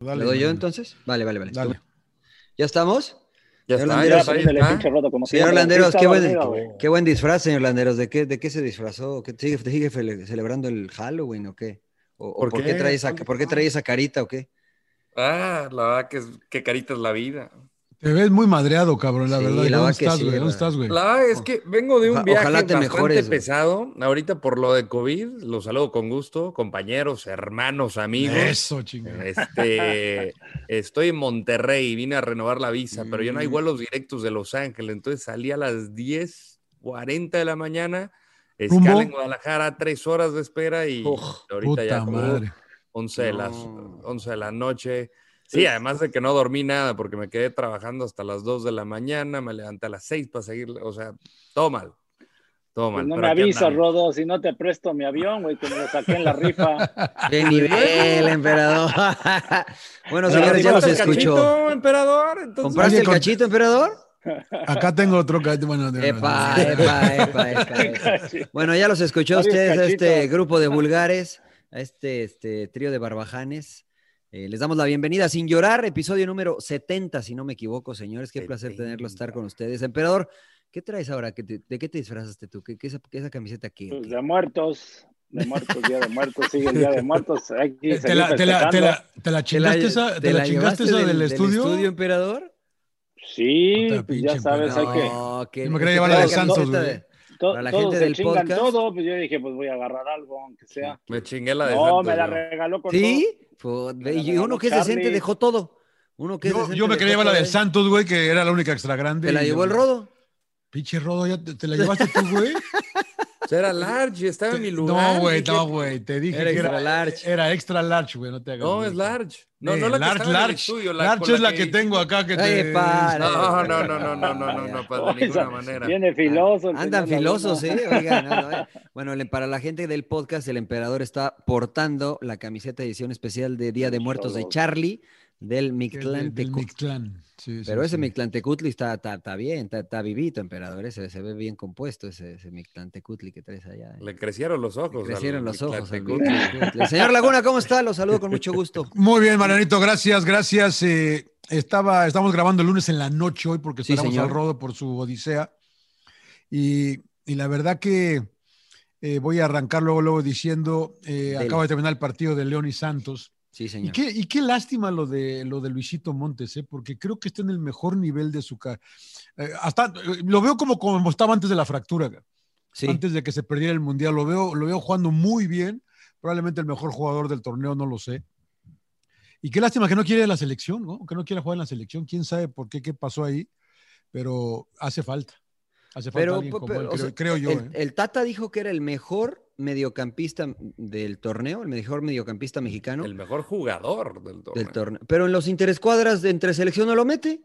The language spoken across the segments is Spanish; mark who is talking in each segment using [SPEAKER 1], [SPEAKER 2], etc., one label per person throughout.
[SPEAKER 1] Dale, ¿Lo doy yo entonces? Vale, vale, vale.
[SPEAKER 2] Dale.
[SPEAKER 1] ¿Ya estamos?
[SPEAKER 3] Ya
[SPEAKER 1] Señor
[SPEAKER 3] está, ya
[SPEAKER 1] Landeros,
[SPEAKER 3] está, ya
[SPEAKER 4] Saliendo del
[SPEAKER 3] está.
[SPEAKER 4] pues, pinche roto, como
[SPEAKER 1] ah. Señor
[SPEAKER 4] siempre.
[SPEAKER 1] Landeros,
[SPEAKER 4] Pista
[SPEAKER 1] qué buen,
[SPEAKER 4] bandera, güey.
[SPEAKER 1] qué buen disfraz, señor Landeros. ¿De qué, de qué se disfrazó? ¿Qué, sigue, sigue fele- celebrando el Halloween o qué? ¿O, o
[SPEAKER 2] ¿Por
[SPEAKER 1] ¿por,
[SPEAKER 2] qué?
[SPEAKER 1] qué? trae esa, por qué trae esa carita o qué?
[SPEAKER 3] Ah, la verdad que, es- que carita es la vida.
[SPEAKER 2] Te ves muy madreado, cabrón, la
[SPEAKER 1] Sí,
[SPEAKER 2] verdad.
[SPEAKER 1] la
[SPEAKER 2] ¿Dónde
[SPEAKER 1] verdad que
[SPEAKER 2] estás,
[SPEAKER 1] sí,
[SPEAKER 2] güey? ¿Dónde
[SPEAKER 1] güey.
[SPEAKER 2] estás, güey?
[SPEAKER 3] La verdad es que vengo de un
[SPEAKER 1] Oja-
[SPEAKER 3] viaje
[SPEAKER 1] ojalá te
[SPEAKER 3] bastante
[SPEAKER 1] mejores, güey.
[SPEAKER 3] pesado. Ahorita por lo de COVID, los saludo con gusto, compañeros, hermanos, amigos. Eh,
[SPEAKER 2] Eso, chingada.
[SPEAKER 3] Este, estoy en Monterrey, vine a renovar la visa, pero ya no hay
[SPEAKER 1] Mm.
[SPEAKER 3] vuelos directos de Los Ángeles, entonces salí a las 10:40 de la mañana,
[SPEAKER 2] ¿Rumbo?
[SPEAKER 3] escala en Guadalajara, tres horas de espera y
[SPEAKER 1] Uj,
[SPEAKER 3] ahorita ya
[SPEAKER 2] Puta
[SPEAKER 3] como
[SPEAKER 2] madre.
[SPEAKER 3] 11 de, las,
[SPEAKER 1] No.
[SPEAKER 3] 11 de la noche. Sí, además de que no dormí nada porque me quedé trabajando hasta las 2 de la mañana, me levanté a las 6 para seguir, o sea, todo mal, todo mal.
[SPEAKER 4] Pues no
[SPEAKER 3] pero
[SPEAKER 4] me
[SPEAKER 3] aquí
[SPEAKER 4] avisas,
[SPEAKER 3] andamos.
[SPEAKER 4] Rodo, si no te presto mi avión, güey, que me lo saqué en la rifa.
[SPEAKER 1] ¡Qué nivel, emperador! bueno, señores, ya los
[SPEAKER 3] ¿Compraste el
[SPEAKER 1] escucho.
[SPEAKER 3] cachito, emperador? Entonces,
[SPEAKER 1] ¿Compraste el
[SPEAKER 2] Oye, con-
[SPEAKER 1] cachito, emperador?
[SPEAKER 2] Acá tengo otro. ca- Bueno, de-
[SPEAKER 1] Epa, epa, epa, epa, epa. Bueno, ya los escuchó
[SPEAKER 4] Varios
[SPEAKER 1] ustedes, a este
[SPEAKER 4] cachitos.
[SPEAKER 1] grupo de vulgares, a este, este trío de barbajanes. Eh, les damos la bienvenida a sin llorar, episodio número 70, si no me equivoco, señores. Qué placer tenerlo estar con ustedes. Emperador, ¿qué traes ahora? ¿Qué te- ¿De qué te disfrazaste tú? ¿Qué, qué esa, qué esa camiseta aquí?
[SPEAKER 4] Pues de muertos, de muertos, día de muertos, sigue el día de muertos. Hay que
[SPEAKER 2] Eh, Te
[SPEAKER 4] seguir
[SPEAKER 2] la, te la- te la-
[SPEAKER 4] festejando.
[SPEAKER 2] te la chingaste esa, te la chingaste esa del, estudio.
[SPEAKER 1] emperador?
[SPEAKER 4] Sí,
[SPEAKER 2] Puta
[SPEAKER 4] pues
[SPEAKER 2] pinche
[SPEAKER 4] ya sabes, hay que.
[SPEAKER 1] que...
[SPEAKER 2] Yo me quería llevar la
[SPEAKER 4] de
[SPEAKER 2] Santos,
[SPEAKER 1] camiseta
[SPEAKER 2] güey.
[SPEAKER 1] de-
[SPEAKER 4] to-
[SPEAKER 1] Para la
[SPEAKER 4] todos
[SPEAKER 1] gente
[SPEAKER 4] se
[SPEAKER 1] del
[SPEAKER 4] chingan
[SPEAKER 1] podcast.
[SPEAKER 4] todo, pues yo dije, pues voy a agarrar algo, aunque sea.
[SPEAKER 3] Me chingué la de
[SPEAKER 4] No,
[SPEAKER 3] Santos,
[SPEAKER 4] me la
[SPEAKER 3] yo.
[SPEAKER 4] regaló con
[SPEAKER 1] ¿Sí? Pues, ve, y
[SPEAKER 4] regaló
[SPEAKER 1] uno que es
[SPEAKER 4] Charlie.
[SPEAKER 1] decente dejó todo. Uno que es
[SPEAKER 2] Yo,
[SPEAKER 1] decente
[SPEAKER 2] yo me
[SPEAKER 1] dejó
[SPEAKER 2] quería llevar la
[SPEAKER 1] todo
[SPEAKER 2] del
[SPEAKER 1] ahí.
[SPEAKER 2] Santos, güey, que era la única extra grande.
[SPEAKER 1] Te la
[SPEAKER 2] y-
[SPEAKER 1] llevó el rodo.
[SPEAKER 2] Pinche rodo, ya te, te la llevaste tú, güey.
[SPEAKER 3] O sea, Era large, estaba en mi lugar.
[SPEAKER 2] no, güey,
[SPEAKER 3] dije,
[SPEAKER 2] no, güey. Te dije
[SPEAKER 1] Era
[SPEAKER 2] que
[SPEAKER 1] extra
[SPEAKER 2] era,
[SPEAKER 1] large.
[SPEAKER 2] era extra large, güey. No te hagas.
[SPEAKER 3] No,
[SPEAKER 2] güey.
[SPEAKER 3] es large. No,
[SPEAKER 2] Eh,
[SPEAKER 3] no la
[SPEAKER 2] large,
[SPEAKER 3] que estaba en el
[SPEAKER 2] large.
[SPEAKER 3] estudio, la-
[SPEAKER 2] large
[SPEAKER 3] con
[SPEAKER 2] es
[SPEAKER 3] la
[SPEAKER 2] la que tengo acá que
[SPEAKER 1] Ay,
[SPEAKER 2] te.
[SPEAKER 1] para.
[SPEAKER 3] No, no, no, no, no, no, no, no, pa- de ninguna manera.
[SPEAKER 4] todo. Viene filoso. el
[SPEAKER 1] Ah, Andan
[SPEAKER 4] señor
[SPEAKER 1] filosos,
[SPEAKER 4] Laguna.
[SPEAKER 1] ¿eh? Oigan, no, no, eh. bueno, le- para la gente del podcast, el emperador está portando la camiseta edición especial de Día de Muertos de
[SPEAKER 4] Cholos.
[SPEAKER 1] Charlie
[SPEAKER 2] Que
[SPEAKER 1] del
[SPEAKER 2] de- del
[SPEAKER 1] Mictlantecutli.
[SPEAKER 2] Mictlán. Sí, sí,
[SPEAKER 1] Pero ese
[SPEAKER 2] sí.
[SPEAKER 1] Mictlantecutli está, está, está bien, está, está vivito, emperador. Ese se ve bien compuesto, ese, ese Mictlantecutli que traes allá. ¿eh?
[SPEAKER 3] Le crecieron los
[SPEAKER 1] Le
[SPEAKER 3] ojos.
[SPEAKER 1] crecieron
[SPEAKER 3] al-
[SPEAKER 1] los ojos al
[SPEAKER 3] Tlatelolco.
[SPEAKER 1] Mictlantecutli. Señor Laguna, ¿cómo está? Los saludo con mucho gusto.
[SPEAKER 2] Muy bien, Marianito, gracias, gracias. Eh, estaba, estamos grabando el lunes en la noche hoy porque
[SPEAKER 1] Sí,
[SPEAKER 2] esperamos
[SPEAKER 1] señor.
[SPEAKER 2] al rodo por su odisea. Y, y la verdad que eh, voy a arrancar luego, luego diciendo, eh,
[SPEAKER 1] Dele.
[SPEAKER 2] acaba de terminar el partido de León y Santos.
[SPEAKER 1] Sí,
[SPEAKER 2] Y
[SPEAKER 1] señor.
[SPEAKER 2] qué, y qué lástima lo de, lo de Luisito Montes, eh, porque creo que está en el mejor nivel de su carrera. hasta eh, lo veo como, como estaba antes de la fractura.
[SPEAKER 1] Sí.
[SPEAKER 2] antes de que se perdiera el mundial. Lo veo, lo veo jugando muy bien, probablemente el mejor jugador del torneo, no lo sé. Y qué lástima que no quiere la selección, ¿no? Que no quiera jugar en la selección, quién sabe por qué, qué pasó ahí, pero hace falta. Hace falta
[SPEAKER 1] Pero,
[SPEAKER 2] alguien
[SPEAKER 1] pe-
[SPEAKER 2] como
[SPEAKER 1] pero,
[SPEAKER 2] él,
[SPEAKER 1] o
[SPEAKER 2] creo,
[SPEAKER 1] sea,
[SPEAKER 2] creo yo.
[SPEAKER 1] el,
[SPEAKER 2] ¿eh?
[SPEAKER 1] el Tata dijo que era el mejor mediocampista del torneo, el mejor mediocampista mexicano
[SPEAKER 3] El mejor jugador del torneo.
[SPEAKER 1] del torneo. Pero en los interescuadras de entre selección no lo mete.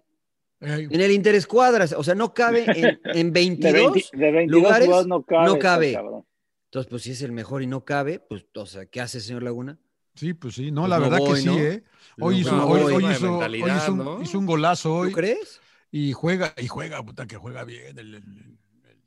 [SPEAKER 2] Eh,
[SPEAKER 1] En el interescuadras, o sea, no cabe en, en
[SPEAKER 4] De,
[SPEAKER 1] 22.
[SPEAKER 4] 20 de 22
[SPEAKER 1] lugares,
[SPEAKER 4] jugadores no cabe.
[SPEAKER 1] no
[SPEAKER 4] este
[SPEAKER 1] cabe.
[SPEAKER 4] cabrón.
[SPEAKER 1] Entonces, pues si es el mejor y no cabe, pues, o sea, ¿qué hace, señor Laguna?
[SPEAKER 2] sí, pues sí, no,
[SPEAKER 1] Pues
[SPEAKER 2] la
[SPEAKER 1] no
[SPEAKER 2] verdad
[SPEAKER 1] voy,
[SPEAKER 2] que sí,
[SPEAKER 1] ¿no?
[SPEAKER 2] ¿eh? Hoy
[SPEAKER 1] No
[SPEAKER 2] hizo,
[SPEAKER 1] voy.
[SPEAKER 2] hoy-
[SPEAKER 1] Tema
[SPEAKER 2] hoy
[SPEAKER 3] de
[SPEAKER 2] hizo- hoy
[SPEAKER 3] mentalidad,
[SPEAKER 2] hizo un,
[SPEAKER 3] ¿no?
[SPEAKER 2] hizo un golazo
[SPEAKER 1] ¿Tú
[SPEAKER 2] hoy
[SPEAKER 1] crees?
[SPEAKER 2] y juega, y juega, puta que juega bien. El, el-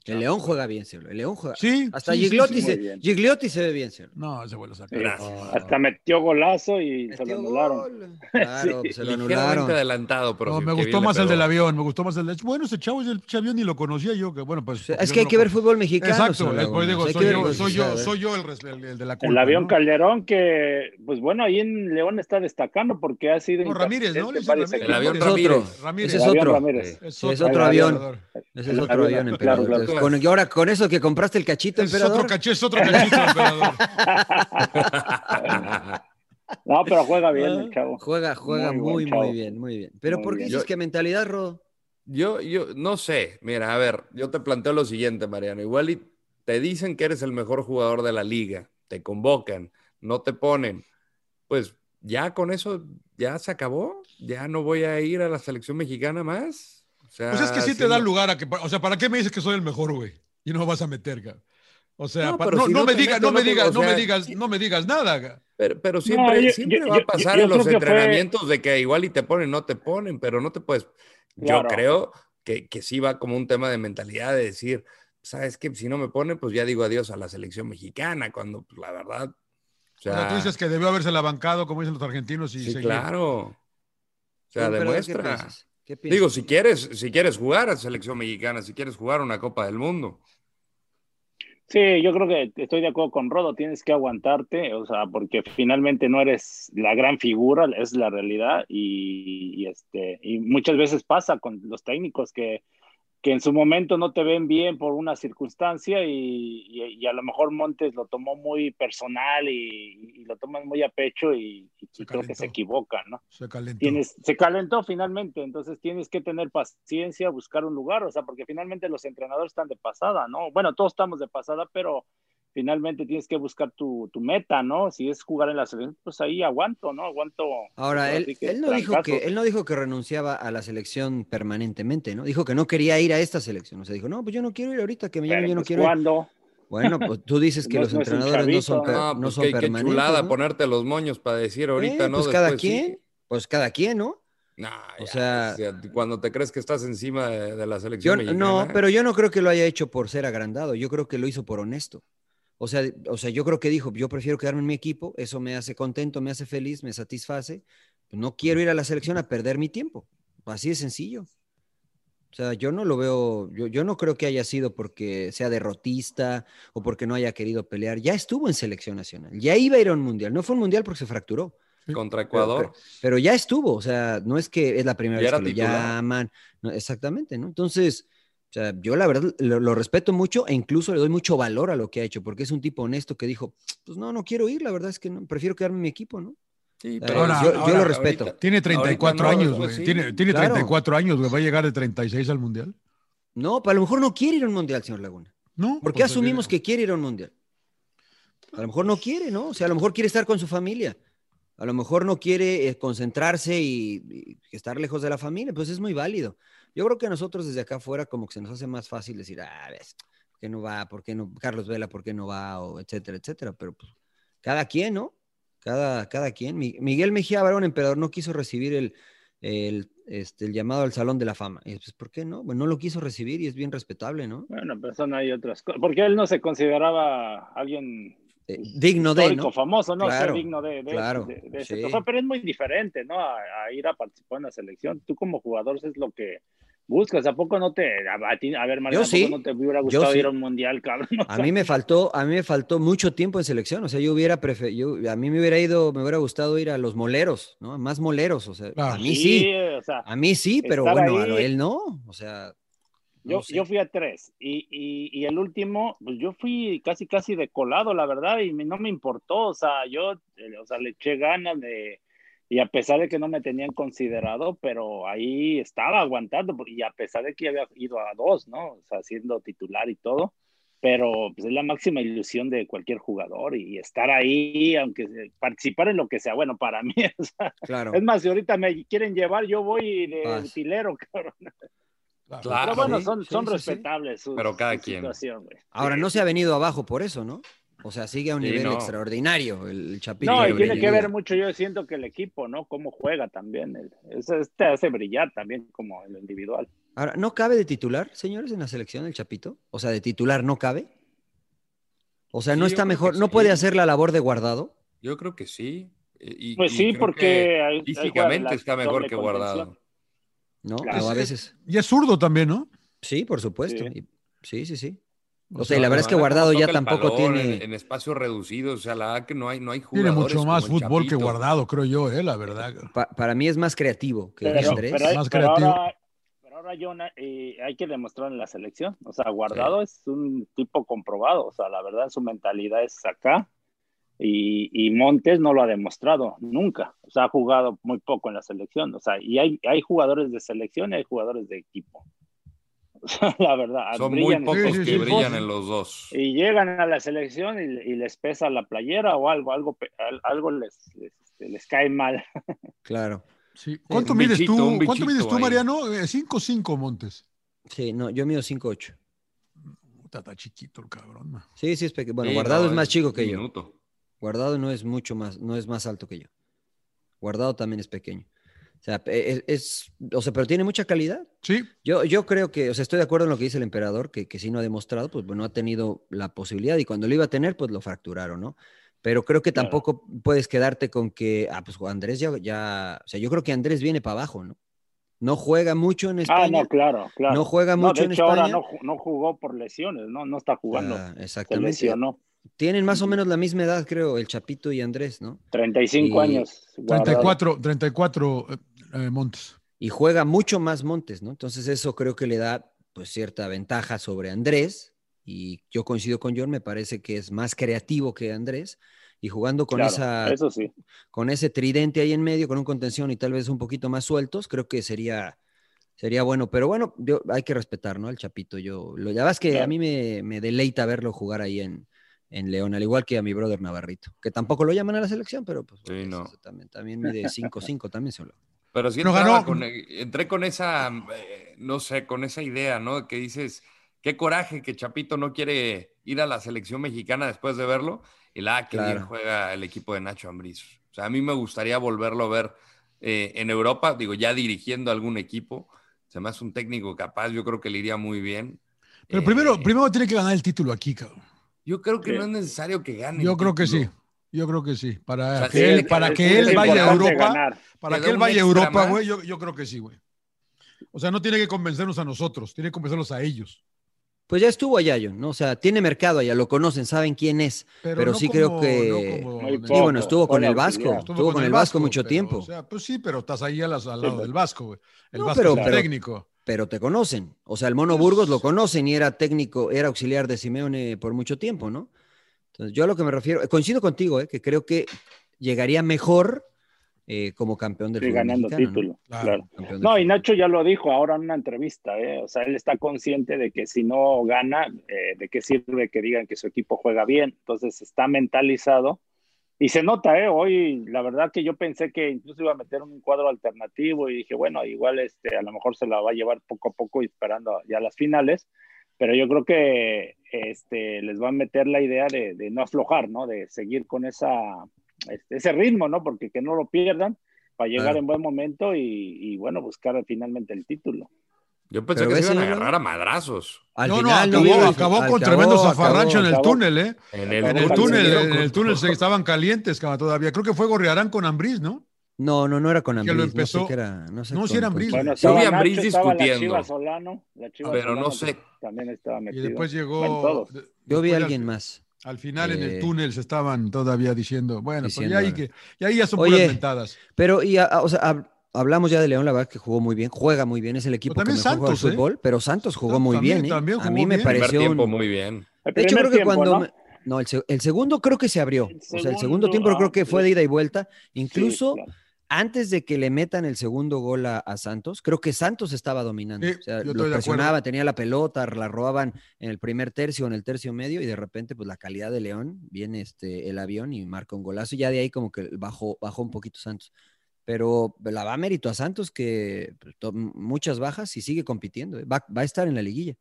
[SPEAKER 1] El León juega bien, señor. El León juega.
[SPEAKER 2] Sí.
[SPEAKER 1] Ah, Hasta
[SPEAKER 2] sí, sí,
[SPEAKER 1] Gigliotti,
[SPEAKER 2] sí.
[SPEAKER 4] sí.
[SPEAKER 1] se,
[SPEAKER 4] Muy bien.
[SPEAKER 1] Gigliotti se ve bien, señor.
[SPEAKER 2] No, ese vuelo saca.
[SPEAKER 3] Gracias.
[SPEAKER 4] Hasta metió golazo y se lo
[SPEAKER 1] Metió
[SPEAKER 4] anularon.
[SPEAKER 1] gol. Claro, pues, se lo
[SPEAKER 3] Ligeramente
[SPEAKER 1] anularon.
[SPEAKER 3] adelantado, pero
[SPEAKER 2] No,
[SPEAKER 3] sí,
[SPEAKER 2] me
[SPEAKER 3] que
[SPEAKER 2] gustó
[SPEAKER 3] bien le
[SPEAKER 2] más el
[SPEAKER 3] pegó.
[SPEAKER 2] del avión, me gustó más el del... Bueno, ese chavo es el chavo ni lo conocía yo, que bueno, pues...
[SPEAKER 1] Es que hay que ver fútbol mexicano.
[SPEAKER 2] Exacto,
[SPEAKER 1] señor
[SPEAKER 2] eh,
[SPEAKER 1] Laguna.
[SPEAKER 2] pues digo,
[SPEAKER 1] O sea, hay
[SPEAKER 2] soy
[SPEAKER 1] que
[SPEAKER 2] yo,
[SPEAKER 1] ver-
[SPEAKER 2] soy yo,
[SPEAKER 1] o sea,
[SPEAKER 2] soy yo el, res- el- el de la culpa.
[SPEAKER 4] El avión
[SPEAKER 2] ¿no?
[SPEAKER 4] Calderón, que, pues bueno, ahí en León está destacando porque ha sido.
[SPEAKER 2] No, Ramírez, ¿no?
[SPEAKER 4] incapacitante
[SPEAKER 2] Le dicen
[SPEAKER 4] varios
[SPEAKER 2] Ramírez. Ramírez.
[SPEAKER 1] Es
[SPEAKER 3] El avión
[SPEAKER 1] otro.
[SPEAKER 2] Ramírez.
[SPEAKER 3] Ramírez.
[SPEAKER 1] Ese es
[SPEAKER 4] El avión
[SPEAKER 1] otro.
[SPEAKER 4] Ramírez.
[SPEAKER 2] emperador.
[SPEAKER 1] Sí, es otro Ese es
[SPEAKER 4] avión. El
[SPEAKER 1] otro
[SPEAKER 4] avión,
[SPEAKER 1] avión,
[SPEAKER 4] claro,
[SPEAKER 1] emperador.
[SPEAKER 4] claro.
[SPEAKER 1] Entonces, con- y ahora con eso que compraste el cachito,
[SPEAKER 2] Ese Es otro
[SPEAKER 1] Este emperador.
[SPEAKER 2] caché, es otro cachito, emperador.
[SPEAKER 4] No, pero juega bien
[SPEAKER 1] Ah,
[SPEAKER 4] el chavo.
[SPEAKER 1] Juega, juega
[SPEAKER 4] Muy buen
[SPEAKER 1] muy, muy,
[SPEAKER 4] chavo.
[SPEAKER 1] bien, muy bien. Pero
[SPEAKER 4] Muy
[SPEAKER 1] ¿por qué
[SPEAKER 4] bien.
[SPEAKER 1] dices
[SPEAKER 3] Yo-
[SPEAKER 1] que mentalidad, Rodo?
[SPEAKER 3] Yo, yo no sé. Mira, a ver, yo te planteo lo siguiente, Mariano. Igual y te dicen que eres el mejor jugador de la liga, te convocan, no te ponen. Pues ya con eso, ya se acabó. Ya no voy a ir a la selección mexicana más. O sea,
[SPEAKER 2] Pues es que sí te
[SPEAKER 3] siendo-
[SPEAKER 2] da lugar a que... O sea, ¿para qué me dices que soy el mejor, güey? Y no vas a meter, cabrón. O sea,
[SPEAKER 3] No,
[SPEAKER 2] pa-
[SPEAKER 3] pero
[SPEAKER 2] no,
[SPEAKER 3] si
[SPEAKER 2] no
[SPEAKER 3] no
[SPEAKER 2] me
[SPEAKER 3] te
[SPEAKER 2] digas,
[SPEAKER 3] metes,
[SPEAKER 2] no me
[SPEAKER 3] no te-
[SPEAKER 2] digas,
[SPEAKER 3] o
[SPEAKER 2] no me
[SPEAKER 3] sea,
[SPEAKER 2] digas, no me digas nada. cabrón.
[SPEAKER 3] Pero, pero siempre,
[SPEAKER 4] yo-
[SPEAKER 3] siempre
[SPEAKER 4] yo-
[SPEAKER 3] va
[SPEAKER 4] yo-
[SPEAKER 3] a pasar
[SPEAKER 4] yo
[SPEAKER 3] en los
[SPEAKER 4] creo que fue-
[SPEAKER 3] entrenamientos de que igual y te ponen, no te ponen, pero no te puedes. Yo
[SPEAKER 4] Claro.
[SPEAKER 3] creo que, que sí va como un tema de mentalidad, de decir, sabes que si no me ponen, pues ya digo adiós a la selección mexicana, cuando pues, la verdad O
[SPEAKER 2] O
[SPEAKER 3] sea,
[SPEAKER 2] sea, tú dices que debió haberse la bancado, como dicen los argentinos, y
[SPEAKER 3] sí,
[SPEAKER 2] seguir.
[SPEAKER 3] claro. O sea,
[SPEAKER 1] Pero, pues, emperador, ¿qué
[SPEAKER 3] demuestra.
[SPEAKER 1] piensas? ¿Qué piensas?
[SPEAKER 3] Digo, si quieres, si quieres jugar a selección mexicana, si quieres jugar una Copa del Mundo.
[SPEAKER 4] Sí, yo creo que estoy de acuerdo con Rodo, tienes que aguantarte, o sea, porque finalmente no eres la gran figura, es la realidad y, y este y muchas veces pasa con los técnicos que, que en su momento no te ven bien por una circunstancia y, y- y a lo mejor Montes lo tomó muy personal y, y lo toman muy a pecho y, y
[SPEAKER 2] Se
[SPEAKER 4] creo que
[SPEAKER 2] calentó.
[SPEAKER 4] se equivocan, ¿no?
[SPEAKER 2] Se calentó.
[SPEAKER 4] tienes, se calentó finalmente, entonces tienes que tener paciencia, buscar un lugar, o sea, porque finalmente los entrenadores están de pasada, ¿no? Bueno, todos estamos de pasada, pero finalmente tienes que buscar tu, tu meta, ¿no? Si es jugar en la selección, pues ahí aguanto, ¿no? Aguanto.
[SPEAKER 1] Ahora,
[SPEAKER 4] Ahora
[SPEAKER 1] él,
[SPEAKER 4] sí que
[SPEAKER 1] él no dijo que,
[SPEAKER 4] trancazos.
[SPEAKER 1] él no dijo que renunciaba a la selección permanentemente, ¿no? Dijo que no quería ir a esta selección. O sea, dijo, no, pues yo no quiero ir ahorita, que me llamen,
[SPEAKER 4] Pero,
[SPEAKER 1] yo no
[SPEAKER 4] pues,
[SPEAKER 1] quiero ir.
[SPEAKER 4] ¿cuándo?
[SPEAKER 1] Bueno, pues tú dices que
[SPEAKER 4] No-
[SPEAKER 1] los
[SPEAKER 4] no es un
[SPEAKER 1] entrenadores no son,
[SPEAKER 4] chavito,
[SPEAKER 1] per-
[SPEAKER 3] No,
[SPEAKER 1] no
[SPEAKER 3] pues
[SPEAKER 1] son
[SPEAKER 3] qué, qué
[SPEAKER 1] permanentes.
[SPEAKER 3] chulada
[SPEAKER 1] ¿no?
[SPEAKER 3] ponerte los moños para decir ahorita,
[SPEAKER 1] Eh,
[SPEAKER 3] ¿no?
[SPEAKER 1] Pues cada
[SPEAKER 3] Después sí.
[SPEAKER 1] quien, pues cada quien, ¿no?
[SPEAKER 3] No,
[SPEAKER 1] O
[SPEAKER 3] ya,
[SPEAKER 1] sea-
[SPEAKER 3] o sea, cuando te crees que estás encima de, de la
[SPEAKER 1] Yo-
[SPEAKER 3] selección
[SPEAKER 1] no,
[SPEAKER 3] mexicana,
[SPEAKER 1] pero yo no creo que lo haya hecho por ser agrandado, yo creo que lo hizo por honesto. O sea, o sea, yo creo que dijo, yo prefiero quedarme en mi equipo, eso me hace contento, me hace feliz, me satisface. No quiero ir a la selección a perder mi tiempo. Así de sencillo. O sea, yo no lo veo, yo, yo no creo que haya sido porque sea derrotista o porque no haya querido pelear. Ya estuvo en selección nacional, ya iba a ir a un mundial. No fue un mundial porque se fracturó.
[SPEAKER 3] contra Ecuador.
[SPEAKER 1] Pero ya estuvo, o sea, no es que es la primera
[SPEAKER 3] Ya
[SPEAKER 1] vez
[SPEAKER 3] era
[SPEAKER 1] que lo
[SPEAKER 3] titular.
[SPEAKER 1] llaman, no, exactamente, ¿no? Entonces, o sea, yo la verdad lo, lo respeto mucho e incluso le doy mucho valor a lo que ha hecho, porque es un tipo honesto que dijo, pues no, no quiero ir, la verdad es que no, prefiero quedarme en mi equipo, ¿no?
[SPEAKER 3] Sí,
[SPEAKER 1] Ah,
[SPEAKER 3] pero
[SPEAKER 2] ahora-
[SPEAKER 3] yo-
[SPEAKER 2] ahora-
[SPEAKER 3] yo lo
[SPEAKER 1] ahorita-
[SPEAKER 3] respeto.
[SPEAKER 2] Tiene 34
[SPEAKER 3] Ahorita no,
[SPEAKER 2] años,
[SPEAKER 3] pues,
[SPEAKER 2] güey.
[SPEAKER 3] sí.
[SPEAKER 2] Tiene, tiene
[SPEAKER 1] Claro.
[SPEAKER 2] 34 años, güey. Va a llegar de 36 al mundial.
[SPEAKER 1] No, pa- a lo mejor no quiere ir a un mundial, señor Laguna.
[SPEAKER 2] ¿No?
[SPEAKER 1] ¿Por qué
[SPEAKER 2] Pues,
[SPEAKER 1] asumimos
[SPEAKER 2] eh,
[SPEAKER 1] que quiere ir a un mundial? A lo mejor no quiere, ¿no? O sea, a lo mejor quiere estar con su familia. A lo mejor no quiere eh, concentrarse y, y estar lejos de la familia, pues es muy válido. Yo creo que a nosotros desde acá afuera como que se nos hace más fácil decir, ah, ves, ¿por qué no va? ¿Por qué no? Carlos Vela, ¿por qué no va? O etcétera, etcétera. Pero pues, cada quien, ¿no? Cada, cada quien. Mi- Miguel Mejía Barón, emperador, no quiso recibir el, el, este, el llamado al Salón de la Fama. Y pues, ¿por qué no? Bueno, no lo quiso recibir y es bien respetable, ¿no?
[SPEAKER 4] Bueno, pero son hay otras cosas. Porque él no se consideraba alguien
[SPEAKER 1] Eh, digno de,
[SPEAKER 4] histórico,
[SPEAKER 1] ¿no?
[SPEAKER 4] famoso, ¿no? O sea,
[SPEAKER 1] Claro,
[SPEAKER 4] digno de, de-
[SPEAKER 1] claro,
[SPEAKER 4] de- de
[SPEAKER 1] sí.
[SPEAKER 4] ese trofeo. Pero es muy diferente, ¿no? A, a ir a participar en la selección. Tú como jugador es lo que buscas. ¿A poco no te... A, a ti- a ver, Mario,
[SPEAKER 1] Yo
[SPEAKER 4] ¿a poco
[SPEAKER 1] sí.
[SPEAKER 4] no te hubiera gustado
[SPEAKER 1] sí.
[SPEAKER 4] ir a un mundial, cabrón? O
[SPEAKER 1] A
[SPEAKER 4] sea,
[SPEAKER 1] mí me faltó, a mí me faltó mucho tiempo en selección, o sea, yo hubiera preferido, a mí me hubiera ido, me hubiera gustado ir a los moleros, ¿no? A Más moleros, o sea,
[SPEAKER 2] Claro.
[SPEAKER 1] a mí sí,
[SPEAKER 4] o sea,
[SPEAKER 1] a mí sí, pero
[SPEAKER 4] Estar
[SPEAKER 1] bueno, a
[SPEAKER 4] ahí.
[SPEAKER 1] lo- él no, o sea, no
[SPEAKER 4] yo,
[SPEAKER 1] sé.
[SPEAKER 4] yo fui a tres. Y, y, y el último, pues yo fui casi, casi de colado, la verdad, y me- no me importó. O sea, yo, eh, o sea, le eché ganas de... Y a pesar de que no me tenían considerado, pero ahí estaba aguantando, y a pesar de que ya había ido a dos, ¿no? O sea, siendo titular y todo, pero pues, es la máxima ilusión de cualquier jugador y estar ahí, aunque se- participar en lo que sea, bueno, para mí, o sea,
[SPEAKER 1] claro.
[SPEAKER 4] es más, si ahorita me quieren llevar, yo voy de
[SPEAKER 1] Vas.
[SPEAKER 4] utilero, cabrón.
[SPEAKER 3] Claro.
[SPEAKER 4] Pero bueno,
[SPEAKER 1] sí,
[SPEAKER 4] son,
[SPEAKER 1] sí,
[SPEAKER 4] son
[SPEAKER 1] sí, sí.
[SPEAKER 4] respetables. Su,
[SPEAKER 3] Pero cada
[SPEAKER 4] su
[SPEAKER 3] quien.
[SPEAKER 4] situación, güey.
[SPEAKER 1] Ahora
[SPEAKER 4] Sí.
[SPEAKER 1] no se ha venido abajo por eso, ¿no? O sea, sigue a un
[SPEAKER 3] Sí,
[SPEAKER 1] nivel
[SPEAKER 3] no.
[SPEAKER 1] extraordinario el, el Chapito.
[SPEAKER 4] No, y
[SPEAKER 3] Brilla,
[SPEAKER 4] tiene que ver
[SPEAKER 1] Brilla.
[SPEAKER 4] mucho, yo siento que el equipo, ¿no? Cómo juega también. el- eso es- te hace brillar también como el individual.
[SPEAKER 1] Ahora, ¿no cabe de titular, señores, en la selección el Chapito? O sea, de titular no cabe. O sea,
[SPEAKER 3] Sí,
[SPEAKER 1] no
[SPEAKER 3] yo
[SPEAKER 1] está
[SPEAKER 3] creo que
[SPEAKER 1] mejor, no
[SPEAKER 3] sí.
[SPEAKER 1] puede hacer la labor de guardado.
[SPEAKER 3] Yo creo que sí. Y- y-
[SPEAKER 4] Pues
[SPEAKER 3] y
[SPEAKER 4] sí,
[SPEAKER 3] creo que
[SPEAKER 4] porque ahí- ahí juega
[SPEAKER 3] físicamente
[SPEAKER 4] la
[SPEAKER 3] está mejor
[SPEAKER 4] doble
[SPEAKER 3] que
[SPEAKER 4] contención.
[SPEAKER 3] Guardado.
[SPEAKER 1] No,
[SPEAKER 4] Claro.
[SPEAKER 1] o a
[SPEAKER 2] Es- es-
[SPEAKER 1] veces.
[SPEAKER 2] Y es zurdo también, ¿no?
[SPEAKER 1] Sí, por supuesto.
[SPEAKER 4] Sí.
[SPEAKER 1] Y- Sí, sí, sí. O,
[SPEAKER 2] O
[SPEAKER 1] sea,
[SPEAKER 2] sea,
[SPEAKER 1] y la verdad es que Guardado
[SPEAKER 3] Cómo
[SPEAKER 1] ya
[SPEAKER 3] toca el
[SPEAKER 1] tampoco
[SPEAKER 3] balón
[SPEAKER 1] tiene.
[SPEAKER 3] en, en espacios reducidos, o sea, la verdad que no hay no hay
[SPEAKER 2] Tiene
[SPEAKER 3] jugadores
[SPEAKER 2] mucho
[SPEAKER 3] como
[SPEAKER 2] más
[SPEAKER 3] el
[SPEAKER 2] fútbol que
[SPEAKER 3] Chapito.
[SPEAKER 2] guardado, creo yo, ¿eh? La verdad.
[SPEAKER 1] pa- para mí es más creativo que
[SPEAKER 4] Pero,
[SPEAKER 1] Andrés.
[SPEAKER 4] pero hay-
[SPEAKER 2] Más
[SPEAKER 4] pero
[SPEAKER 2] creativo.
[SPEAKER 4] ahora, pero ahora Jonah, eh, hay que demostrar en la selección. O sea, Guardado es un tipo comprobado. O sea, la verdad, su mentalidad es acá. Y, y Montes no lo ha demostrado nunca. O sea, ha jugado muy poco en la selección. O sea, y hay, hay jugadores de selección y hay jugadores de equipo. O sea, la verdad.
[SPEAKER 3] Son muy
[SPEAKER 4] brillan en
[SPEAKER 3] pocos
[SPEAKER 4] sus
[SPEAKER 2] sí,
[SPEAKER 3] que
[SPEAKER 2] sí,
[SPEAKER 3] brillan
[SPEAKER 2] sí.
[SPEAKER 3] en los dos.
[SPEAKER 4] y llegan a la selección y, y les pesa la playera o algo, algo, pe- al- algo les, les, les cae mal.
[SPEAKER 1] Claro.
[SPEAKER 2] ¿Cuánto
[SPEAKER 3] un
[SPEAKER 2] mides
[SPEAKER 3] bichito, un
[SPEAKER 2] tú, ¿cuánto
[SPEAKER 3] bichito
[SPEAKER 2] mides tú
[SPEAKER 3] ahí.
[SPEAKER 2] Mariano? 5-5, Montes.
[SPEAKER 1] Sí, no, yo mido 5'8".
[SPEAKER 2] Puta, está chiquito el cabrón. man.
[SPEAKER 1] Sí, sí, es pequeño. Bueno,
[SPEAKER 3] Sí,
[SPEAKER 1] Guardado
[SPEAKER 3] no,
[SPEAKER 1] es más chico que yo.
[SPEAKER 3] diminuto.
[SPEAKER 1] Guardado no es mucho más, no es más alto que yo. Guardado también es pequeño. O sea, pe- es, es- o sea, pero tiene mucha calidad.
[SPEAKER 2] Sí,
[SPEAKER 1] Yo, yo creo que, o sea, estoy de acuerdo en lo que dice el emperador, que, que sí no ha demostrado, pues bueno, no ha tenido la posibilidad y cuando lo iba a tener, pues lo fracturaron, ¿no? Pero creo que tampoco puedes quedarte con que, ah, pues Andrés ya, ya, o sea, yo creo que Andrés viene para abajo, ¿no? No juega mucho en España.
[SPEAKER 4] Ah, no, claro, claro.
[SPEAKER 1] No juega mucho
[SPEAKER 4] de
[SPEAKER 1] en
[SPEAKER 4] hecho,
[SPEAKER 1] España.
[SPEAKER 4] ahora no, ju- no jugó por lesiones, no, no está jugando.
[SPEAKER 1] Ah,
[SPEAKER 4] Se
[SPEAKER 1] exactamente.
[SPEAKER 4] lesionó.
[SPEAKER 1] Tienen más o menos la misma edad, creo, el Chapito y Andrés, ¿no?
[SPEAKER 4] 35
[SPEAKER 1] Y-
[SPEAKER 4] años. guardado.
[SPEAKER 2] 34, 34 eh, eh, Montes.
[SPEAKER 1] y juega mucho más Montes, ¿no? Entonces eso creo que le da pues cierta ventaja sobre Andrés y yo coincido con John, me parece que es más creativo que Andrés y jugando con
[SPEAKER 4] Claro,
[SPEAKER 1] esa
[SPEAKER 4] Eso sí.
[SPEAKER 1] con ese tridente ahí en medio, con un contención y tal vez un poquito más sueltos, creo que sería sería bueno, pero bueno, yo- hay que respetar, ¿no? Al Chapito, yo lo ya vas que a
[SPEAKER 4] Claro.
[SPEAKER 1] mí me, me deleita verlo jugar ahí en en León, al igual que a mi brother Navarrito, que tampoco lo llaman a la selección, pero pues
[SPEAKER 3] Sí,
[SPEAKER 1] bueno,
[SPEAKER 3] no.
[SPEAKER 1] eso también, también mide 5-5, también se lo.
[SPEAKER 3] Pero sí
[SPEAKER 2] Nos
[SPEAKER 3] entraba
[SPEAKER 2] ganó.
[SPEAKER 3] con- e, entré con esa, eh, no sé, con esa idea, ¿no? Que dices, qué coraje que Chapito no quiere ir a la selección mexicana después de verlo. Y la que bien
[SPEAKER 1] Claro.
[SPEAKER 3] juega el equipo de Nacho Ambriz. O sea, a mí me gustaría volverlo a ver eh, en Europa, digo, ya dirigiendo algún equipo. Se me hace un técnico capaz, yo creo que le iría muy bien.
[SPEAKER 2] Pero
[SPEAKER 3] Eh,
[SPEAKER 2] primero, primero tiene que ganar el título aquí, cabrón.
[SPEAKER 3] Yo creo que
[SPEAKER 4] Sí.
[SPEAKER 3] no es necesario que gane.
[SPEAKER 2] Yo
[SPEAKER 3] el
[SPEAKER 2] creo que
[SPEAKER 3] título.
[SPEAKER 2] sí. Yo creo que sí. Para
[SPEAKER 3] O sea,
[SPEAKER 2] que
[SPEAKER 3] sí,
[SPEAKER 2] él,
[SPEAKER 3] le-
[SPEAKER 2] para
[SPEAKER 4] Es-
[SPEAKER 2] que
[SPEAKER 4] es
[SPEAKER 2] él vaya a
[SPEAKER 4] importante
[SPEAKER 2] Europa,
[SPEAKER 4] ganar.
[SPEAKER 2] para
[SPEAKER 3] Te
[SPEAKER 2] que
[SPEAKER 3] da
[SPEAKER 2] él
[SPEAKER 3] un
[SPEAKER 2] vaya a
[SPEAKER 3] extra
[SPEAKER 2] Europa,
[SPEAKER 3] más.
[SPEAKER 2] güey, yo, yo creo que sí, güey. O sea, no tiene que convencernos a nosotros, tiene que convencerlos a ellos.
[SPEAKER 1] Pues ya estuvo allá, John, ¿no? O sea, tiene mercado allá, lo conocen, saben quién es.
[SPEAKER 2] Pero,
[SPEAKER 1] Pero
[SPEAKER 2] no
[SPEAKER 1] sí
[SPEAKER 2] como-
[SPEAKER 1] creo que-
[SPEAKER 2] no como-
[SPEAKER 4] Muy
[SPEAKER 2] no-
[SPEAKER 1] Sí, bueno,
[SPEAKER 4] Poco,
[SPEAKER 1] estuvo con
[SPEAKER 4] fue
[SPEAKER 1] el
[SPEAKER 4] la
[SPEAKER 1] Vasco,
[SPEAKER 4] auxiliar.
[SPEAKER 1] estuvo, con el Vasco, mucho
[SPEAKER 2] pero,
[SPEAKER 1] tiempo,
[SPEAKER 2] O sea, pues sí, pero estás ahí a las- al lado
[SPEAKER 4] Sí.
[SPEAKER 2] del Vasco, güey. El
[SPEAKER 1] No,
[SPEAKER 2] Vasco
[SPEAKER 1] pero-
[SPEAKER 2] es un
[SPEAKER 1] pero-
[SPEAKER 2] técnico.
[SPEAKER 1] pero te conocen. O sea, el Mono Burgos lo conocen y era técnico, era auxiliar de Simeone por mucho tiempo, ¿no? Entonces, yo a lo que me refiero, coincido contigo, ¿eh? que creo que llegaría mejor eh, como campeón del
[SPEAKER 4] Sí,
[SPEAKER 1] fútbol
[SPEAKER 4] ganando
[SPEAKER 1] mexicano, ¿no?
[SPEAKER 4] título.
[SPEAKER 2] Claro.
[SPEAKER 4] claro.
[SPEAKER 1] Campeón del
[SPEAKER 4] No, y
[SPEAKER 1] fútbol.
[SPEAKER 4] Nacho ya lo dijo ahora en una entrevista, ¿eh? o sea, él está consciente de que si no gana, eh, ¿de qué sirve que digan que su equipo juega bien? Entonces está mentalizado y se nota, ¿eh? hoy la verdad que yo pensé que incluso iba a meter un cuadro alternativo y dije, bueno, igual este, a lo mejor se la va a llevar poco a poco y esperando ya las finales, pero yo creo que este, les va a meter la idea de, de no aflojar, ¿no? De seguir con esa, este, ese ritmo, ¿no? Porque que no lo pierdan para llegar
[SPEAKER 1] Claro.
[SPEAKER 4] en buen momento y, y, bueno, buscar finalmente el título.
[SPEAKER 3] Yo pensé
[SPEAKER 1] Pero
[SPEAKER 3] que
[SPEAKER 1] ves,
[SPEAKER 3] se iban a
[SPEAKER 1] señor,
[SPEAKER 3] agarrar a madrazos.
[SPEAKER 1] Al
[SPEAKER 2] No, no,
[SPEAKER 1] final
[SPEAKER 2] acabó,
[SPEAKER 1] hubo-
[SPEAKER 2] acabó con
[SPEAKER 1] acabó,
[SPEAKER 2] tremendo
[SPEAKER 1] acabó.
[SPEAKER 2] zafarrancho en el
[SPEAKER 4] acabó.
[SPEAKER 2] túnel, ¿eh?
[SPEAKER 3] En
[SPEAKER 4] el
[SPEAKER 2] En el
[SPEAKER 4] Acabó
[SPEAKER 2] túnel,
[SPEAKER 4] caliente.
[SPEAKER 2] en el túnel se estaban calientes, cabrón, todavía. Creo que fue Gorriarán con Ambriz, ¿no?
[SPEAKER 1] No, no, no era con
[SPEAKER 2] Que lo
[SPEAKER 1] Ambriz, no sé
[SPEAKER 2] empezó-
[SPEAKER 1] qué era. No, sé
[SPEAKER 2] No, sí
[SPEAKER 1] con-
[SPEAKER 2] era
[SPEAKER 1] con
[SPEAKER 2] Ambriz.
[SPEAKER 1] quién.
[SPEAKER 4] Bueno,
[SPEAKER 3] Sí,
[SPEAKER 4] estaba
[SPEAKER 3] vi a Ambriz
[SPEAKER 4] Nacho, estaba la
[SPEAKER 3] discutiendo.
[SPEAKER 4] Chiva Solano, la Chiva
[SPEAKER 3] Pero no
[SPEAKER 4] Solano
[SPEAKER 3] sé.
[SPEAKER 4] que También estaba
[SPEAKER 2] Y
[SPEAKER 4] metido.
[SPEAKER 2] después
[SPEAKER 4] Bueno,
[SPEAKER 2] llegó.
[SPEAKER 4] todos.
[SPEAKER 1] Yo vi
[SPEAKER 2] después
[SPEAKER 1] a
[SPEAKER 2] al-
[SPEAKER 1] alguien más.
[SPEAKER 2] Al final en
[SPEAKER 1] Eh,
[SPEAKER 2] el túnel se estaban todavía diciendo, bueno, pues
[SPEAKER 1] diciendo,
[SPEAKER 2] ya ahí,
[SPEAKER 1] bueno.
[SPEAKER 2] que, y ahí ya son
[SPEAKER 1] Oye,
[SPEAKER 2] puras mentadas.
[SPEAKER 1] Pero, y, a- a- o sea, hab- hablamos ya de León, la verdad que jugó muy bien, juega muy bien, es el equipo que
[SPEAKER 2] también
[SPEAKER 1] mejor juega al
[SPEAKER 2] Santos, ¿eh?
[SPEAKER 1] fútbol, pero Santos jugó
[SPEAKER 2] Santos
[SPEAKER 1] muy
[SPEAKER 2] también-
[SPEAKER 1] bien, ¿eh?
[SPEAKER 2] también
[SPEAKER 1] a
[SPEAKER 2] jugó
[SPEAKER 1] mí me
[SPEAKER 2] bien.
[SPEAKER 3] Primer
[SPEAKER 1] pareció
[SPEAKER 3] tiempo
[SPEAKER 1] un-
[SPEAKER 3] muy bien.
[SPEAKER 4] El
[SPEAKER 1] De hecho,
[SPEAKER 4] primer
[SPEAKER 1] creo que
[SPEAKER 4] tiempo,
[SPEAKER 1] cuando...
[SPEAKER 4] ¿no?
[SPEAKER 1] me- No, el, se- el segundo creo que se abrió.
[SPEAKER 4] El
[SPEAKER 1] o sea, el segundo
[SPEAKER 4] segundo,
[SPEAKER 1] tiempo
[SPEAKER 4] ah,
[SPEAKER 1] creo que fue de
[SPEAKER 4] sí.
[SPEAKER 1] ida y vuelta.
[SPEAKER 4] Sí,
[SPEAKER 1] Incluso
[SPEAKER 4] claro.
[SPEAKER 1] antes de que le metan el segundo gol a, a Santos, creo que Santos estaba dominando.
[SPEAKER 2] Sí,
[SPEAKER 1] o sea,
[SPEAKER 2] yo
[SPEAKER 1] lo
[SPEAKER 2] estoy de
[SPEAKER 1] presionaba,
[SPEAKER 2] acuerdo.
[SPEAKER 1] tenía la pelota, la robaban en el primer tercio, en el tercio medio, y de repente, pues la calidad de León, viene este, el avión y marca un golazo. Y ya de ahí como que bajó, bajó un poquito Santos. Pero la va a mérito a Santos, que pues, to- muchas bajas y sigue compitiendo. ¿eh? Va, va a estar en la liguilla.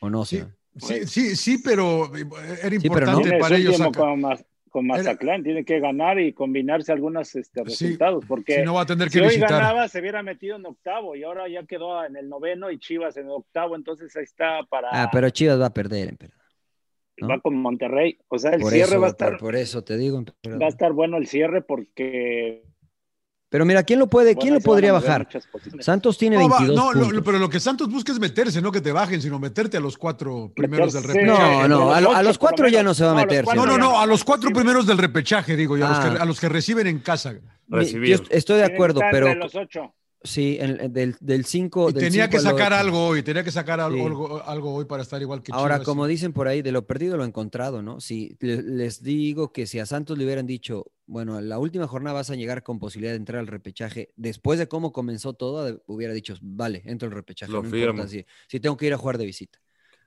[SPEAKER 1] ¿O no?
[SPEAKER 2] Sí,
[SPEAKER 1] señor?
[SPEAKER 2] Sí, sí, sí, pero eh, era
[SPEAKER 1] Sí, pero no.
[SPEAKER 2] importante
[SPEAKER 4] Tiene
[SPEAKER 2] para
[SPEAKER 4] su
[SPEAKER 2] ellos.
[SPEAKER 4] último
[SPEAKER 2] saca-
[SPEAKER 4] con, Maz- con
[SPEAKER 2] Era-
[SPEAKER 4] Mazatlán, tiene que ganar y combinarse algunos este,
[SPEAKER 2] Sí,
[SPEAKER 4] resultados, porque
[SPEAKER 2] Si no va a tener
[SPEAKER 4] si
[SPEAKER 2] que
[SPEAKER 4] hoy
[SPEAKER 2] visitar.
[SPEAKER 4] ganaba se hubiera metido en octavo y ahora ya quedó en el noveno y Chivas en el octavo, entonces ahí está para
[SPEAKER 1] Ah, pero Chivas va a perder, emperador. ¿no?
[SPEAKER 4] va con Monterrey, o sea el
[SPEAKER 1] Por
[SPEAKER 4] cierre
[SPEAKER 1] eso,
[SPEAKER 4] va a estar
[SPEAKER 1] por, por eso te digo. emperador.
[SPEAKER 4] va a estar bueno el cierre porque
[SPEAKER 1] Pero mira, ¿quién lo puede, quién
[SPEAKER 4] bueno,
[SPEAKER 1] lo
[SPEAKER 4] ahí se van
[SPEAKER 1] podría
[SPEAKER 4] a mover
[SPEAKER 1] bajar?
[SPEAKER 4] muchas posiciones.
[SPEAKER 1] Santos tiene
[SPEAKER 2] No, va-
[SPEAKER 1] 22
[SPEAKER 2] no, lo-
[SPEAKER 1] puntos.
[SPEAKER 2] lo- pero lo que Santos busca es meterse, no que te bajen, sino meterte a los cuatro primeros del
[SPEAKER 4] Meterse
[SPEAKER 2] repechaje.
[SPEAKER 1] No, no, a lo- a
[SPEAKER 4] ocho,
[SPEAKER 1] los
[SPEAKER 4] por
[SPEAKER 1] cuatro ya
[SPEAKER 4] menos.
[SPEAKER 1] no se va a
[SPEAKER 4] los
[SPEAKER 1] meter,
[SPEAKER 4] cuatro
[SPEAKER 2] No, no,
[SPEAKER 4] ya
[SPEAKER 2] no, a los cuatro
[SPEAKER 4] Sí,
[SPEAKER 2] primeros del repechaje, digo, y a,
[SPEAKER 1] Ah.
[SPEAKER 2] los que, a los que reciben en casa.
[SPEAKER 1] Mi-
[SPEAKER 3] Recibido.
[SPEAKER 1] yo estoy de
[SPEAKER 4] tiene que
[SPEAKER 1] acuerdo,
[SPEAKER 4] estar
[SPEAKER 1] pero
[SPEAKER 4] entre los ocho.
[SPEAKER 1] sí, en- en- del, Oh, del 5.
[SPEAKER 2] Y tenía que sacar algo hoy, tenía que sacar al-
[SPEAKER 1] Sí.
[SPEAKER 2] algo, algo hoy para estar igual que
[SPEAKER 1] Ahora,
[SPEAKER 2] Chivas.
[SPEAKER 1] como dicen por ahí, de lo perdido lo encontrado, ¿no? Si le- les digo que si a Santos le hubieran dicho, bueno, en la última jornada vas a llegar con posibilidad de entrar al repechaje, después de cómo comenzó todo, de- hubiera dicho, vale, entro al repechaje,
[SPEAKER 3] Lo
[SPEAKER 1] no importa
[SPEAKER 3] firmo.
[SPEAKER 1] si, si tengo que ir a jugar de visita.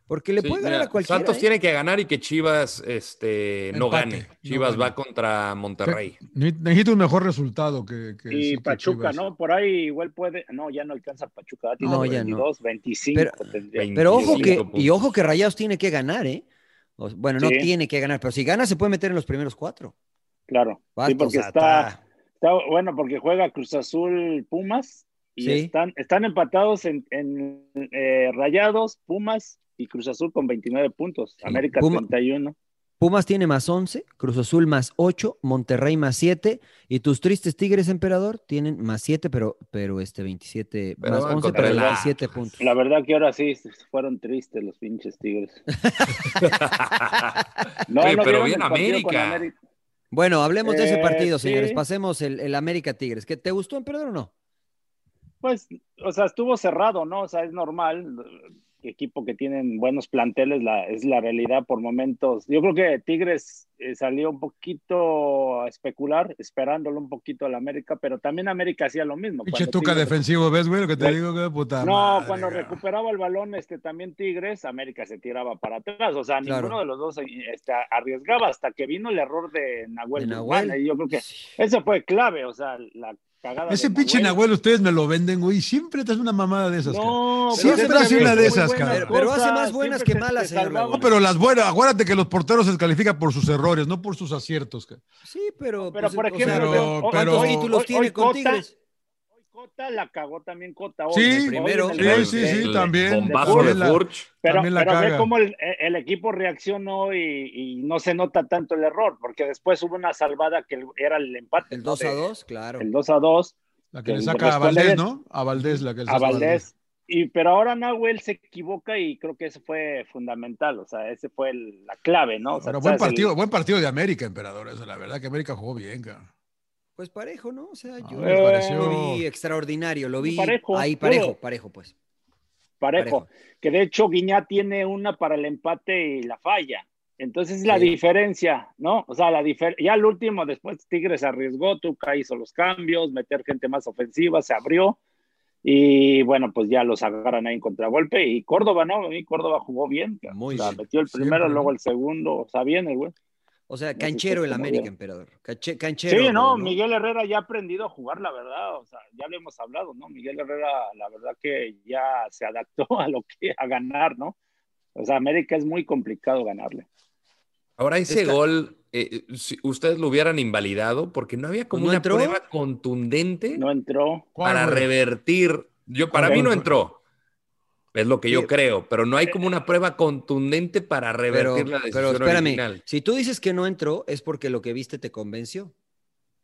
[SPEAKER 1] Porque le
[SPEAKER 3] Sí,
[SPEAKER 1] puede ganar
[SPEAKER 3] mira,
[SPEAKER 1] a cualquiera.
[SPEAKER 3] Santos
[SPEAKER 1] ¿eh?
[SPEAKER 3] tiene que ganar y que Chivas este, no
[SPEAKER 2] Empate,
[SPEAKER 3] gane.
[SPEAKER 2] no
[SPEAKER 3] Chivas
[SPEAKER 2] gane.
[SPEAKER 3] va contra Monterrey.
[SPEAKER 2] Ne- Necesito un mejor resultado que, que
[SPEAKER 4] Y
[SPEAKER 2] sí, que
[SPEAKER 4] Pachuca,
[SPEAKER 2] Chivas.
[SPEAKER 4] ¿no? Por ahí igual puede. No, ya no alcanza Pachuca. Tiene
[SPEAKER 1] No, ya no.
[SPEAKER 4] 22, 25.
[SPEAKER 1] Pero-
[SPEAKER 4] tendría.
[SPEAKER 3] Veinte.
[SPEAKER 1] Pero ojo que,
[SPEAKER 3] 25
[SPEAKER 1] y ojo
[SPEAKER 3] puntos.
[SPEAKER 1] que Rayados tiene que ganar, ¿eh? O- bueno, no
[SPEAKER 4] Sí.
[SPEAKER 1] tiene que ganar, pero si gana se puede meter en los primeros cuatro.
[SPEAKER 4] Claro.
[SPEAKER 1] Vas,
[SPEAKER 4] Sí,
[SPEAKER 1] o
[SPEAKER 4] porque
[SPEAKER 1] sea,
[SPEAKER 4] está, está- Bueno, porque juega Cruz Azul Pumas. Y
[SPEAKER 1] Sí.
[SPEAKER 4] están, están empatados en, en, eh, Rayados, Pumas y Cruz Azul con 29 puntos.
[SPEAKER 1] Sí.
[SPEAKER 4] América
[SPEAKER 1] Puma-
[SPEAKER 4] 31.
[SPEAKER 1] Pumas tiene más 11, Cruz Azul más 8, Monterrey más 7 y tus tristes Tigres Emperador tienen más 7, pero, pero este 27,
[SPEAKER 3] Pero
[SPEAKER 1] más
[SPEAKER 3] van
[SPEAKER 1] 11,
[SPEAKER 3] contra
[SPEAKER 1] pero
[SPEAKER 3] el
[SPEAKER 1] la
[SPEAKER 3] Atlas.
[SPEAKER 1] 7 puntos.
[SPEAKER 4] La verdad que ahora sí fueron tristes los pinches Tigres. No,
[SPEAKER 3] Oye, pero
[SPEAKER 4] vieron
[SPEAKER 3] bien
[SPEAKER 4] el partido con
[SPEAKER 3] América.
[SPEAKER 1] Bueno, hablemos de ese
[SPEAKER 4] Eh,
[SPEAKER 1] partido,
[SPEAKER 4] sí.
[SPEAKER 1] señores. Pasemos el, el América Tigres. ¿Qué, ¿Te gustó Emperador o no?
[SPEAKER 4] Pues, o sea, estuvo cerrado, ¿no? O sea, es normal. eh, Equipo que tienen buenos planteles la, es la realidad por momentos. Yo creo que Tigres eh, salió un poquito a especular, esperándolo un poquito al América, pero también América hacía lo mismo.
[SPEAKER 2] Pinche
[SPEAKER 4] Cuando
[SPEAKER 2] tuca
[SPEAKER 4] Tigres-
[SPEAKER 2] defensivo, ¿ves, güey? Lo que te
[SPEAKER 4] Güey.
[SPEAKER 2] digo, que puta.
[SPEAKER 4] No,
[SPEAKER 2] madre,
[SPEAKER 4] cuando
[SPEAKER 2] güey.
[SPEAKER 4] recuperaba el balón, este también Tigres, América se tiraba para atrás. O sea,
[SPEAKER 1] Claro.
[SPEAKER 4] ninguno de los dos este, arriesgaba hasta que vino el error de Nahuel.
[SPEAKER 1] De
[SPEAKER 4] Guzmán,
[SPEAKER 1] Nahuel.
[SPEAKER 4] Y yo creo que eso fue clave, o sea, la cagada.
[SPEAKER 2] Ese
[SPEAKER 4] de
[SPEAKER 2] pinche Nahuel, ustedes me lo venden, güey. Siempre te hace una mamada de esas. cabrón.
[SPEAKER 4] No,
[SPEAKER 1] Siempre
[SPEAKER 4] pero
[SPEAKER 1] hace
[SPEAKER 4] es que
[SPEAKER 1] una de
[SPEAKER 4] muy
[SPEAKER 2] esas,
[SPEAKER 4] buenas
[SPEAKER 2] cabrón.
[SPEAKER 1] Pero hace
[SPEAKER 4] cosas,
[SPEAKER 1] más buenas
[SPEAKER 4] siempre
[SPEAKER 1] que
[SPEAKER 4] se-
[SPEAKER 1] malas,
[SPEAKER 4] se
[SPEAKER 1] señor
[SPEAKER 4] salvaba.
[SPEAKER 1] Laguna.
[SPEAKER 2] No, pero las buenas, acuérdate que los porteros se califican por sus errores, no por sus aciertos. cabrón.
[SPEAKER 1] Sí, pero.
[SPEAKER 4] Pero,
[SPEAKER 1] pues,
[SPEAKER 4] por
[SPEAKER 1] o sea,
[SPEAKER 4] ejemplo,
[SPEAKER 2] pero-
[SPEAKER 4] hoy-
[SPEAKER 1] ¿cuántos
[SPEAKER 2] pero-
[SPEAKER 1] títulos
[SPEAKER 4] hoy-
[SPEAKER 1] tiene
[SPEAKER 4] hoy
[SPEAKER 1] con
[SPEAKER 4] Cota-
[SPEAKER 1] Tigres?
[SPEAKER 4] hoy Cota la cagó también Cota. hoy,
[SPEAKER 2] Sí,
[SPEAKER 4] en el- hoy
[SPEAKER 1] primero,
[SPEAKER 4] en el-
[SPEAKER 2] Sí, sí, sí,
[SPEAKER 3] El
[SPEAKER 2] también.
[SPEAKER 3] Bombazo de
[SPEAKER 2] También la-
[SPEAKER 3] Furch.
[SPEAKER 4] Pero,
[SPEAKER 2] También la
[SPEAKER 4] pero ve
[SPEAKER 2] caga.
[SPEAKER 4] cómo el, el equipo reaccionó y, y no se nota tanto el error, porque después hubo una salvada que era el empate.
[SPEAKER 1] El
[SPEAKER 4] ¿no?
[SPEAKER 1] 2 a
[SPEAKER 4] De-
[SPEAKER 1] 2, claro.
[SPEAKER 4] Eh, El 2 a 2
[SPEAKER 2] La que
[SPEAKER 4] Que
[SPEAKER 2] le saca a
[SPEAKER 4] responde
[SPEAKER 2] Valdés,
[SPEAKER 4] bien.
[SPEAKER 2] ¿no? A Valdés, la que le
[SPEAKER 4] a
[SPEAKER 2] saca
[SPEAKER 4] Valdés. Y, pero ahora Nahuel se equivoca y creo que eso fue fundamental, o sea, ese fue el- la clave, ¿no? O sea,
[SPEAKER 2] Pero buen
[SPEAKER 4] ¿sabes? El-
[SPEAKER 2] partido, buen partido de América, emperador. Eso, la verdad que América jugó bien, cabrón.
[SPEAKER 1] Pues parejo, ¿no? O sea, yo
[SPEAKER 2] A ver,
[SPEAKER 4] Eh,
[SPEAKER 2] pareció-
[SPEAKER 1] lo vi extraordinario, lo vi
[SPEAKER 4] Parejo,
[SPEAKER 1] ahí parejo,
[SPEAKER 4] todo.
[SPEAKER 1] parejo, pues.
[SPEAKER 4] parejo.
[SPEAKER 1] Parejo.
[SPEAKER 4] Que de hecho Guiñá tiene una para el empate y la falla. Entonces la
[SPEAKER 1] Sí.
[SPEAKER 4] diferencia, ¿no? O sea, la difer- ya al último, después Tigres arriesgó, Tuca hizo los cambios, meter gente más ofensiva, se abrió. Y bueno, pues ya los agarran ahí en contragolpe. Y Córdoba, ¿no? A mí Córdoba jugó bien.
[SPEAKER 1] Muy
[SPEAKER 4] O sea,
[SPEAKER 1] bien,
[SPEAKER 4] metió el primero,
[SPEAKER 2] siempre, ¿no?
[SPEAKER 4] luego el segundo. O sea, bien el güey.
[SPEAKER 1] O sea,
[SPEAKER 4] sí,
[SPEAKER 1] canchero el
[SPEAKER 4] como
[SPEAKER 1] América,
[SPEAKER 4] bien.
[SPEAKER 1] emperador. Cache- canchero.
[SPEAKER 4] Sí, no,
[SPEAKER 1] ¿no?
[SPEAKER 4] Miguel Herrera ya ha aprendido a jugar, la verdad, o sea, ya lo hemos hablado, ¿no? Miguel Herrera, la verdad que ya se adaptó a lo que, a ganar, ¿no? O sea, América es muy complicado ganarle.
[SPEAKER 3] Ahora ese
[SPEAKER 1] Esta-
[SPEAKER 3] gol, eh, si ustedes lo hubieran invalidado, porque no había como
[SPEAKER 1] ¿No
[SPEAKER 3] una
[SPEAKER 1] entró?
[SPEAKER 3] prueba contundente
[SPEAKER 4] No entró.
[SPEAKER 2] ¿Cuál,
[SPEAKER 3] para
[SPEAKER 2] güey?
[SPEAKER 3] revertir. Yo, para mí no
[SPEAKER 2] Correcto.
[SPEAKER 3] entró. Es lo que yo creo, pero no hay como una prueba contundente para
[SPEAKER 1] Pero,
[SPEAKER 3] revertir la
[SPEAKER 1] pero
[SPEAKER 3] decisión
[SPEAKER 1] espérame,
[SPEAKER 3] original.
[SPEAKER 1] si tú dices que no entró, es porque lo que viste te convenció.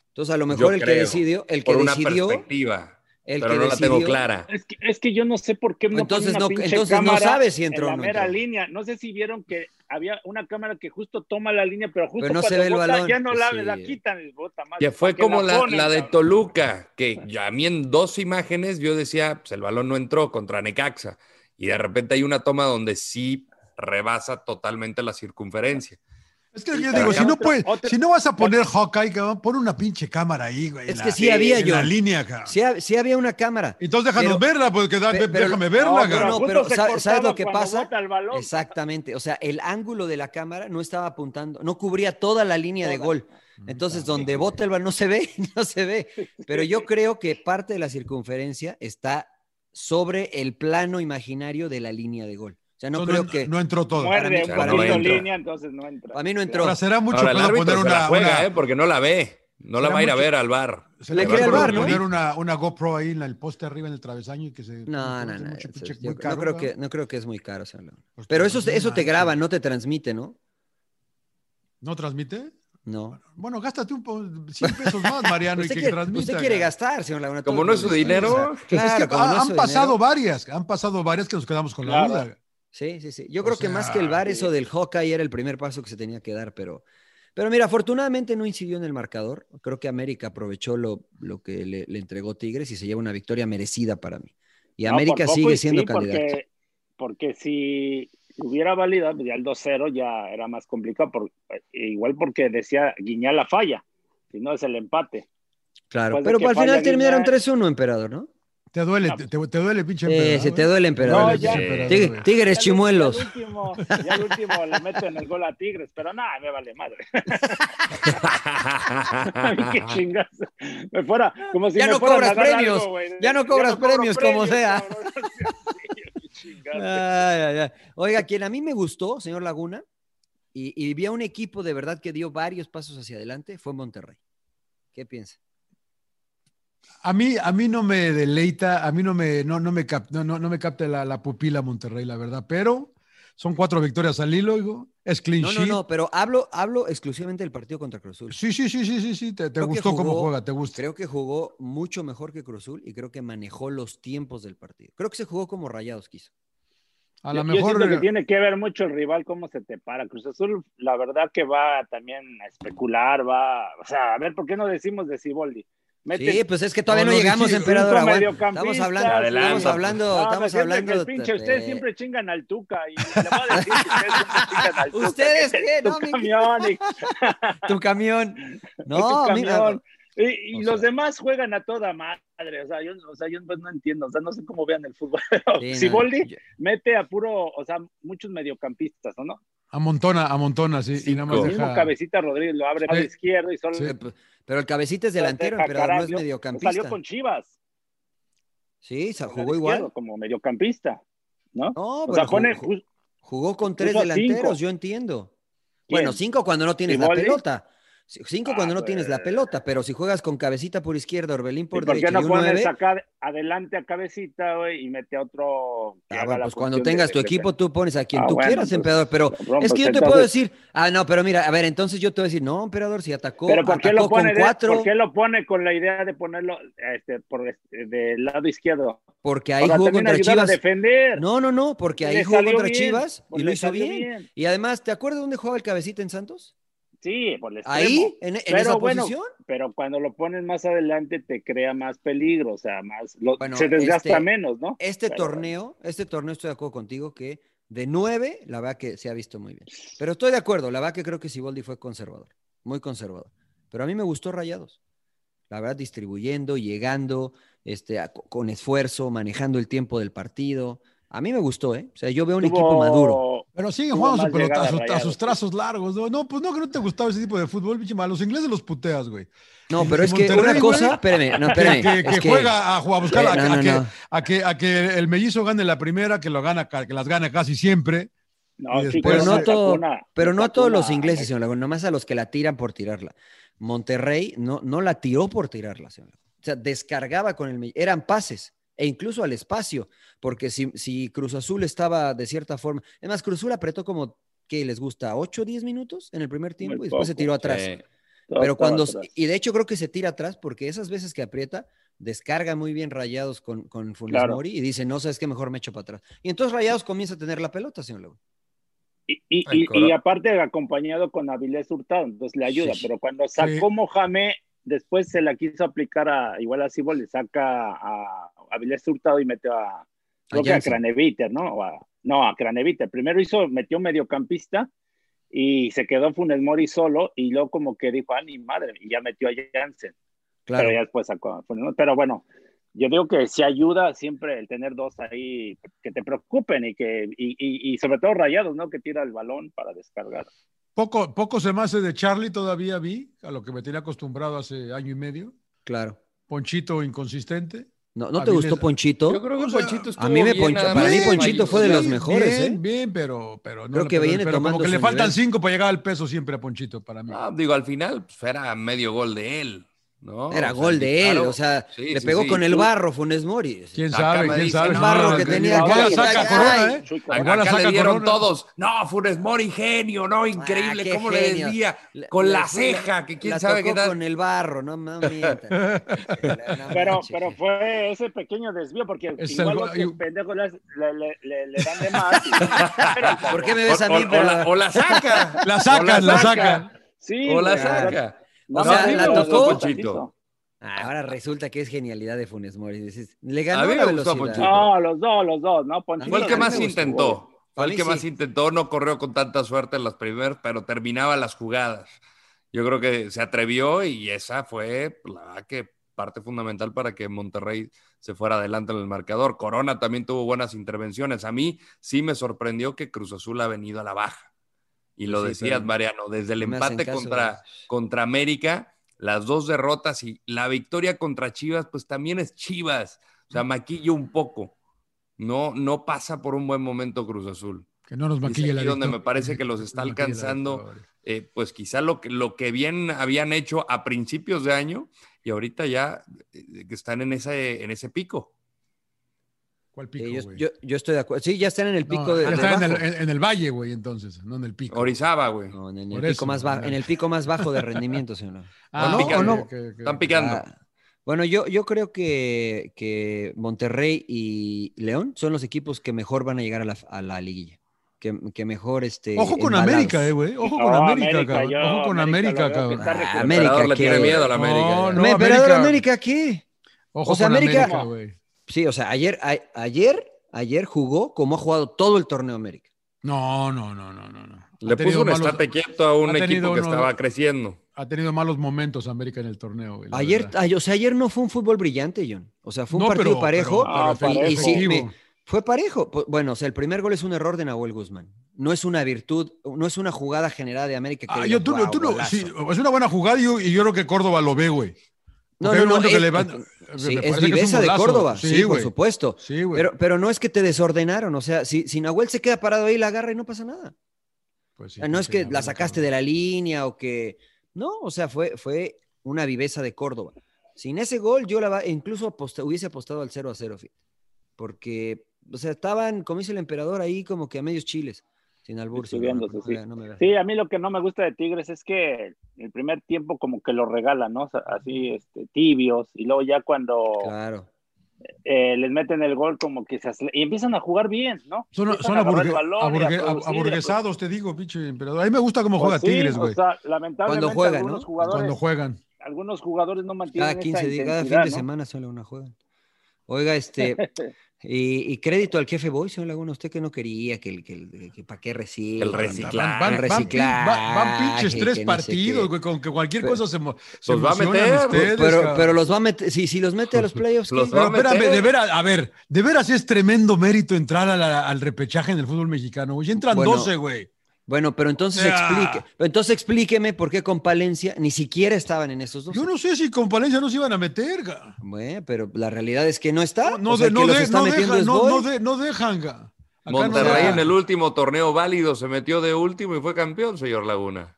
[SPEAKER 1] Entonces, a lo mejor el que
[SPEAKER 3] creo,
[SPEAKER 1] decidió, el que
[SPEAKER 3] Por una
[SPEAKER 1] decidió,
[SPEAKER 3] perspectiva,
[SPEAKER 1] el
[SPEAKER 3] pero
[SPEAKER 1] que
[SPEAKER 3] no la
[SPEAKER 1] decidió,
[SPEAKER 3] tengo clara.
[SPEAKER 4] Es que, es que yo no sé por qué no
[SPEAKER 1] Entonces
[SPEAKER 4] pone una
[SPEAKER 1] no-
[SPEAKER 4] pinche
[SPEAKER 1] entonces no
[SPEAKER 4] cámara
[SPEAKER 1] sabes si entró
[SPEAKER 4] en
[SPEAKER 1] o
[SPEAKER 4] la
[SPEAKER 1] no
[SPEAKER 4] mera
[SPEAKER 1] entró.
[SPEAKER 4] línea. No sé si vieron que había una cámara que justo toma la línea, pero justo
[SPEAKER 1] Pero no se
[SPEAKER 4] cuando
[SPEAKER 1] ve el
[SPEAKER 4] bota,
[SPEAKER 1] balón.
[SPEAKER 4] ya no la,
[SPEAKER 1] Sí.
[SPEAKER 4] la quitan, el bota madre,
[SPEAKER 3] Que fue
[SPEAKER 4] ¿para qué
[SPEAKER 3] como la,
[SPEAKER 4] ponen,
[SPEAKER 3] la de
[SPEAKER 4] cabrón?
[SPEAKER 3] Toluca, que ya a mí en dos imágenes yo decía, pues el balón no entró contra Necaxa. Y de repente hay una toma donde sí rebasa totalmente la circunferencia.
[SPEAKER 2] Es que yo
[SPEAKER 4] pero
[SPEAKER 2] digo, si no,
[SPEAKER 4] otro-
[SPEAKER 2] puedes,
[SPEAKER 4] otro-
[SPEAKER 2] si no vas a poner Hawkeye, cabrón, pon una pinche cámara ahí, güey. en
[SPEAKER 1] Es
[SPEAKER 2] la-
[SPEAKER 1] que sí había,
[SPEAKER 2] en la
[SPEAKER 1] John.
[SPEAKER 2] línea, cabrón.
[SPEAKER 1] Sí ha- sí había una cámara.
[SPEAKER 2] Entonces déjanos
[SPEAKER 1] Pero-
[SPEAKER 2] verla, pues que da-
[SPEAKER 1] pe- pero-
[SPEAKER 2] déjame
[SPEAKER 4] No,
[SPEAKER 2] verla,
[SPEAKER 4] pero
[SPEAKER 2] cabrón.
[SPEAKER 1] No,
[SPEAKER 4] justo
[SPEAKER 1] pero
[SPEAKER 4] se
[SPEAKER 1] ¿sabes-
[SPEAKER 4] cortaba
[SPEAKER 1] sabes lo que
[SPEAKER 4] cuando
[SPEAKER 1] pasa?
[SPEAKER 4] bota el balón.
[SPEAKER 1] Exactamente, o sea, el ángulo de la cámara no estaba apuntando, no cubría toda la línea de
[SPEAKER 4] Toda.
[SPEAKER 1] gol. Entonces, donde bota el balón no se ve, no se ve. Pero yo creo que parte de la circunferencia está sobre el plano imaginario de la línea de gol. O sea, no,
[SPEAKER 2] No,
[SPEAKER 1] creo
[SPEAKER 2] no-
[SPEAKER 1] que
[SPEAKER 2] no entró todo.
[SPEAKER 1] Muere.
[SPEAKER 4] Muerde
[SPEAKER 1] para
[SPEAKER 4] un
[SPEAKER 1] mí-
[SPEAKER 4] poquito
[SPEAKER 3] para mí no
[SPEAKER 4] línea, entonces no entra.
[SPEAKER 1] Para mí no entró.
[SPEAKER 2] Ahora será mucho
[SPEAKER 3] Ahora el
[SPEAKER 2] pedo
[SPEAKER 3] árbitro
[SPEAKER 2] poner
[SPEAKER 3] se la
[SPEAKER 2] una.
[SPEAKER 3] juega,
[SPEAKER 2] una-
[SPEAKER 3] ¿eh? porque no la ve. No la
[SPEAKER 2] Será
[SPEAKER 3] va a ir a
[SPEAKER 2] mucho-
[SPEAKER 3] ver al bar.
[SPEAKER 2] Se le
[SPEAKER 1] Le quiere
[SPEAKER 2] quiere
[SPEAKER 1] al bar, ¿no?
[SPEAKER 2] poner una, una GoPro ahí en la- el poste arriba en el travesaño y que se.
[SPEAKER 1] No, no,
[SPEAKER 2] hace
[SPEAKER 1] no.
[SPEAKER 2] mucho
[SPEAKER 1] eso
[SPEAKER 2] pinche-
[SPEAKER 1] es- yo
[SPEAKER 2] muy
[SPEAKER 1] no
[SPEAKER 2] caro,
[SPEAKER 1] creo
[SPEAKER 2] cabrón.
[SPEAKER 1] que, no creo que es muy caro. o sea, no.
[SPEAKER 2] Pues,
[SPEAKER 1] Pero
[SPEAKER 2] no,
[SPEAKER 1] eso,
[SPEAKER 2] no
[SPEAKER 1] eso te
[SPEAKER 2] manches.
[SPEAKER 1] graba, no te transmite, ¿no?
[SPEAKER 2] ¿No transmite?
[SPEAKER 1] No.
[SPEAKER 2] Bueno, gástate un po, 100 pesos más,
[SPEAKER 1] Pero
[SPEAKER 2] Mariano, Ah, y
[SPEAKER 1] Usted
[SPEAKER 2] que
[SPEAKER 1] quiere,
[SPEAKER 2] transmita.
[SPEAKER 1] usted quiere
[SPEAKER 2] cabrón.
[SPEAKER 1] gastar, señor Laguna.
[SPEAKER 3] Como
[SPEAKER 1] todo
[SPEAKER 3] no es su
[SPEAKER 1] lo que-
[SPEAKER 3] dinero.
[SPEAKER 1] Claro,
[SPEAKER 2] es que
[SPEAKER 1] como
[SPEAKER 2] ha-
[SPEAKER 1] no es
[SPEAKER 2] han
[SPEAKER 1] su
[SPEAKER 2] pasado
[SPEAKER 1] dinero.
[SPEAKER 2] varias, han pasado varias que nos quedamos con
[SPEAKER 4] Claro.
[SPEAKER 2] la duda.
[SPEAKER 1] Sí, sí, sí. Yo
[SPEAKER 2] O
[SPEAKER 1] creo que más que el
[SPEAKER 2] sea,
[SPEAKER 1] bar,
[SPEAKER 4] sí.
[SPEAKER 1] eso del Hawkeye era el primer paso que se tenía que dar, pero, pero mira, afortunadamente no incidió en el marcador. Creo que América aprovechó lo, lo que le, le entregó Tigres y se lleva una victoria merecida para mí. Y
[SPEAKER 4] No,
[SPEAKER 1] América
[SPEAKER 4] Ah, por poco
[SPEAKER 1] sigue
[SPEAKER 4] y
[SPEAKER 1] siendo
[SPEAKER 4] sí,
[SPEAKER 1] candidato.
[SPEAKER 4] Porque, porque si hubiera validado, ya el 2-0 ya era más complicado, por- eh, igual porque decía Guiñá la falla, si no es el empate.
[SPEAKER 1] Claro,
[SPEAKER 4] después de
[SPEAKER 1] pero
[SPEAKER 4] que
[SPEAKER 1] al final
[SPEAKER 4] falla
[SPEAKER 1] terminaron
[SPEAKER 4] Guiñac-
[SPEAKER 1] 3-1, emperador, ¿no?
[SPEAKER 2] Te duele, te, te duele, pinche.
[SPEAKER 1] Eh, se te duele, emperador.
[SPEAKER 4] No, ya.
[SPEAKER 1] Tig-
[SPEAKER 2] Tigre,
[SPEAKER 1] Tigres,
[SPEAKER 4] Ya al-
[SPEAKER 1] chimuelos.
[SPEAKER 4] Ya el último, ya al último le meten el gol a Tigres, pero nada, me vale madre. A mí qué chingas. Me fuera, como si
[SPEAKER 1] Ya
[SPEAKER 4] me
[SPEAKER 1] no
[SPEAKER 4] fueran a
[SPEAKER 1] cobras
[SPEAKER 4] agarrar
[SPEAKER 1] premios,
[SPEAKER 4] algo, güey.
[SPEAKER 1] ya no cobras
[SPEAKER 4] cobro
[SPEAKER 1] premios, como sea.
[SPEAKER 4] cabrón. Sí, qué chingas.
[SPEAKER 1] Ay, ay, ay. Oiga, quien a mí me gustó, señor Laguna, y, y vi a un equipo de verdad que dio varios pasos hacia adelante, fue Monterrey. ¿Qué piensa?
[SPEAKER 2] A mí, a mí no me deleita, a mí no me, no, no me, cap- no, no, no me capta la, la pupila Monterrey, la verdad, pero Son cuatro victorias al hilo, hijo. Es clean
[SPEAKER 1] No, no,
[SPEAKER 2] sheet.
[SPEAKER 1] no, pero hablo, hablo exclusivamente del partido contra Cruz Azul.
[SPEAKER 2] Sí, sí, sí, sí, sí, sí. Te, te
[SPEAKER 1] Creo que
[SPEAKER 2] gustó cómo
[SPEAKER 1] jugó-
[SPEAKER 2] juega, te gusta.
[SPEAKER 1] Creo que jugó mucho mejor que Cruz Azul y creo que manejó los tiempos del partido. Creo que se jugó como rayados quiso.
[SPEAKER 2] A
[SPEAKER 4] Yo-
[SPEAKER 2] lo
[SPEAKER 4] yo siento que
[SPEAKER 2] mejor.
[SPEAKER 4] tiene que ver mucho el rival, cómo se te para. Cruz Azul, la verdad que va también a especular, va. O sea, a ver, ¿por qué no decimos de Ciboldi? Mete
[SPEAKER 1] Sí, pues es que todavía
[SPEAKER 2] No,
[SPEAKER 1] no,
[SPEAKER 2] no,
[SPEAKER 1] llegamos,
[SPEAKER 2] sí,
[SPEAKER 1] emperador.
[SPEAKER 4] cinco
[SPEAKER 1] aguanta. Estamos
[SPEAKER 4] mediocampistas,
[SPEAKER 1] hablando, estamos
[SPEAKER 3] Adelante.
[SPEAKER 1] hablando,
[SPEAKER 4] Ah, me
[SPEAKER 1] estamos
[SPEAKER 4] siento que
[SPEAKER 1] hablando.
[SPEAKER 4] el pinche, ustedes
[SPEAKER 1] de-
[SPEAKER 4] siempre chingan al Tuca y le voy a decir que ustedes siempre chingan al Tuca.
[SPEAKER 1] ¿Ustedes
[SPEAKER 4] que es
[SPEAKER 1] qué?
[SPEAKER 4] tu
[SPEAKER 1] No, mi-
[SPEAKER 4] camión y-
[SPEAKER 1] Tu camión. No, mira,
[SPEAKER 4] tu Este camión. Y, y
[SPEAKER 1] O
[SPEAKER 4] los
[SPEAKER 1] sea.
[SPEAKER 4] demás juegan a toda madre, o sea, yo, o sea, yo pues, no entiendo, o sea, no sé cómo vean el fútbol.
[SPEAKER 1] sí, no,
[SPEAKER 4] Siboldi
[SPEAKER 1] yo-
[SPEAKER 4] mete a puro, o sea, muchos mediocampistas, ¿no?
[SPEAKER 2] Amontona, amontona, sí. Y nada más
[SPEAKER 3] Cinco.
[SPEAKER 4] El mismo
[SPEAKER 2] deja.
[SPEAKER 4] Cabecita Rodríguez lo abre
[SPEAKER 2] Sí.
[SPEAKER 4] para la izquierda y solo
[SPEAKER 2] Sí.
[SPEAKER 1] eh, p- Pero el cabecita es delantero,
[SPEAKER 4] Deja
[SPEAKER 1] emperador, no es
[SPEAKER 4] Carabio.
[SPEAKER 1] mediocampista.
[SPEAKER 4] Pues, salió con Chivas.
[SPEAKER 1] Sí, se
[SPEAKER 4] por el
[SPEAKER 1] jugó igual.
[SPEAKER 4] izquierdo, Como mediocampista, ¿no?
[SPEAKER 1] No,
[SPEAKER 4] o
[SPEAKER 1] pero
[SPEAKER 4] sea,
[SPEAKER 1] jugó-
[SPEAKER 4] pone
[SPEAKER 1] jugó,
[SPEAKER 4] ju-
[SPEAKER 1] con tres
[SPEAKER 4] puso a cinco.
[SPEAKER 1] delanteros, yo entiendo.
[SPEAKER 4] ¿quién?
[SPEAKER 1] Bueno, cinco cuando no tienes la
[SPEAKER 4] ¿Siboldi?
[SPEAKER 1] pelota. C- Cinco
[SPEAKER 4] Ah,
[SPEAKER 1] cuando no
[SPEAKER 4] pues.
[SPEAKER 1] tienes la pelota, pero si juegas con cabecita por izquierda, Orbelín
[SPEAKER 4] ¿Y
[SPEAKER 1] por
[SPEAKER 4] por qué
[SPEAKER 1] derecha
[SPEAKER 4] no
[SPEAKER 1] y un
[SPEAKER 4] pones
[SPEAKER 1] nueve, ah,
[SPEAKER 4] acá adelante a cabecita, güey, y mete a otro? que
[SPEAKER 1] Ah,
[SPEAKER 4] haga
[SPEAKER 1] bueno,
[SPEAKER 4] la
[SPEAKER 1] pues cuando
[SPEAKER 4] función de-
[SPEAKER 1] tengas tu
[SPEAKER 4] de-
[SPEAKER 1] equipo, tú pones a quien
[SPEAKER 4] Ah,
[SPEAKER 1] tú
[SPEAKER 4] bueno,
[SPEAKER 1] quieras,
[SPEAKER 4] pues,
[SPEAKER 1] emperador. Pero
[SPEAKER 4] rompas,
[SPEAKER 1] es que yo te
[SPEAKER 4] entonces-
[SPEAKER 1] puedo decir, ah, no, pero mira, a ver, entonces yo te voy a decir, no, emperador, si atacó,
[SPEAKER 4] Pero ¿por qué,
[SPEAKER 1] atacó
[SPEAKER 4] lo pone
[SPEAKER 1] con
[SPEAKER 4] de-
[SPEAKER 1] cuatro,
[SPEAKER 4] ¿por qué lo pone con la idea de ponerlo este, por este, del lado izquierdo?
[SPEAKER 1] porque
[SPEAKER 4] O
[SPEAKER 1] ahí
[SPEAKER 4] sea,
[SPEAKER 1] jugó
[SPEAKER 4] también
[SPEAKER 1] contra
[SPEAKER 4] ayudar
[SPEAKER 1] Chivas.
[SPEAKER 4] A defender.
[SPEAKER 1] No, no, no, porque ahí
[SPEAKER 4] Le
[SPEAKER 1] jugó
[SPEAKER 4] salió
[SPEAKER 1] contra
[SPEAKER 4] bien,
[SPEAKER 1] Chivas
[SPEAKER 4] pues
[SPEAKER 1] y
[SPEAKER 4] le
[SPEAKER 1] lo hizo
[SPEAKER 4] salió
[SPEAKER 1] bien. Y además, ¿te acuerdas dónde jugaba el cabecita en Santos?
[SPEAKER 4] Sí, por el
[SPEAKER 1] Ahí,
[SPEAKER 4] extremo.
[SPEAKER 1] en, en
[SPEAKER 4] Pero
[SPEAKER 1] esa
[SPEAKER 4] bueno,
[SPEAKER 1] posición.
[SPEAKER 4] Pero cuando lo pones más adelante te crea más peligro, o sea, más lo-
[SPEAKER 1] Bueno,
[SPEAKER 4] se desgasta
[SPEAKER 1] este-
[SPEAKER 4] menos, ¿no?
[SPEAKER 1] Este
[SPEAKER 4] pero-
[SPEAKER 1] torneo, este torneo estoy de acuerdo contigo que de nueve, la verdad que se ha visto muy bien. Pero estoy de acuerdo, la verdad que creo que Siboldi fue conservador, muy conservador. Pero a mí me gustó Rayados. La verdad, distribuyendo, llegando, este, a- con esfuerzo, manejando el tiempo del partido. A mí me gustó, ¿eh? O sea, yo veo un
[SPEAKER 4] Tuvo-
[SPEAKER 1] equipo maduro.
[SPEAKER 2] Pero siguen
[SPEAKER 4] Tuvo
[SPEAKER 2] jugando su
[SPEAKER 4] más
[SPEAKER 2] pelota, a,
[SPEAKER 4] llegada
[SPEAKER 2] sus- a
[SPEAKER 4] Rayados,
[SPEAKER 2] sus
[SPEAKER 4] sí.
[SPEAKER 2] trazos largos. No, no, pues no, que no te gustaba ese tipo de fútbol, pinche mal. Los ingleses los puteas, güey.
[SPEAKER 1] No,
[SPEAKER 2] Y-
[SPEAKER 1] pero
[SPEAKER 2] y
[SPEAKER 1] es que
[SPEAKER 2] Monterrey,
[SPEAKER 1] una cosa,
[SPEAKER 2] güey,
[SPEAKER 1] espérame, no,
[SPEAKER 2] Que,
[SPEAKER 1] espérame.
[SPEAKER 2] que-
[SPEAKER 1] es
[SPEAKER 2] que
[SPEAKER 1] que-
[SPEAKER 2] juega a, jugar- a buscar
[SPEAKER 1] eh,
[SPEAKER 2] a,
[SPEAKER 1] no,
[SPEAKER 2] a
[SPEAKER 1] no,
[SPEAKER 2] que,
[SPEAKER 1] no.
[SPEAKER 2] a que- a que el mellizo gane la primera, que lo gana, ca- que las gana casi siempre.
[SPEAKER 4] No,
[SPEAKER 2] Y
[SPEAKER 4] sí,
[SPEAKER 2] después-
[SPEAKER 4] pero
[SPEAKER 2] Pero no
[SPEAKER 4] le
[SPEAKER 1] todo-
[SPEAKER 4] sacó una-
[SPEAKER 1] Pero
[SPEAKER 4] le
[SPEAKER 1] no a
[SPEAKER 4] sacó
[SPEAKER 1] todos los
[SPEAKER 4] una-
[SPEAKER 1] ingleses, señor Laguna, nomás a los que la tiran por tirarla. Monterrey no, no la tiró por tirarla, señor Laguna. O sea, descargaba con el... mi- Eran pases, e incluso al espacio, porque si, si Cruz Azul estaba de cierta forma... Es más, Cruz Azul apretó como, que les gusta? ¿8 o 10 minutos en el primer tiempo y después se
[SPEAKER 4] poco,
[SPEAKER 1] tiró atrás.
[SPEAKER 3] Sí.
[SPEAKER 1] Pero
[SPEAKER 4] todo estaba
[SPEAKER 1] cuando...
[SPEAKER 4] atrás.
[SPEAKER 1] Y de hecho creo que se tira atrás porque esas veces que aprieta, descarga muy bien Rayados con, con Funes
[SPEAKER 4] Claro.
[SPEAKER 1] Mori y dice, no, sabes que mejor me echo para atrás. Y entonces Rayados comienza a tener la pelota, señor Laguna.
[SPEAKER 4] Y, y-
[SPEAKER 3] Ay,
[SPEAKER 4] y-
[SPEAKER 3] cora-
[SPEAKER 4] y aparte acompañado con Avilés Hurtado, entonces le ayuda,
[SPEAKER 1] Sí.
[SPEAKER 4] pero cuando sacó Mohamed, después se la quiso aplicar a, igual a Cibol, le saca a Avilés Hurtado y metió a, creo que a
[SPEAKER 1] Jansen.
[SPEAKER 4] Craneviter, ¿no? O a- no, a Craneviter. Primero hizo, metió mediocampista y se quedó Funes Mori solo y luego como que dijo, ah, ni madre, y ya metió a Jansen,
[SPEAKER 1] Claro.
[SPEAKER 4] pero ya después sacó a Funes Mori. Pero bueno, yo digo que sí ayuda siempre el tener dos ahí que te preocupen y que, y, y- y sobre todo rayados, ¿no? Que tira el balón para descargar.
[SPEAKER 2] Poco, poco se me hace de Charlie todavía vi, a lo que me tenía acostumbrado hace año y medio.
[SPEAKER 1] Claro.
[SPEAKER 2] Ponchito inconsistente.
[SPEAKER 1] ¿No, ¿no
[SPEAKER 2] A
[SPEAKER 1] te
[SPEAKER 2] mí
[SPEAKER 1] gustó
[SPEAKER 2] les-
[SPEAKER 1] Ponchito?
[SPEAKER 3] Yo creo que
[SPEAKER 2] O sea,
[SPEAKER 3] Ponchito estuvo
[SPEAKER 1] a mí me
[SPEAKER 3] bien,
[SPEAKER 1] Poncho-
[SPEAKER 3] nada
[SPEAKER 1] para mí
[SPEAKER 3] más.
[SPEAKER 1] Ponchito fue de los
[SPEAKER 2] bien,
[SPEAKER 1] mejores,
[SPEAKER 2] Bien,
[SPEAKER 1] ¿eh?
[SPEAKER 2] bien, pero, pero no.
[SPEAKER 1] Creo que
[SPEAKER 2] pero-
[SPEAKER 1] viene
[SPEAKER 2] pero
[SPEAKER 1] tomando
[SPEAKER 2] como que le
[SPEAKER 1] su
[SPEAKER 2] faltan
[SPEAKER 1] nivel.
[SPEAKER 2] cinco para llegar al peso siempre a Ponchito, para mí.
[SPEAKER 3] Ah, digo, al final pues, era medio gol de él, ¿no?
[SPEAKER 1] Era
[SPEAKER 3] O sea,
[SPEAKER 1] gol de él,
[SPEAKER 3] claro.
[SPEAKER 1] o sea,
[SPEAKER 3] Sí,
[SPEAKER 1] le
[SPEAKER 3] sí,
[SPEAKER 1] pegó
[SPEAKER 3] sí.
[SPEAKER 1] con el
[SPEAKER 3] Tú-
[SPEAKER 1] barro Funes Mori.
[SPEAKER 2] ¿Quién
[SPEAKER 3] Acá
[SPEAKER 2] sabe?
[SPEAKER 3] me
[SPEAKER 2] ¿Quién
[SPEAKER 3] dicen,
[SPEAKER 2] sabe?
[SPEAKER 3] el barro
[SPEAKER 2] no,
[SPEAKER 3] que
[SPEAKER 2] no,
[SPEAKER 1] tenía
[SPEAKER 2] Igual la
[SPEAKER 1] aquí,
[SPEAKER 2] saca
[SPEAKER 1] ay,
[SPEAKER 2] Corona,
[SPEAKER 1] ay.
[SPEAKER 2] ¿eh?
[SPEAKER 4] Chuy Corona.
[SPEAKER 2] Igual la
[SPEAKER 3] Acá le
[SPEAKER 2] saca
[SPEAKER 3] dieron
[SPEAKER 2] Corona.
[SPEAKER 3] todos. No, Funes Mori, genio, ¿no? Increíble,
[SPEAKER 1] Ah, qué
[SPEAKER 3] cómo le
[SPEAKER 1] genio.
[SPEAKER 3] desvía.
[SPEAKER 1] Le-
[SPEAKER 3] Con
[SPEAKER 1] le
[SPEAKER 3] la
[SPEAKER 1] fue- le-
[SPEAKER 3] ceja, que quién
[SPEAKER 1] la
[SPEAKER 3] sabe
[SPEAKER 1] tocó
[SPEAKER 3] qué tal.
[SPEAKER 1] con el barro, no mames.
[SPEAKER 4] Pero, pero fue ese pequeño desvío, porque
[SPEAKER 2] Es
[SPEAKER 4] igual
[SPEAKER 2] el-
[SPEAKER 4] los
[SPEAKER 2] y-
[SPEAKER 4] pendejos le, le- le- le dan de más. y-
[SPEAKER 1] ¿Por qué me
[SPEAKER 3] O,
[SPEAKER 1] ves a mí?
[SPEAKER 3] o- o
[SPEAKER 1] pero-
[SPEAKER 3] la, o la saca.
[SPEAKER 2] La sacan, la sacan.
[SPEAKER 4] Sí,
[SPEAKER 3] O la
[SPEAKER 4] güey,
[SPEAKER 3] saca.
[SPEAKER 4] no,
[SPEAKER 1] O sea,
[SPEAKER 4] sí,
[SPEAKER 1] la
[SPEAKER 4] pero
[SPEAKER 1] tocó.
[SPEAKER 4] tantito.
[SPEAKER 3] Ponchito.
[SPEAKER 1] Ah, Ahora resulta que es genialidad de Funes Mori. dices, Le
[SPEAKER 3] A
[SPEAKER 1] ganó
[SPEAKER 3] mí
[SPEAKER 1] la
[SPEAKER 3] me gustó
[SPEAKER 1] velocidad.
[SPEAKER 3] Ponchito.
[SPEAKER 4] No, los dos, los dos, ¿no? Ponchito.
[SPEAKER 3] Fue el que
[SPEAKER 1] A mí
[SPEAKER 3] más
[SPEAKER 1] me gustó.
[SPEAKER 3] intentó. Fue
[SPEAKER 1] A
[SPEAKER 3] el
[SPEAKER 1] mí
[SPEAKER 3] que
[SPEAKER 1] sí.
[SPEAKER 3] más intentó, no corrió con tanta suerte en las primeras, pero terminaba las jugadas. Yo creo que se atrevió y esa fue la verdad que parte fundamental para que Monterrey se fuera adelante en el marcador. Corona también tuvo buenas intervenciones. A mí sí me sorprendió que Cruz Azul ha venido a la baja. Y lo
[SPEAKER 1] Sí,
[SPEAKER 3] decías,
[SPEAKER 1] pero
[SPEAKER 3] Mariano, desde el
[SPEAKER 1] no me hacen
[SPEAKER 3] empate
[SPEAKER 1] caso,
[SPEAKER 3] contra, contra América, las dos derrotas y la victoria contra Chivas, pues también es Chivas. O sea, maquilla un poco. No, no pasa por un buen momento Cruz Azul.
[SPEAKER 2] Que no nos
[SPEAKER 3] Es
[SPEAKER 2] maquille la
[SPEAKER 3] aquí donde
[SPEAKER 2] victoria.
[SPEAKER 3] me parece que los está
[SPEAKER 2] Nos maquille la
[SPEAKER 3] alcanzando.
[SPEAKER 2] victoria.
[SPEAKER 3] Eh, pues quizá lo que, lo que bien habían hecho a principios de año y ahorita ya eh, que están en ese, en ese pico.
[SPEAKER 2] ¿Cuál pico,
[SPEAKER 1] Sí, yo,
[SPEAKER 2] güey?
[SPEAKER 1] yo- yo estoy de acuerdo. Sí, ya están en el pico
[SPEAKER 2] No,
[SPEAKER 1] de.
[SPEAKER 2] ya
[SPEAKER 1] de
[SPEAKER 2] está en el,
[SPEAKER 1] bajo.
[SPEAKER 2] en- en el valle, güey, entonces, no en el pico.
[SPEAKER 3] Orizaba, güey.
[SPEAKER 1] No, en, el
[SPEAKER 2] Por
[SPEAKER 1] pico
[SPEAKER 2] eso,
[SPEAKER 1] más bajo, en el pico más bajo de rendimiento, señor.
[SPEAKER 2] Ah,
[SPEAKER 3] Están
[SPEAKER 2] ¿o
[SPEAKER 3] picando.
[SPEAKER 2] no? Que- que-
[SPEAKER 3] Están picando.
[SPEAKER 1] Ah, bueno, yo, yo creo que, que Monterrey y León son los equipos que mejor van a llegar a la, a la liguilla. Que, que mejor este.
[SPEAKER 2] Ojo con
[SPEAKER 1] embalados.
[SPEAKER 2] América, eh, güey. Ojo con
[SPEAKER 4] No,
[SPEAKER 2] América,
[SPEAKER 4] América,
[SPEAKER 2] cabrón.
[SPEAKER 4] yo,
[SPEAKER 2] Ojo con América,
[SPEAKER 4] América, lo veo que
[SPEAKER 2] cabrón.
[SPEAKER 4] está
[SPEAKER 1] Ah,
[SPEAKER 3] El
[SPEAKER 1] América,
[SPEAKER 3] emperador le tiene
[SPEAKER 1] ¿qué?
[SPEAKER 3] miedo a la América.
[SPEAKER 2] No,
[SPEAKER 3] ya.
[SPEAKER 2] no.
[SPEAKER 1] Me- ¿Emperador
[SPEAKER 2] América.
[SPEAKER 1] América qué?
[SPEAKER 2] Ojo
[SPEAKER 1] O sea,
[SPEAKER 2] con
[SPEAKER 1] América-
[SPEAKER 2] América, güey.
[SPEAKER 1] Sí, o sea, ayer, a- ayer, ayer jugó como ha jugado todo el torneo América.
[SPEAKER 2] No, no, no, no, no. no. Ha
[SPEAKER 3] Le
[SPEAKER 2] tenido
[SPEAKER 3] puso un
[SPEAKER 2] malos-
[SPEAKER 3] estate quieto a un
[SPEAKER 2] ha
[SPEAKER 3] equipo
[SPEAKER 2] tenido
[SPEAKER 3] que
[SPEAKER 2] uno-
[SPEAKER 3] estaba creciendo.
[SPEAKER 2] Ha tenido malos momentos América en el torneo, güey. la
[SPEAKER 1] Ayer,
[SPEAKER 2] verdad.
[SPEAKER 1] ay, o sea, ayer no fue un fútbol brillante, John. O sea, fue un
[SPEAKER 2] No,
[SPEAKER 1] partido
[SPEAKER 2] pero-
[SPEAKER 1] parejo.
[SPEAKER 2] pero-
[SPEAKER 4] Ah,
[SPEAKER 2] pero
[SPEAKER 1] y- y sí,
[SPEAKER 2] efectivo.
[SPEAKER 1] me- Fue parejo. Po- Bueno, o sea, el primer gol es un error de Nahuel Guzmán. No es una virtud, no es una jugada generada de América. que
[SPEAKER 2] Ah,
[SPEAKER 1] digas,
[SPEAKER 2] yo, tú, no-
[SPEAKER 1] "Guau,
[SPEAKER 2] tú no-
[SPEAKER 1] golazo".
[SPEAKER 2] sí, es una buena jugada y yo, y yo creo que Córdoba lo ve, güey. Porque
[SPEAKER 1] No, no,
[SPEAKER 2] hay un
[SPEAKER 1] no,
[SPEAKER 2] momento que
[SPEAKER 1] es, eh,
[SPEAKER 2] le van-
[SPEAKER 1] sí,
[SPEAKER 2] me
[SPEAKER 1] es
[SPEAKER 2] parece que
[SPEAKER 1] viveza
[SPEAKER 2] un
[SPEAKER 1] de
[SPEAKER 2] golazo.
[SPEAKER 1] Córdoba, sí, por
[SPEAKER 2] güey.
[SPEAKER 1] supuesto.
[SPEAKER 2] Sí, güey.
[SPEAKER 1] Pero, pero no es que te desordenaron, o sea, si, si Nahuel se queda parado ahí, la agarra y no pasa nada.
[SPEAKER 2] Pues sí,
[SPEAKER 1] O sea, no es que
[SPEAKER 2] sí,
[SPEAKER 1] la
[SPEAKER 2] América,
[SPEAKER 1] sacaste
[SPEAKER 2] ¿no?
[SPEAKER 1] de la línea o que... No, o sea, fue, fue una viveza de Córdoba. Sin ese gol, yo la va- incluso aposta- hubiese apostado al 0 a 0, fíjate. porque, o sea, estaban, como dice el emperador, ahí como que a medios chiles, sin albur. señor, no, no
[SPEAKER 4] Estudiándose, sí.
[SPEAKER 1] me vea, no me vea.
[SPEAKER 4] Sí, a mí lo que no me gusta de Tigres es que el primer tiempo como que lo regalan, ¿no? O sea, Así, este, tibios, y luego ya cuando
[SPEAKER 1] Claro.
[SPEAKER 4] eh, les meten el gol como que se asle- y empiezan a jugar bien, ¿no?
[SPEAKER 2] Son,
[SPEAKER 4] Empiezan
[SPEAKER 2] son
[SPEAKER 4] a agarrar el
[SPEAKER 2] aburgue-
[SPEAKER 4] balón y a
[SPEAKER 2] aburgue- ab-
[SPEAKER 4] producir y a
[SPEAKER 2] aburguesados, te digo, pinche emperador. A mí me gusta cómo
[SPEAKER 4] Pues
[SPEAKER 2] juega
[SPEAKER 4] sí,
[SPEAKER 2] Tigres,
[SPEAKER 4] o
[SPEAKER 2] güey.
[SPEAKER 4] sea, lamentablemente
[SPEAKER 1] Cuando juegan,
[SPEAKER 4] algunos
[SPEAKER 1] ¿no?
[SPEAKER 4] jugadores,
[SPEAKER 2] cuando juegan.
[SPEAKER 4] algunos jugadores no mantienen
[SPEAKER 1] Cada 15
[SPEAKER 4] esa
[SPEAKER 1] días, cada fin
[SPEAKER 4] intensidad,
[SPEAKER 1] de
[SPEAKER 4] ¿no?
[SPEAKER 1] semana solo una juega. Oiga, este, y, y crédito al jefe Boy, señor Laguna, usted que no quería que, el- que, el- que para qué recibe.
[SPEAKER 3] El
[SPEAKER 2] Van,
[SPEAKER 3] reciclaje.
[SPEAKER 2] van- van- van pin- van- van pinches
[SPEAKER 1] reciclaje,
[SPEAKER 2] tres
[SPEAKER 1] que no sé
[SPEAKER 2] partidos,
[SPEAKER 1] qué.
[SPEAKER 2] güey, con que cualquier
[SPEAKER 1] Pero-
[SPEAKER 2] cosa se, mo- se
[SPEAKER 3] Los va a
[SPEAKER 2] emocionan
[SPEAKER 3] meter,
[SPEAKER 2] ustedes,
[SPEAKER 1] pues, Pero,
[SPEAKER 2] cabrón.
[SPEAKER 1] pero los va a meter, si, si los mete a los playoffs, ¿qué?
[SPEAKER 3] Los
[SPEAKER 2] Pero
[SPEAKER 3] va a meter.
[SPEAKER 2] espérame, de veras, a ver, de veras es tremendo mérito entrar a la- al repechaje en el fútbol mexicano, güey. Ya entran
[SPEAKER 1] Bueno,
[SPEAKER 2] 12, güey.
[SPEAKER 1] bueno, pero entonces
[SPEAKER 2] Ah.
[SPEAKER 1] explique, pero entonces explíqueme por qué con Palencia ni siquiera estaban en esos dos.
[SPEAKER 2] Yo no sé si con Palencia no se iban a meter, ga.
[SPEAKER 1] Bueno, pero la realidad es que no está.
[SPEAKER 2] No,
[SPEAKER 1] o sea,
[SPEAKER 2] de-
[SPEAKER 1] que
[SPEAKER 2] no
[SPEAKER 1] los
[SPEAKER 2] de-
[SPEAKER 1] está
[SPEAKER 2] no
[SPEAKER 1] metiendo
[SPEAKER 2] dejan,
[SPEAKER 1] es
[SPEAKER 2] no,
[SPEAKER 1] Boy.
[SPEAKER 2] no de- no dejan, ga. Acá no
[SPEAKER 3] Monterrey
[SPEAKER 2] dejan.
[SPEAKER 3] en el último torneo válido se metió de último y fue campeón, señor Laguna.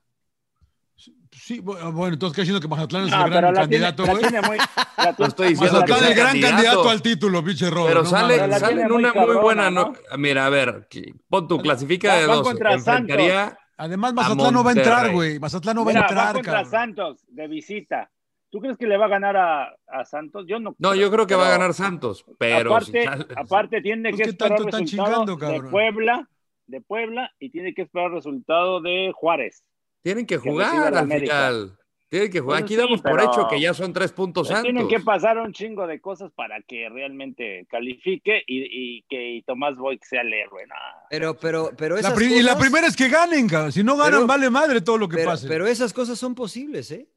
[SPEAKER 2] Sí, bu- ah, bueno, entonces, ¿qué diciendo que Mazatlán es el
[SPEAKER 4] Ah, pero
[SPEAKER 2] gran
[SPEAKER 4] la tiene,
[SPEAKER 2] candidato,
[SPEAKER 4] la
[SPEAKER 2] güey?
[SPEAKER 4] tiene muy, la
[SPEAKER 3] No
[SPEAKER 4] tiene-
[SPEAKER 3] estoy diciendo que
[SPEAKER 2] Mazatlán
[SPEAKER 3] sea
[SPEAKER 2] el gran candidato.
[SPEAKER 3] candidato
[SPEAKER 2] al título, pinche Robert.
[SPEAKER 3] Pero
[SPEAKER 2] no
[SPEAKER 3] sale,
[SPEAKER 4] Pero la
[SPEAKER 2] mames.
[SPEAKER 3] sale
[SPEAKER 4] tiene
[SPEAKER 3] en
[SPEAKER 4] muy
[SPEAKER 3] una muy,
[SPEAKER 4] cabrona,
[SPEAKER 3] buena.
[SPEAKER 4] ¿no?
[SPEAKER 3] no- Mira, a ver, que- pon tu clasifica
[SPEAKER 4] Va-
[SPEAKER 3] de
[SPEAKER 4] van
[SPEAKER 3] dos.
[SPEAKER 4] contra
[SPEAKER 3] Enfrentaría.
[SPEAKER 2] Además, Mazatlán no va a
[SPEAKER 3] Monterrey.
[SPEAKER 2] entrar, güey. Mazatlán no va
[SPEAKER 4] Mira,
[SPEAKER 2] a
[SPEAKER 4] va
[SPEAKER 2] entrar,
[SPEAKER 4] contra
[SPEAKER 2] cabrón.
[SPEAKER 4] Santos de visita. ¿Tú crees que le va a ganar a, a Santos? Yo no.
[SPEAKER 3] No, yo creo que va a
[SPEAKER 4] pero-
[SPEAKER 3] ganar Santos, pero
[SPEAKER 4] aparte,
[SPEAKER 3] si chale-
[SPEAKER 4] aparte tiene
[SPEAKER 2] Pues,
[SPEAKER 4] que
[SPEAKER 2] ¿qué
[SPEAKER 4] esperar
[SPEAKER 2] tanto están
[SPEAKER 4] resultado
[SPEAKER 2] chingando,
[SPEAKER 4] de
[SPEAKER 2] cabrón?
[SPEAKER 4] Puebla, de Puebla y tiene que esperar resultado de Juárez.
[SPEAKER 3] tienen que
[SPEAKER 4] que reciba
[SPEAKER 3] jugar
[SPEAKER 4] la
[SPEAKER 3] al
[SPEAKER 4] América.
[SPEAKER 3] final. Tienen que jugar.
[SPEAKER 4] Bueno,
[SPEAKER 3] Aquí
[SPEAKER 4] sí,
[SPEAKER 3] damos por
[SPEAKER 4] pero-
[SPEAKER 3] hecho que ya son tres puntos
[SPEAKER 4] Pues,
[SPEAKER 3] Santos.
[SPEAKER 4] tienen que pasar un chingo de cosas para que realmente califique y, y que Tomás Boy sea el héroe. no.
[SPEAKER 1] Pero, pero, pero esas
[SPEAKER 2] La pri- y la
[SPEAKER 1] cosas-
[SPEAKER 2] primera es que ganen, cabrón. Si no ganan,
[SPEAKER 1] Pero-
[SPEAKER 2] vale madre todo lo que
[SPEAKER 1] pero-
[SPEAKER 2] pase.
[SPEAKER 1] pero esas cosas son posibles, ¿eh?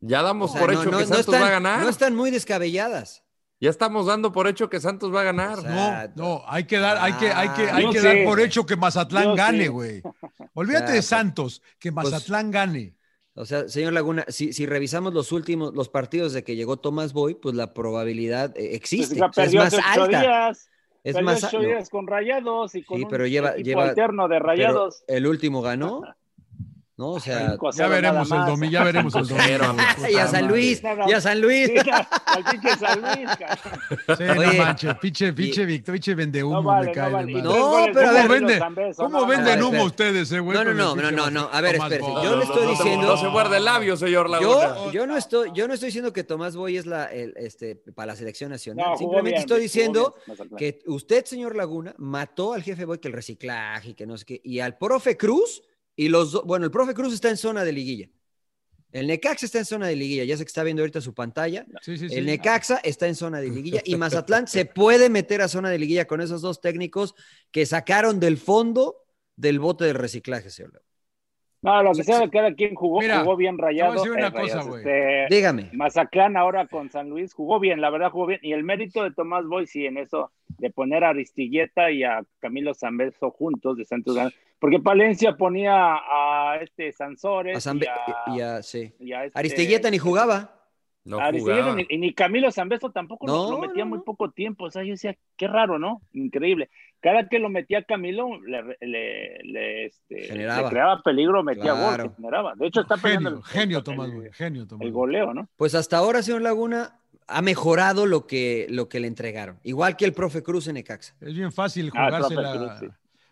[SPEAKER 3] Ya damos
[SPEAKER 1] O sea,
[SPEAKER 3] por
[SPEAKER 1] no-
[SPEAKER 3] hecho
[SPEAKER 1] no-
[SPEAKER 3] que
[SPEAKER 1] no
[SPEAKER 3] Santos
[SPEAKER 1] están-
[SPEAKER 3] va a ganar.
[SPEAKER 1] No están muy descabelladas.
[SPEAKER 3] Ya estamos dando por hecho que Santos va a ganar.
[SPEAKER 1] O sea,
[SPEAKER 2] No, no, hay que dar, hay que, hay que, hay
[SPEAKER 4] Yo
[SPEAKER 2] que
[SPEAKER 4] sí.
[SPEAKER 2] dar por hecho que Mazatlán
[SPEAKER 4] Yo
[SPEAKER 2] gane,
[SPEAKER 4] sí.
[SPEAKER 2] güey. Olvídate de
[SPEAKER 1] Claro.
[SPEAKER 2] Santos, que
[SPEAKER 1] Pues-
[SPEAKER 2] Mazatlán gane.
[SPEAKER 1] O sea, señor Laguna, si, si revisamos los últimos, los partidos de que llegó Tomás Boy, pues la probabilidad eh,
[SPEAKER 4] Pues,
[SPEAKER 1] existe.
[SPEAKER 4] hija,
[SPEAKER 1] O sea, es
[SPEAKER 4] perdió
[SPEAKER 1] más
[SPEAKER 4] hace ocho
[SPEAKER 1] alta.
[SPEAKER 4] días.
[SPEAKER 1] es
[SPEAKER 4] perdió
[SPEAKER 1] más
[SPEAKER 4] ocho
[SPEAKER 1] alta.
[SPEAKER 4] días con Rayados y con
[SPEAKER 1] Sí,
[SPEAKER 4] un
[SPEAKER 1] pero lleva-
[SPEAKER 4] equipo
[SPEAKER 1] lleva-
[SPEAKER 4] alterno de Rayados.
[SPEAKER 1] el último ganó. ¿No? O sea,
[SPEAKER 4] Cinco a
[SPEAKER 2] Ya
[SPEAKER 4] cero,
[SPEAKER 2] veremos el
[SPEAKER 4] pues, nada más.
[SPEAKER 2] domingo, ya veremos el
[SPEAKER 3] Cero,
[SPEAKER 2] domingo.
[SPEAKER 3] güey.
[SPEAKER 1] y a
[SPEAKER 3] puta
[SPEAKER 1] San
[SPEAKER 3] madre.
[SPEAKER 1] Luis, y a San Luis.
[SPEAKER 4] Sí, al pinche San Luis, cabrón.
[SPEAKER 2] Sí, no
[SPEAKER 1] Oye.
[SPEAKER 2] manches, pinche, pinche Víctor, pinche vende
[SPEAKER 4] No
[SPEAKER 2] humo,
[SPEAKER 4] vale,
[SPEAKER 2] me cae
[SPEAKER 4] no vale.
[SPEAKER 2] de
[SPEAKER 4] Y
[SPEAKER 2] madre.
[SPEAKER 1] No,
[SPEAKER 4] tres goles
[SPEAKER 1] pero a
[SPEAKER 4] de
[SPEAKER 1] ver,
[SPEAKER 4] Camilo
[SPEAKER 2] vende-
[SPEAKER 4] Zambeso,
[SPEAKER 2] ¿Cómo
[SPEAKER 4] no,
[SPEAKER 2] venden
[SPEAKER 1] no,
[SPEAKER 2] humo
[SPEAKER 1] espera.
[SPEAKER 2] ustedes, eh, güey?
[SPEAKER 1] No,
[SPEAKER 2] con
[SPEAKER 1] no,
[SPEAKER 2] el
[SPEAKER 1] no,
[SPEAKER 2] pinche
[SPEAKER 1] no, no, no. A ver,
[SPEAKER 2] Tomás
[SPEAKER 1] espérese,
[SPEAKER 2] Boy?
[SPEAKER 1] yo le estoy
[SPEAKER 3] no, no,
[SPEAKER 1] diciendo-
[SPEAKER 3] No se muerde el labio, señor Laguna.
[SPEAKER 1] Yo, yo no estoy, yo no estoy diciendo que Tomás Boy es la, el- este, para la selección nacional.
[SPEAKER 4] No, jugó
[SPEAKER 1] Simplemente
[SPEAKER 4] bien,
[SPEAKER 1] estoy
[SPEAKER 4] jugó
[SPEAKER 1] diciendo
[SPEAKER 4] bien, Mazatlán.
[SPEAKER 1] que usted, señor Laguna, mató al jefe Boy, que el reciclaje, y que no sé qué, y al profe Cruz, y los dos, bueno, el profe Cruz está en zona de liguilla. El Necaxa está en zona de liguilla, ya sé que está viendo ahorita su pantalla.
[SPEAKER 2] Sí, sí, sí.
[SPEAKER 1] El Necaxa está en zona de liguilla y Mazatlán se puede meter a zona de liguilla con esos dos técnicos que sacaron del fondo del bote de reciclaje, señor Laguna.
[SPEAKER 4] No, lo que sea de cada quien jugó,
[SPEAKER 2] Mira,
[SPEAKER 4] jugó bien rayado.
[SPEAKER 2] decir una
[SPEAKER 4] eh, Rayados,
[SPEAKER 2] cosa, güey.
[SPEAKER 4] este,
[SPEAKER 1] Dígame.
[SPEAKER 4] Mazatlán ahora con San Luis jugó bien, la verdad jugó bien. Y el mérito de Tomás Boy, sí, en eso, de poner a Aristigueta y a Camilo Zambeso juntos de Santos. Gan- Porque Palencia ponía a este Sansores.
[SPEAKER 1] A Zambe-
[SPEAKER 4] y a-
[SPEAKER 1] y a- sí.
[SPEAKER 4] y a este-
[SPEAKER 1] Aristigueta ni jugaba.
[SPEAKER 3] No
[SPEAKER 4] a Aristigueta
[SPEAKER 3] jugaba.
[SPEAKER 4] ni- Ah, y ni Camilo Zambeso tampoco lo-
[SPEAKER 1] No,
[SPEAKER 4] lo metía
[SPEAKER 1] no,
[SPEAKER 4] muy
[SPEAKER 1] no.
[SPEAKER 4] poco tiempo. O sea, yo decía, qué raro, ¿no? Increíble. Cada que lo metía Camilo, le, le- le, este,
[SPEAKER 1] Generaba.
[SPEAKER 4] le creaba peligro, metía
[SPEAKER 1] Claro.
[SPEAKER 4] gol, que generaba. De hecho, está peleando
[SPEAKER 2] Genio,
[SPEAKER 4] el-
[SPEAKER 2] genio
[SPEAKER 4] el-
[SPEAKER 2] Tomás,
[SPEAKER 4] el-
[SPEAKER 2] güey. Genio Tomás.
[SPEAKER 4] el
[SPEAKER 2] Boy.
[SPEAKER 4] goleo, ¿no?
[SPEAKER 1] Pues hasta ahora, señor Laguna, ha mejorado lo que, lo que le entregaron. Igual que el profe Cruz en Necaxa.
[SPEAKER 2] Es bien fácil
[SPEAKER 4] Ah, el
[SPEAKER 2] jugarse
[SPEAKER 4] profe
[SPEAKER 2] la...
[SPEAKER 4] Cruz, sí.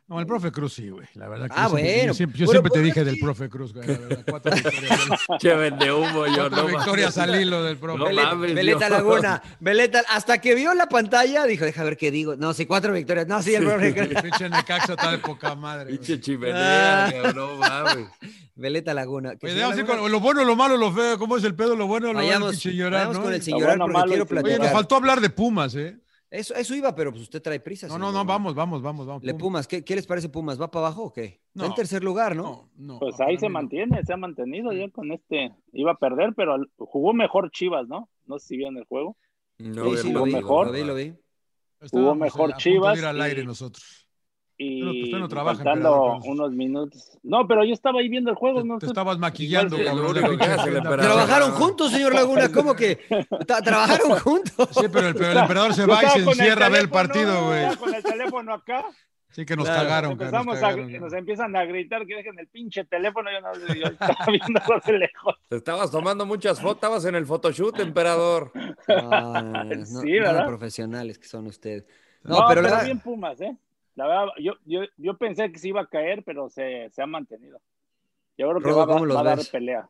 [SPEAKER 2] No, el profe Cruz sí, güey. La verdad que
[SPEAKER 1] Ah,
[SPEAKER 2] yo siempre-
[SPEAKER 1] bueno.
[SPEAKER 2] yo siempre, yo
[SPEAKER 1] Pero
[SPEAKER 2] siempre te
[SPEAKER 1] ponle
[SPEAKER 2] dije
[SPEAKER 1] aquí.
[SPEAKER 2] del profe Cruz, güey. la verdad. Cuatro victorias,
[SPEAKER 3] Che, vende humo, yo
[SPEAKER 2] cuatro
[SPEAKER 3] no.
[SPEAKER 2] victorias al hilo del profe.
[SPEAKER 3] No
[SPEAKER 1] Vele-
[SPEAKER 3] mames,
[SPEAKER 1] Veleta
[SPEAKER 3] Dios.
[SPEAKER 1] Laguna, Veleta, hasta que vio la pantalla, dijo, deja ver qué digo. No, sí, cuatro victorias. No, sí, el profe Cruz.
[SPEAKER 2] Pinche Necaxa está de poca madre. güey.
[SPEAKER 3] Pinche chimenea,
[SPEAKER 1] Ah.
[SPEAKER 3] cabrón, no mames.
[SPEAKER 1] Veleta Laguna. Que
[SPEAKER 2] Oye,
[SPEAKER 1] señor
[SPEAKER 2] digamos así,
[SPEAKER 1] Laguna,
[SPEAKER 2] con- lo bueno, lo malo, lo feo, cómo es el pedo, lo bueno, lo malo,
[SPEAKER 1] Vayamos,
[SPEAKER 2] pinche llorar,
[SPEAKER 1] vayamos
[SPEAKER 2] ¿no?
[SPEAKER 1] con el sin
[SPEAKER 4] Lo
[SPEAKER 1] llorar
[SPEAKER 4] bueno,
[SPEAKER 1] porque
[SPEAKER 4] malo y
[SPEAKER 1] quiero
[SPEAKER 4] sin llorar.
[SPEAKER 2] Oye, nos
[SPEAKER 1] platicar.
[SPEAKER 2] faltó hablar de Pumas, ¿eh?
[SPEAKER 1] Eso, eso iba, pero pues usted trae prisa.
[SPEAKER 2] No,
[SPEAKER 1] señor
[SPEAKER 2] no, no,
[SPEAKER 1] Laguna.
[SPEAKER 2] vamos, vamos, vamos, vamos.
[SPEAKER 1] Le Pumas, ¿qué, qué les parece Pumas? ¿Va para abajo o qué? Está en
[SPEAKER 2] No.
[SPEAKER 1] tercer lugar, ¿no?
[SPEAKER 2] No, no.
[SPEAKER 4] Pues
[SPEAKER 2] para
[SPEAKER 4] ahí
[SPEAKER 2] mí
[SPEAKER 4] se
[SPEAKER 2] no.
[SPEAKER 4] mantiene, se ha mantenido ya con este. Iba a perder, pero al- jugó mejor Chivas, ¿no? No sé si vieron el juego.
[SPEAKER 3] No,
[SPEAKER 1] sí,
[SPEAKER 3] veo
[SPEAKER 1] sí, lo
[SPEAKER 4] jugó
[SPEAKER 1] vi,
[SPEAKER 4] mejor.
[SPEAKER 1] lo vi, lo vi.
[SPEAKER 2] Estábamos,
[SPEAKER 4] Jugó mejor
[SPEAKER 2] eh, a punto de ir
[SPEAKER 4] Chivas
[SPEAKER 2] al
[SPEAKER 4] y-
[SPEAKER 2] aire nosotros.
[SPEAKER 4] Y
[SPEAKER 2] Pero usted no trabaja,
[SPEAKER 4] faltando
[SPEAKER 2] emperador, entonces.
[SPEAKER 4] unos minutos. No, pero yo estaba ahí viendo el juego,
[SPEAKER 2] Te,
[SPEAKER 4] no
[SPEAKER 2] te
[SPEAKER 4] sé.
[SPEAKER 2] estabas maquillando,
[SPEAKER 4] Igual
[SPEAKER 3] que-
[SPEAKER 2] cabrón,
[SPEAKER 3] lo
[SPEAKER 2] de
[SPEAKER 3] único que
[SPEAKER 2] pinche
[SPEAKER 3] hace el
[SPEAKER 2] agenda.
[SPEAKER 3] emperador.
[SPEAKER 1] Trabajaron juntos, señor Laguna, ¿cómo que? Ta- Trabajaron juntos.
[SPEAKER 2] Sí, pero el, pero el emperador se
[SPEAKER 4] Yo
[SPEAKER 2] va y
[SPEAKER 4] estaba
[SPEAKER 2] se
[SPEAKER 4] con el
[SPEAKER 2] encierra a ver el
[SPEAKER 4] teléfono,
[SPEAKER 2] partido, güey.
[SPEAKER 4] estaba Con el teléfono acá.
[SPEAKER 2] Sí, que nos
[SPEAKER 1] Claro,
[SPEAKER 2] cagaron, que nos
[SPEAKER 4] empezamos a,
[SPEAKER 2] cagaron.
[SPEAKER 4] nos empiezan a gritar que dejen el pinche teléfono. Yo, no, yo estaba viendo desde lejos.
[SPEAKER 3] Te estabas tomando muchas fotos, estabas en el photoshoot, emperador.
[SPEAKER 1] No, no, no, no,
[SPEAKER 4] Sí,
[SPEAKER 1] nada
[SPEAKER 4] ¿verdad?
[SPEAKER 1] profesionales que son ustedes.
[SPEAKER 4] No,
[SPEAKER 1] No, pero,
[SPEAKER 4] pero,
[SPEAKER 1] la verdad-
[SPEAKER 4] bien Pumas, ¿eh? La verdad, yo, yo, yo pensé que se iba a caer, pero se, se ha mantenido. Yo creo que
[SPEAKER 1] Rodo,
[SPEAKER 4] va, a-
[SPEAKER 1] ¿cómo los
[SPEAKER 4] va a dar
[SPEAKER 1] ves?
[SPEAKER 4] pelea.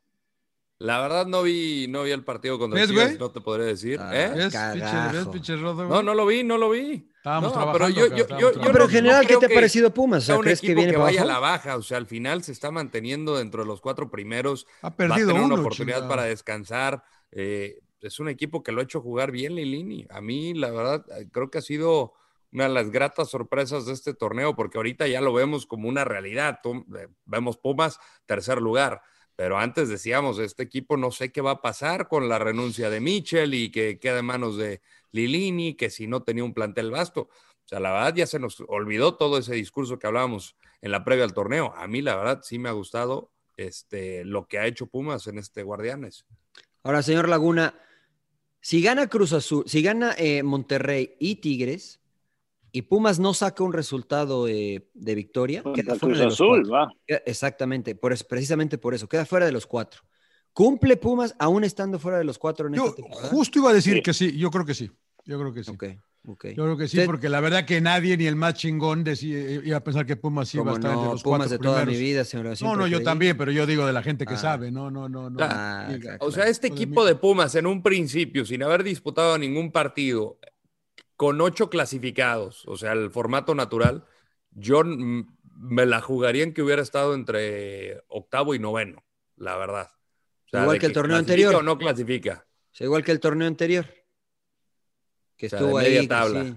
[SPEAKER 3] La verdad no vi, no vi el partido contra
[SPEAKER 2] ¿Ves,
[SPEAKER 3] Chivas,
[SPEAKER 2] güey?
[SPEAKER 3] no te podría decir.
[SPEAKER 1] Ah.
[SPEAKER 3] ¿eh?
[SPEAKER 2] ¿Ves, pinche,
[SPEAKER 1] Cagajo.
[SPEAKER 2] ves, pinche rodo,
[SPEAKER 3] No,
[SPEAKER 2] güey?
[SPEAKER 3] no lo vi, no lo vi.
[SPEAKER 2] Estábamos
[SPEAKER 3] No, pero
[SPEAKER 2] trabajando.
[SPEAKER 3] yo-
[SPEAKER 2] cabrón,
[SPEAKER 3] yo-
[SPEAKER 2] estábamos
[SPEAKER 3] yo-
[SPEAKER 1] No, pero en
[SPEAKER 2] trabajando.
[SPEAKER 1] general,
[SPEAKER 3] no
[SPEAKER 1] ¿qué
[SPEAKER 3] creo
[SPEAKER 1] te ha
[SPEAKER 3] que
[SPEAKER 1] parecido Pumas? O sea,
[SPEAKER 3] Sea un
[SPEAKER 1] ¿crees que
[SPEAKER 3] equipo que,
[SPEAKER 1] viene para
[SPEAKER 3] vaya a la
[SPEAKER 1] abajo?
[SPEAKER 3] baja, o sea, al final se está manteniendo dentro de los cuatro primeros,
[SPEAKER 2] Ha
[SPEAKER 3] va a
[SPEAKER 2] perdido
[SPEAKER 3] tener
[SPEAKER 2] uno,
[SPEAKER 3] una oportunidad
[SPEAKER 2] chingado.
[SPEAKER 3] para descansar. eh, es un equipo que lo ha hecho jugar bien Lilini. A mí, la verdad, eh, creo que ha sido una de las gratas sorpresas de este torneo, porque ahorita ya lo vemos como una realidad. Tú- eh, Vemos Pumas, tercer lugar. Pero antes decíamos, este equipo no sé qué va a pasar con la renuncia de Mitchell y que queda en manos de Lilini, que si no tenía un plantel vasto. O sea, la verdad ya se nos olvidó todo ese discurso que hablábamos en la previa al torneo. A mí, la verdad, sí me ha gustado este, lo que ha hecho Pumas en este Guardianes.
[SPEAKER 1] Ahora, señor Laguna, si gana Cruz Azul, si gana eh, Monterrey y Tigres, y Pumas no saca un resultado eh, de victoria,
[SPEAKER 4] Contra
[SPEAKER 1] queda fuera
[SPEAKER 4] Cruz
[SPEAKER 1] de los
[SPEAKER 4] Azul,
[SPEAKER 1] cuatro.
[SPEAKER 4] va.
[SPEAKER 1] Queda- Exactamente, por eso- precisamente por eso, queda fuera de los cuatro. ¿Cumple Pumas aún estando fuera de los cuatro en
[SPEAKER 2] Yo
[SPEAKER 1] esta temporada?
[SPEAKER 2] justo iba a decir
[SPEAKER 4] Sí.
[SPEAKER 2] que sí, yo creo que sí. Yo creo que sí.
[SPEAKER 1] Ok, ok.
[SPEAKER 2] Yo creo que sí,
[SPEAKER 1] Usted-
[SPEAKER 2] porque la verdad que nadie, ni el más chingón, decía, iba a pensar que Pumas sí iba a
[SPEAKER 1] Como
[SPEAKER 2] estar entre
[SPEAKER 1] no,
[SPEAKER 2] los
[SPEAKER 1] Pumas
[SPEAKER 2] cuatro
[SPEAKER 1] de toda
[SPEAKER 2] primeros.
[SPEAKER 1] mi vida, señor Laguna,
[SPEAKER 2] no,
[SPEAKER 1] siempre
[SPEAKER 2] no, yo
[SPEAKER 1] creí.
[SPEAKER 2] también, pero yo digo de la gente que
[SPEAKER 1] Ah.
[SPEAKER 2] sabe. No, no, no, no.
[SPEAKER 1] Ah,
[SPEAKER 2] no.
[SPEAKER 1] exacto.
[SPEAKER 3] O sea, este
[SPEAKER 2] Joder,
[SPEAKER 3] equipo de
[SPEAKER 2] Mitchell.
[SPEAKER 3] Pumas en un principio, sin haber disputado ningún partido, con ocho clasificados, o sea, el formato natural, yo mm, me la jugaría en que hubiera estado entre octavo y noveno, la verdad. O sea,
[SPEAKER 1] Igual
[SPEAKER 3] de
[SPEAKER 1] que el torneo
[SPEAKER 3] clasifica
[SPEAKER 1] anterior.
[SPEAKER 3] o no clasifica.
[SPEAKER 1] O sea, igual que el torneo anterior. Que
[SPEAKER 3] O sea, de
[SPEAKER 1] estuvo
[SPEAKER 3] media
[SPEAKER 1] ahí.
[SPEAKER 3] tabla.
[SPEAKER 1] sí.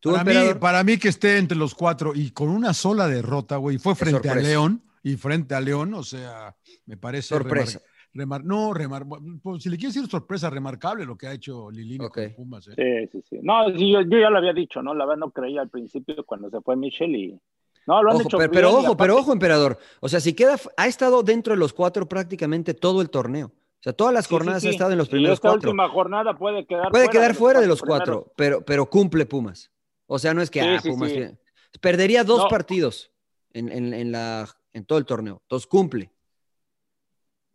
[SPEAKER 1] ¿Tú,
[SPEAKER 2] Para mí,
[SPEAKER 1] emperador?
[SPEAKER 2] para mí que esté entre los cuatro y con una sola derrota, güey, fue frente a
[SPEAKER 1] sorpresa.
[SPEAKER 2] León y frente a León, o sea, me parece
[SPEAKER 1] Sorpresa.
[SPEAKER 2] remar- remar- no, remar- pues, si le quieres decir sorpresa, remarcable lo que ha hecho Lilini
[SPEAKER 1] Ok.
[SPEAKER 2] con Pumas. ¿eh?
[SPEAKER 4] Sí, sí, sí. No, sí, yo, yo ya lo había dicho, ¿no? La verdad no creía al principio cuando se fue Michel y. No, lo han
[SPEAKER 1] Ojo,
[SPEAKER 4] hecho
[SPEAKER 1] pero,
[SPEAKER 4] bien,
[SPEAKER 1] pero
[SPEAKER 4] y
[SPEAKER 1] ojo,
[SPEAKER 4] aparte-
[SPEAKER 1] pero ojo, emperador. O sea, si queda, ha estado dentro de los cuatro prácticamente todo el torneo. O sea, todas las
[SPEAKER 4] sí,
[SPEAKER 1] jornadas
[SPEAKER 4] sí,
[SPEAKER 1] ha
[SPEAKER 4] sí.
[SPEAKER 1] estado en los
[SPEAKER 4] Y
[SPEAKER 1] primeros
[SPEAKER 4] esta
[SPEAKER 1] cuatro.
[SPEAKER 4] última jornada puede quedar
[SPEAKER 1] Puede quedar fuera de los
[SPEAKER 4] primeros.
[SPEAKER 1] cuatro, pero, pero cumple Pumas. O sea, no es que
[SPEAKER 4] Sí,
[SPEAKER 1] ah,
[SPEAKER 4] sí,
[SPEAKER 1] Pumas.
[SPEAKER 4] sí.
[SPEAKER 1] bien. Perdería dos
[SPEAKER 4] No.
[SPEAKER 1] partidos en, en- en la, en todo el torneo. Entonces cumple.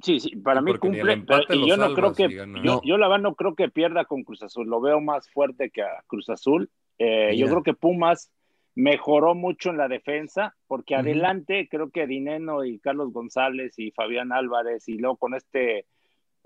[SPEAKER 4] Sí, sí, para
[SPEAKER 3] Sí,
[SPEAKER 4] mí
[SPEAKER 3] porque ni el
[SPEAKER 4] cumple.
[SPEAKER 3] empate
[SPEAKER 4] pero-
[SPEAKER 3] lo
[SPEAKER 4] y yo no
[SPEAKER 3] salvas
[SPEAKER 4] creo
[SPEAKER 3] y
[SPEAKER 4] que.
[SPEAKER 3] ganas.
[SPEAKER 4] Yo,
[SPEAKER 1] No.
[SPEAKER 4] yo la verdad no creo que pierda con Cruz Azul. Lo veo más fuerte que a Cruz Azul. Eh, yo
[SPEAKER 1] Mira.
[SPEAKER 4] creo que Pumas mejoró mucho en la defensa, porque
[SPEAKER 1] Ujú.
[SPEAKER 4] adelante creo que Dineno y Carlos González y Fabián Álvarez y luego con este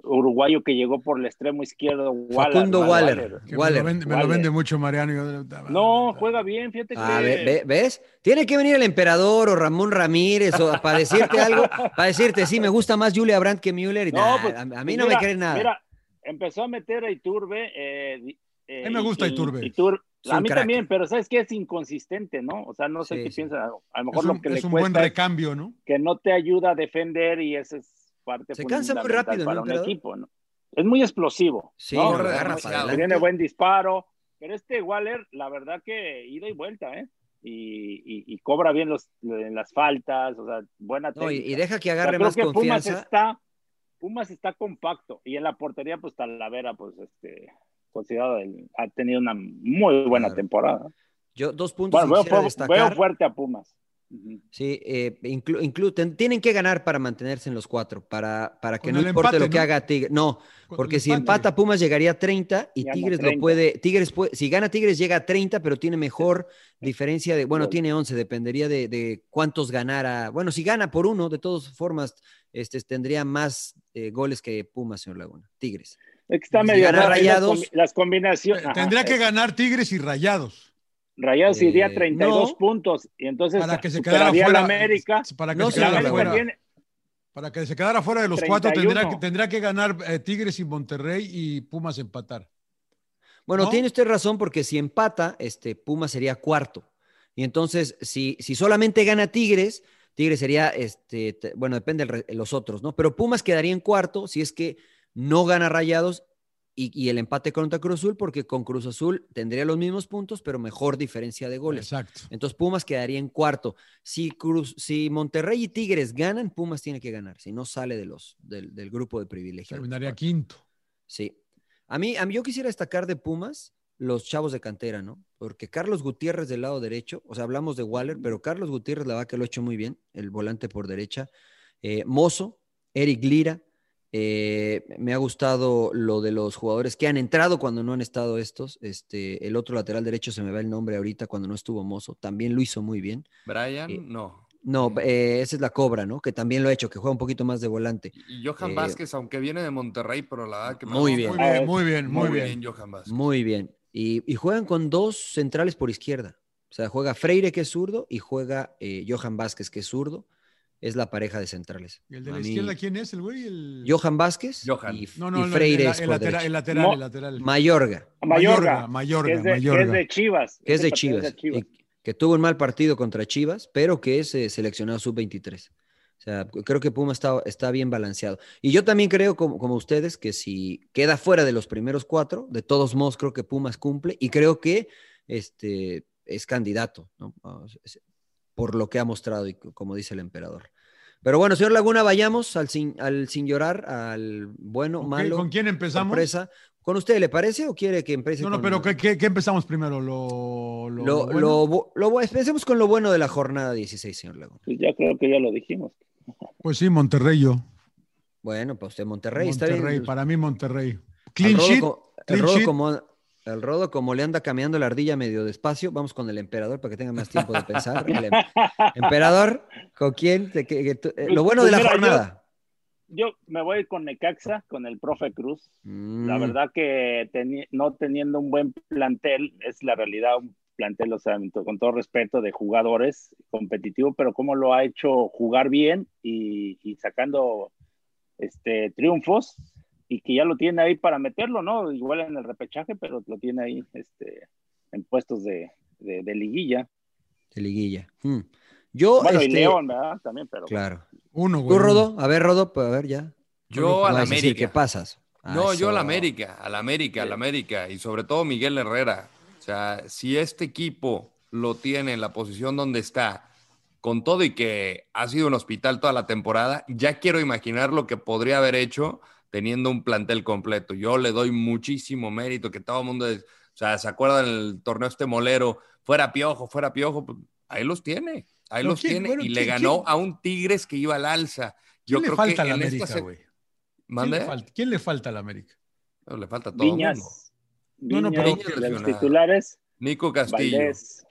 [SPEAKER 4] uruguayo que llegó por el extremo izquierdo, Waller,
[SPEAKER 1] Facundo
[SPEAKER 4] ¿no?
[SPEAKER 1] Waller.
[SPEAKER 2] Que me,
[SPEAKER 1] Waller.
[SPEAKER 2] lo vende, me lo
[SPEAKER 4] Waller.
[SPEAKER 2] vende mucho Mariano. yo- ah,
[SPEAKER 4] No, juega bien, fíjate que.
[SPEAKER 1] A ver, Ah, ve- ¿ves? Tiene que venir el emperador o Ramón Ramírez o para decirte algo, para decirte, sí, me gusta más Julia Brandt que Müller. Y nah,
[SPEAKER 4] pues,
[SPEAKER 1] a, a mí
[SPEAKER 4] pues
[SPEAKER 1] no
[SPEAKER 4] mira,
[SPEAKER 1] me creen nada.
[SPEAKER 4] Mira, empezó a meter a Iturbe. eh, di- eh,
[SPEAKER 2] A mí me gusta Iturbe.
[SPEAKER 4] Itur-
[SPEAKER 1] Es
[SPEAKER 4] A
[SPEAKER 1] un
[SPEAKER 4] mí
[SPEAKER 1] crack.
[SPEAKER 4] también, pero sabes que es inconsistente, ¿no? O sea, no sé
[SPEAKER 1] Sí,
[SPEAKER 4] qué
[SPEAKER 1] sí.
[SPEAKER 4] piensan. A lo
[SPEAKER 2] Es
[SPEAKER 4] mejor
[SPEAKER 2] un,
[SPEAKER 4] lo que le
[SPEAKER 2] es un buen
[SPEAKER 4] cuesta es
[SPEAKER 2] recambio, ¿no?
[SPEAKER 4] que no te ayuda a defender y esa es parte
[SPEAKER 1] Se cansa muy
[SPEAKER 4] fundamental
[SPEAKER 1] rápido, ¿no,
[SPEAKER 4] para un
[SPEAKER 1] emperador?
[SPEAKER 4] equipo, ¿no? Es muy explosivo.
[SPEAKER 1] Sí,
[SPEAKER 4] ¿no?
[SPEAKER 1] lo
[SPEAKER 4] O sea,
[SPEAKER 1] agarra
[SPEAKER 4] no-
[SPEAKER 1] para adelante.
[SPEAKER 4] tiene buen disparo, pero este Waller, la verdad que ida y vuelta, ¿eh? Y, y- y cobra bien los, las faltas, o sea, buena
[SPEAKER 1] No, y,
[SPEAKER 4] técnica.
[SPEAKER 1] y deja que
[SPEAKER 4] O sea,
[SPEAKER 1] agarre
[SPEAKER 4] creo
[SPEAKER 1] más
[SPEAKER 4] que
[SPEAKER 1] confianza.
[SPEAKER 4] Pumas está, Pumas está compacto y en la portería pues Talavera pues este considerado el- ha tenido una muy buena
[SPEAKER 1] Claro.
[SPEAKER 4] temporada.
[SPEAKER 1] Yo dos puntos
[SPEAKER 4] Bueno, veo,
[SPEAKER 1] quisiera
[SPEAKER 4] fu-
[SPEAKER 1] destacar.
[SPEAKER 4] veo fuerte a Pumas.
[SPEAKER 1] Ujú. Sí, eh, inclu- inclu- ten- tienen que ganar para mantenerse en los cuatro, para, para que
[SPEAKER 2] Con
[SPEAKER 1] no
[SPEAKER 2] el
[SPEAKER 1] importe
[SPEAKER 2] empate,
[SPEAKER 1] lo que
[SPEAKER 2] ¿no?
[SPEAKER 1] haga Tigres. No,
[SPEAKER 2] Con
[SPEAKER 1] porque
[SPEAKER 2] el
[SPEAKER 1] si
[SPEAKER 2] empate.
[SPEAKER 1] empata Pumas llegaría a 30 y
[SPEAKER 4] Gana
[SPEAKER 1] Tigres lo
[SPEAKER 4] 30.
[SPEAKER 1] puede, Tigres puede, si gana Tigres llega a 30, pero tiene mejor diferencia de, bueno,
[SPEAKER 4] Gol.
[SPEAKER 1] tiene 11, dependería de, de cuántos ganara. Bueno, si gana por uno, de todas formas, este, tendría más eh, goles que Pumas, señor Laguna. Tigres.
[SPEAKER 4] Es que está
[SPEAKER 1] Si
[SPEAKER 4] medio
[SPEAKER 1] Pues gana
[SPEAKER 4] raro ahí las,
[SPEAKER 1] Rayados-
[SPEAKER 4] combi- las combinaciones.
[SPEAKER 2] Eh,
[SPEAKER 4] ajá,
[SPEAKER 2] Tendría que
[SPEAKER 4] eh,
[SPEAKER 2] ganar Tigres y Rayados
[SPEAKER 4] Rayados iría
[SPEAKER 1] Eh,
[SPEAKER 4] 32
[SPEAKER 1] no.
[SPEAKER 4] puntos y entonces
[SPEAKER 2] para que se quedara
[SPEAKER 4] superaría
[SPEAKER 2] fuera.
[SPEAKER 4] la América.
[SPEAKER 2] Para que
[SPEAKER 1] No
[SPEAKER 2] se
[SPEAKER 1] sé,
[SPEAKER 4] La
[SPEAKER 1] claro,
[SPEAKER 2] quedara
[SPEAKER 4] América
[SPEAKER 2] fuera.
[SPEAKER 4] tiene-
[SPEAKER 2] Para que se quedara fuera de los cuatro,
[SPEAKER 4] 31.
[SPEAKER 2] tendrá que, tendrá que ganar eh, Tigres y Monterrey y Pumas empatar.
[SPEAKER 1] Bueno,
[SPEAKER 2] ¿No?
[SPEAKER 1] tiene usted razón porque si empata, este, Pumas sería cuarto. Y entonces, si, si solamente gana Tigres, Tigres sería, este, te- bueno, depende de los otros, ¿no? Pero Pumas quedaría en cuarto si es que no gana Rayados y, y el empate contra Cruz Azul, porque con Cruz Azul tendría los mismos puntos, pero mejor diferencia de goles.
[SPEAKER 2] Exacto.
[SPEAKER 1] Entonces Pumas quedaría en cuarto. Si, Cruz, si Monterrey y Tigres ganan, Pumas tiene que ganar, si no sale de los, del, del grupo de privilegiados.
[SPEAKER 2] Terminaría quinto.
[SPEAKER 1] Sí. A mí, a mí yo quisiera destacar de Pumas los chavos de cantera, ¿no? Porque Carlos Gutiérrez del lado derecho, o sea, hablamos de Waller, pero Carlos Gutiérrez, la verdad que lo ha hecho muy bien, el volante por derecha. Eh, Mozo, Eric Lira. eh, me ha gustado lo de los jugadores que han entrado cuando no han estado estos. Este, el otro lateral derecho se me va el nombre ahorita cuando no estuvo Mozo. También lo hizo muy bien.
[SPEAKER 3] Brian,
[SPEAKER 1] Eh,
[SPEAKER 3] no.
[SPEAKER 1] No, eh, esa es la cobra, ¿no? Que también lo ha hecho, que juega un poquito más de volante.
[SPEAKER 3] Y Johan
[SPEAKER 1] eh,
[SPEAKER 3] Vázquez, aunque viene de Monterrey, pero la verdad que me-
[SPEAKER 1] Muy bien.
[SPEAKER 2] Muy
[SPEAKER 4] Ah,
[SPEAKER 2] bien, muy bien, muy
[SPEAKER 3] muy
[SPEAKER 2] bien.
[SPEAKER 3] bien Johan Vázquez.
[SPEAKER 1] Muy bien. Y, y juegan con dos centrales por izquierda. O sea, juega Freire, que es zurdo, y juega eh, Johan Vázquez, que es zurdo. Es la pareja de centrales.
[SPEAKER 2] ¿Y el de
[SPEAKER 1] A
[SPEAKER 2] la
[SPEAKER 1] mí,
[SPEAKER 2] izquierda quién es el güey? El...
[SPEAKER 1] Johan Vázquez
[SPEAKER 3] Johan.
[SPEAKER 1] Y,
[SPEAKER 2] no, no,
[SPEAKER 1] y
[SPEAKER 2] no,
[SPEAKER 1] Freire
[SPEAKER 2] el,
[SPEAKER 1] es
[SPEAKER 2] el
[SPEAKER 1] por
[SPEAKER 2] lateral,
[SPEAKER 1] derecha.
[SPEAKER 2] el lateral,
[SPEAKER 4] Mo-
[SPEAKER 2] el lateral.
[SPEAKER 1] Mayorga,
[SPEAKER 4] Mayorga, que
[SPEAKER 2] Mayorga,
[SPEAKER 4] es de, que
[SPEAKER 2] Mayorga.
[SPEAKER 4] es de Chivas.
[SPEAKER 1] que es
[SPEAKER 4] Ese
[SPEAKER 1] de
[SPEAKER 4] partido
[SPEAKER 1] Chivas, y que tuvo un mal partido contra Chivas, pero que es eh, seleccionado sub-23. O sea, creo que Puma está, está bien balanceado. Y yo también creo, como, como ustedes, que si queda fuera de los primeros cuatro, de todos modos creo que Pumas cumple y creo que este, es candidato, ¿no? O sea, es- por lo que ha mostrado y co- como dice el emperador. Pero bueno, señor Laguna, vayamos al sin, al sin llorar, al bueno,
[SPEAKER 2] Ok,
[SPEAKER 1] malo,
[SPEAKER 2] ¿Con quién empezamos?
[SPEAKER 1] sorpresa. ¿Con usted le parece o quiere que empiece
[SPEAKER 2] No, no,
[SPEAKER 1] con-
[SPEAKER 2] pero ¿qué, qué, qué empezamos primero? ¿Lo, lo,
[SPEAKER 1] lo,
[SPEAKER 2] bueno?
[SPEAKER 1] lo bu- lo bu- pensemos con lo bueno de la jornada 16, señor Laguna.
[SPEAKER 4] Pues ya creo que ya lo dijimos.
[SPEAKER 2] Pues sí, Monterrey yo.
[SPEAKER 1] Bueno, para usted Monterrey, está
[SPEAKER 2] Monterrey,
[SPEAKER 1] bien.
[SPEAKER 2] para mí Monterrey.
[SPEAKER 1] Al
[SPEAKER 2] Clean
[SPEAKER 1] rodo
[SPEAKER 2] sheet.
[SPEAKER 1] co- el
[SPEAKER 2] clean
[SPEAKER 1] rodo
[SPEAKER 2] sheet.
[SPEAKER 1] como, el rodo como le anda caminando la ardilla medio despacio, vamos con el emperador para que tenga más tiempo de pensar. El em- emperador, ¿con quién? te- que- que tú- eh, lo bueno de la
[SPEAKER 4] Mira, yo-
[SPEAKER 1] jornada.
[SPEAKER 4] Yo me voy con Necaxa, con el profe Cruz. La
[SPEAKER 1] Mm,
[SPEAKER 4] verdad que teni- no teniendo un buen plantel, es la realidad, un plantel, o sea, en to- con todo respeto, de jugadores competitivo, pero cómo lo ha hecho jugar bien y, y sacando este triunfos y que ya lo tiene ahí para meterlo, ¿no? Igual en el repechaje, pero lo tiene ahí este, en puestos de, de- de liguilla.
[SPEAKER 1] de liguilla. Mm. Yo,
[SPEAKER 4] Bueno, y
[SPEAKER 1] este,
[SPEAKER 4] León, ¿verdad? También, pero...
[SPEAKER 1] Claro.
[SPEAKER 2] Uno,
[SPEAKER 1] Tú,
[SPEAKER 2] güey.
[SPEAKER 1] Rodo, a ver, Rodo, pues, a ver ya.
[SPEAKER 3] Yo al
[SPEAKER 1] No vas a decir
[SPEAKER 3] América.
[SPEAKER 1] ¿Qué pasas? Ah,
[SPEAKER 3] No, yo al
[SPEAKER 1] eso.
[SPEAKER 3] América, al América, al América y sobre todo Miguel Herrera. O sea, si este equipo lo tiene en la posición donde está, con todo y que ha sido un hospital toda la temporada, ya quiero imaginar lo que podría haber hecho teniendo un plantel completo. Yo le doy muchísimo mérito que todo el mundo, es- o sea, se acuerdan el torneo este molero, fuera piojo, fuera piojo, Pues, ahí los tiene, ahí
[SPEAKER 2] Pero
[SPEAKER 3] los
[SPEAKER 2] ¿quién?
[SPEAKER 3] tiene
[SPEAKER 2] Bueno,
[SPEAKER 3] y le
[SPEAKER 2] ¿quién-
[SPEAKER 3] ganó
[SPEAKER 2] quién?
[SPEAKER 3] a un Tigres que iba al alza. Yo
[SPEAKER 2] ¿Quién le
[SPEAKER 3] creo
[SPEAKER 2] falta a
[SPEAKER 3] que
[SPEAKER 2] la
[SPEAKER 3] en esta
[SPEAKER 2] América,
[SPEAKER 3] se-
[SPEAKER 2] güey? ¿Quién,
[SPEAKER 3] ¿Mande?
[SPEAKER 2] le falta- quién le falta a la América?
[SPEAKER 3] No, le falta todo. mundo.
[SPEAKER 4] Viñas.
[SPEAKER 2] No, no,
[SPEAKER 4] Viñas,
[SPEAKER 2] pero-
[SPEAKER 4] de los
[SPEAKER 3] Lesionado.
[SPEAKER 4] titulares.
[SPEAKER 3] Nico Castillo.
[SPEAKER 4] Valdés.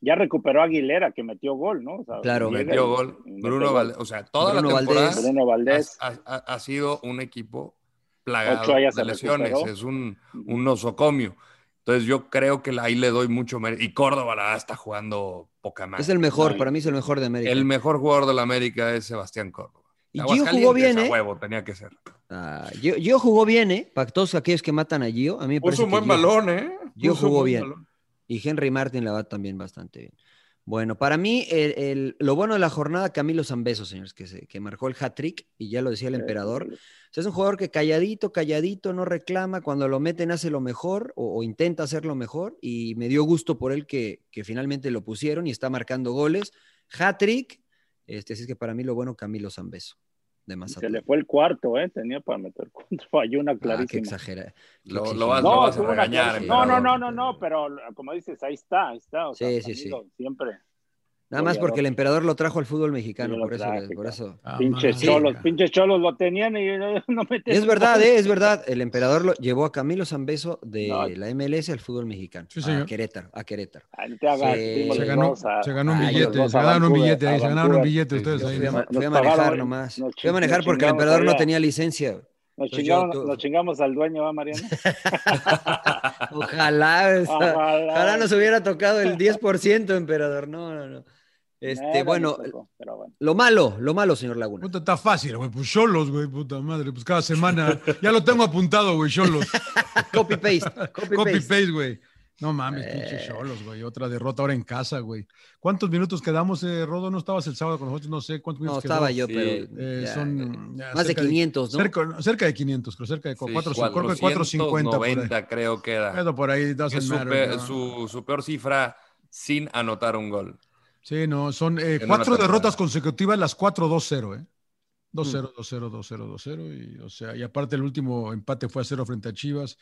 [SPEAKER 4] Ya recuperó a Aguilera, que metió gol, ¿no? O sea,
[SPEAKER 1] Claro.
[SPEAKER 4] llega y-
[SPEAKER 3] Metió gol.
[SPEAKER 4] y mete
[SPEAKER 3] Bruno
[SPEAKER 4] gol.
[SPEAKER 3] Valdés. O sea, toda
[SPEAKER 1] Bruno
[SPEAKER 3] la temporada
[SPEAKER 1] Valdés.
[SPEAKER 4] Bruno Valdés.
[SPEAKER 3] ha, ha- ha sido un equipo plagado
[SPEAKER 4] Ochoa ya se
[SPEAKER 3] de lesiones.
[SPEAKER 4] recuperó.
[SPEAKER 3] Es un, un nosocomio. Entonces yo creo que la- ahí le doy mucho mérito. Y Córdoba la verdad, está jugando poca más.
[SPEAKER 1] Es el mejor,
[SPEAKER 4] No,
[SPEAKER 1] para mí es el mejor de América.
[SPEAKER 3] El mejor jugador de la América es Sebastián Córdoba.
[SPEAKER 1] y Gio
[SPEAKER 3] Aguascalientes,
[SPEAKER 1] jugó bien,
[SPEAKER 3] a
[SPEAKER 1] ¿eh?
[SPEAKER 3] huevo, tenía que ser.
[SPEAKER 1] Ah, Gio, Gio jugó bien, ¿eh? Para todos aquellos que matan a Gio, a mí me parece
[SPEAKER 3] Puso un
[SPEAKER 1] que
[SPEAKER 3] buen
[SPEAKER 1] Gio-
[SPEAKER 3] balón, ¿eh?
[SPEAKER 1] Gio
[SPEAKER 3] Puso un
[SPEAKER 1] jugó
[SPEAKER 3] buen
[SPEAKER 1] bien.
[SPEAKER 3] balón.
[SPEAKER 1] Y Henry Martin la va también bastante bien. Bueno, para mí, el- el- lo bueno de la jornada, Camilo Zambeso, señores, que, se- que marcó el hat-trick, y ya lo decía el emperador.
[SPEAKER 4] eh,
[SPEAKER 1] O sea, es un jugador que calladito, calladito, no reclama, cuando lo meten hace lo mejor o, o intenta hacer lo mejor, y me dio gusto por él que, que finalmente lo pusieron y está marcando goles. Hat-trick, este, así es que para mí lo bueno, Camilo Zambeso, de
[SPEAKER 4] Se
[SPEAKER 1] Mazatlán.
[SPEAKER 4] le fue el cuarto, ¿eh? Tenía para meter cuatro. Falló una
[SPEAKER 1] Ah, qué
[SPEAKER 4] clarísima.
[SPEAKER 1] exagera. qué
[SPEAKER 3] Lo,
[SPEAKER 1] exigente.
[SPEAKER 3] lo vas, lo
[SPEAKER 4] no,
[SPEAKER 3] vas a
[SPEAKER 4] tuvo una
[SPEAKER 3] regañar.
[SPEAKER 4] clarísima.
[SPEAKER 1] emperador.
[SPEAKER 4] no, no,
[SPEAKER 3] emperador.
[SPEAKER 4] no, no, no, pero como dices, ahí está, ahí está. O sea,
[SPEAKER 1] Sí, sí,
[SPEAKER 4] Camilo Siempre.
[SPEAKER 1] Nada más porque el emperador lo trajo al fútbol mexicano,
[SPEAKER 4] Yo lo
[SPEAKER 1] por eso,
[SPEAKER 4] traje,
[SPEAKER 1] por eso.
[SPEAKER 2] Ah,
[SPEAKER 4] Pinches
[SPEAKER 2] madre.
[SPEAKER 4] cholos, pinches cholos lo tenían y no, no
[SPEAKER 1] Y
[SPEAKER 4] metían.
[SPEAKER 1] es verdad, ¿eh? es verdad. El emperador lo llevó a Camilo Zambeso de
[SPEAKER 4] No.
[SPEAKER 1] la MLS al fútbol mexicano.
[SPEAKER 2] Sí,
[SPEAKER 1] a
[SPEAKER 2] señor.
[SPEAKER 1] Querétaro, a Querétaro.
[SPEAKER 4] Ay, te hagas,
[SPEAKER 1] Sí.
[SPEAKER 4] primo,
[SPEAKER 2] Se
[SPEAKER 4] los
[SPEAKER 2] ganó,
[SPEAKER 4] dos a-
[SPEAKER 2] se ganó un
[SPEAKER 4] Ay,
[SPEAKER 2] billete,
[SPEAKER 4] los dos
[SPEAKER 2] se
[SPEAKER 4] a
[SPEAKER 2] ganaron un
[SPEAKER 4] Vancouver,
[SPEAKER 2] billete ahí,
[SPEAKER 4] a
[SPEAKER 2] se ganaron un
[SPEAKER 4] Vancouver.
[SPEAKER 2] billete ustedes
[SPEAKER 1] Fui
[SPEAKER 2] ahí.
[SPEAKER 1] a,
[SPEAKER 2] nada más.
[SPEAKER 1] fui a
[SPEAKER 4] nos
[SPEAKER 1] manejar
[SPEAKER 4] pagaron,
[SPEAKER 1] nomás. Fui a
[SPEAKER 4] nos chin-
[SPEAKER 1] manejar
[SPEAKER 4] nos
[SPEAKER 1] porque el
[SPEAKER 4] chingamos
[SPEAKER 1] emperador no
[SPEAKER 4] allá.
[SPEAKER 1] tenía licencia. Pues
[SPEAKER 4] Nos chingamos,
[SPEAKER 1] yo-
[SPEAKER 4] nos chingamos al dueño, ¿va, Mariano?
[SPEAKER 1] Ojalá, o sea,
[SPEAKER 4] Ojalá.
[SPEAKER 1] ojalá nos hubiera tocado el 10%, emperador. No, no, no. Este,
[SPEAKER 4] Eh,
[SPEAKER 1] bueno,
[SPEAKER 4] nos tocó, pero bueno.
[SPEAKER 1] lo malo, lo malo, señor Laguna.
[SPEAKER 2] Puta, está fácil, güey. Pues Cholos, güey, puta madre. Pues cada semana. Ya lo tengo apuntado, güey, Cholos.
[SPEAKER 1] Copy paste, copy paste.
[SPEAKER 2] Copy-paste, güey. No mames,
[SPEAKER 1] Eh.
[SPEAKER 2] pinche Cholos, güey. Otra derrota ahora en casa, güey. ¿Cuántos minutos quedamos, eh, Rodo? ¿No estabas el sábado con nosotros? No sé cuántos
[SPEAKER 1] No,
[SPEAKER 2] minutos
[SPEAKER 1] estaba yo,
[SPEAKER 3] Sí,
[SPEAKER 1] pero
[SPEAKER 2] Eh,
[SPEAKER 1] ya,
[SPEAKER 2] son
[SPEAKER 1] eh,
[SPEAKER 2] ya,
[SPEAKER 1] más de
[SPEAKER 2] cerca
[SPEAKER 1] 500, ¿no?
[SPEAKER 2] Cerca, cerca de 500, creo, cerca de
[SPEAKER 3] Sí,
[SPEAKER 2] 4, 450 por ahí.
[SPEAKER 3] 490 creo que era.
[SPEAKER 2] Pero por ahí
[SPEAKER 3] Que
[SPEAKER 2] doesn't
[SPEAKER 3] es su,
[SPEAKER 2] matter,
[SPEAKER 3] pe-
[SPEAKER 2] ¿no?
[SPEAKER 3] su- su peor cifra sin anotar un gol.
[SPEAKER 2] Sí, no, son eh,
[SPEAKER 3] En una
[SPEAKER 2] cuatro
[SPEAKER 3] temporada.
[SPEAKER 2] derrotas consecutivas, las 4-2-0, ¿eh?
[SPEAKER 1] Mm.
[SPEAKER 2] 2-0, 2-0, 2-0, 2-0. Y, o sea, y aparte el último empate fue a cero frente a Chivas.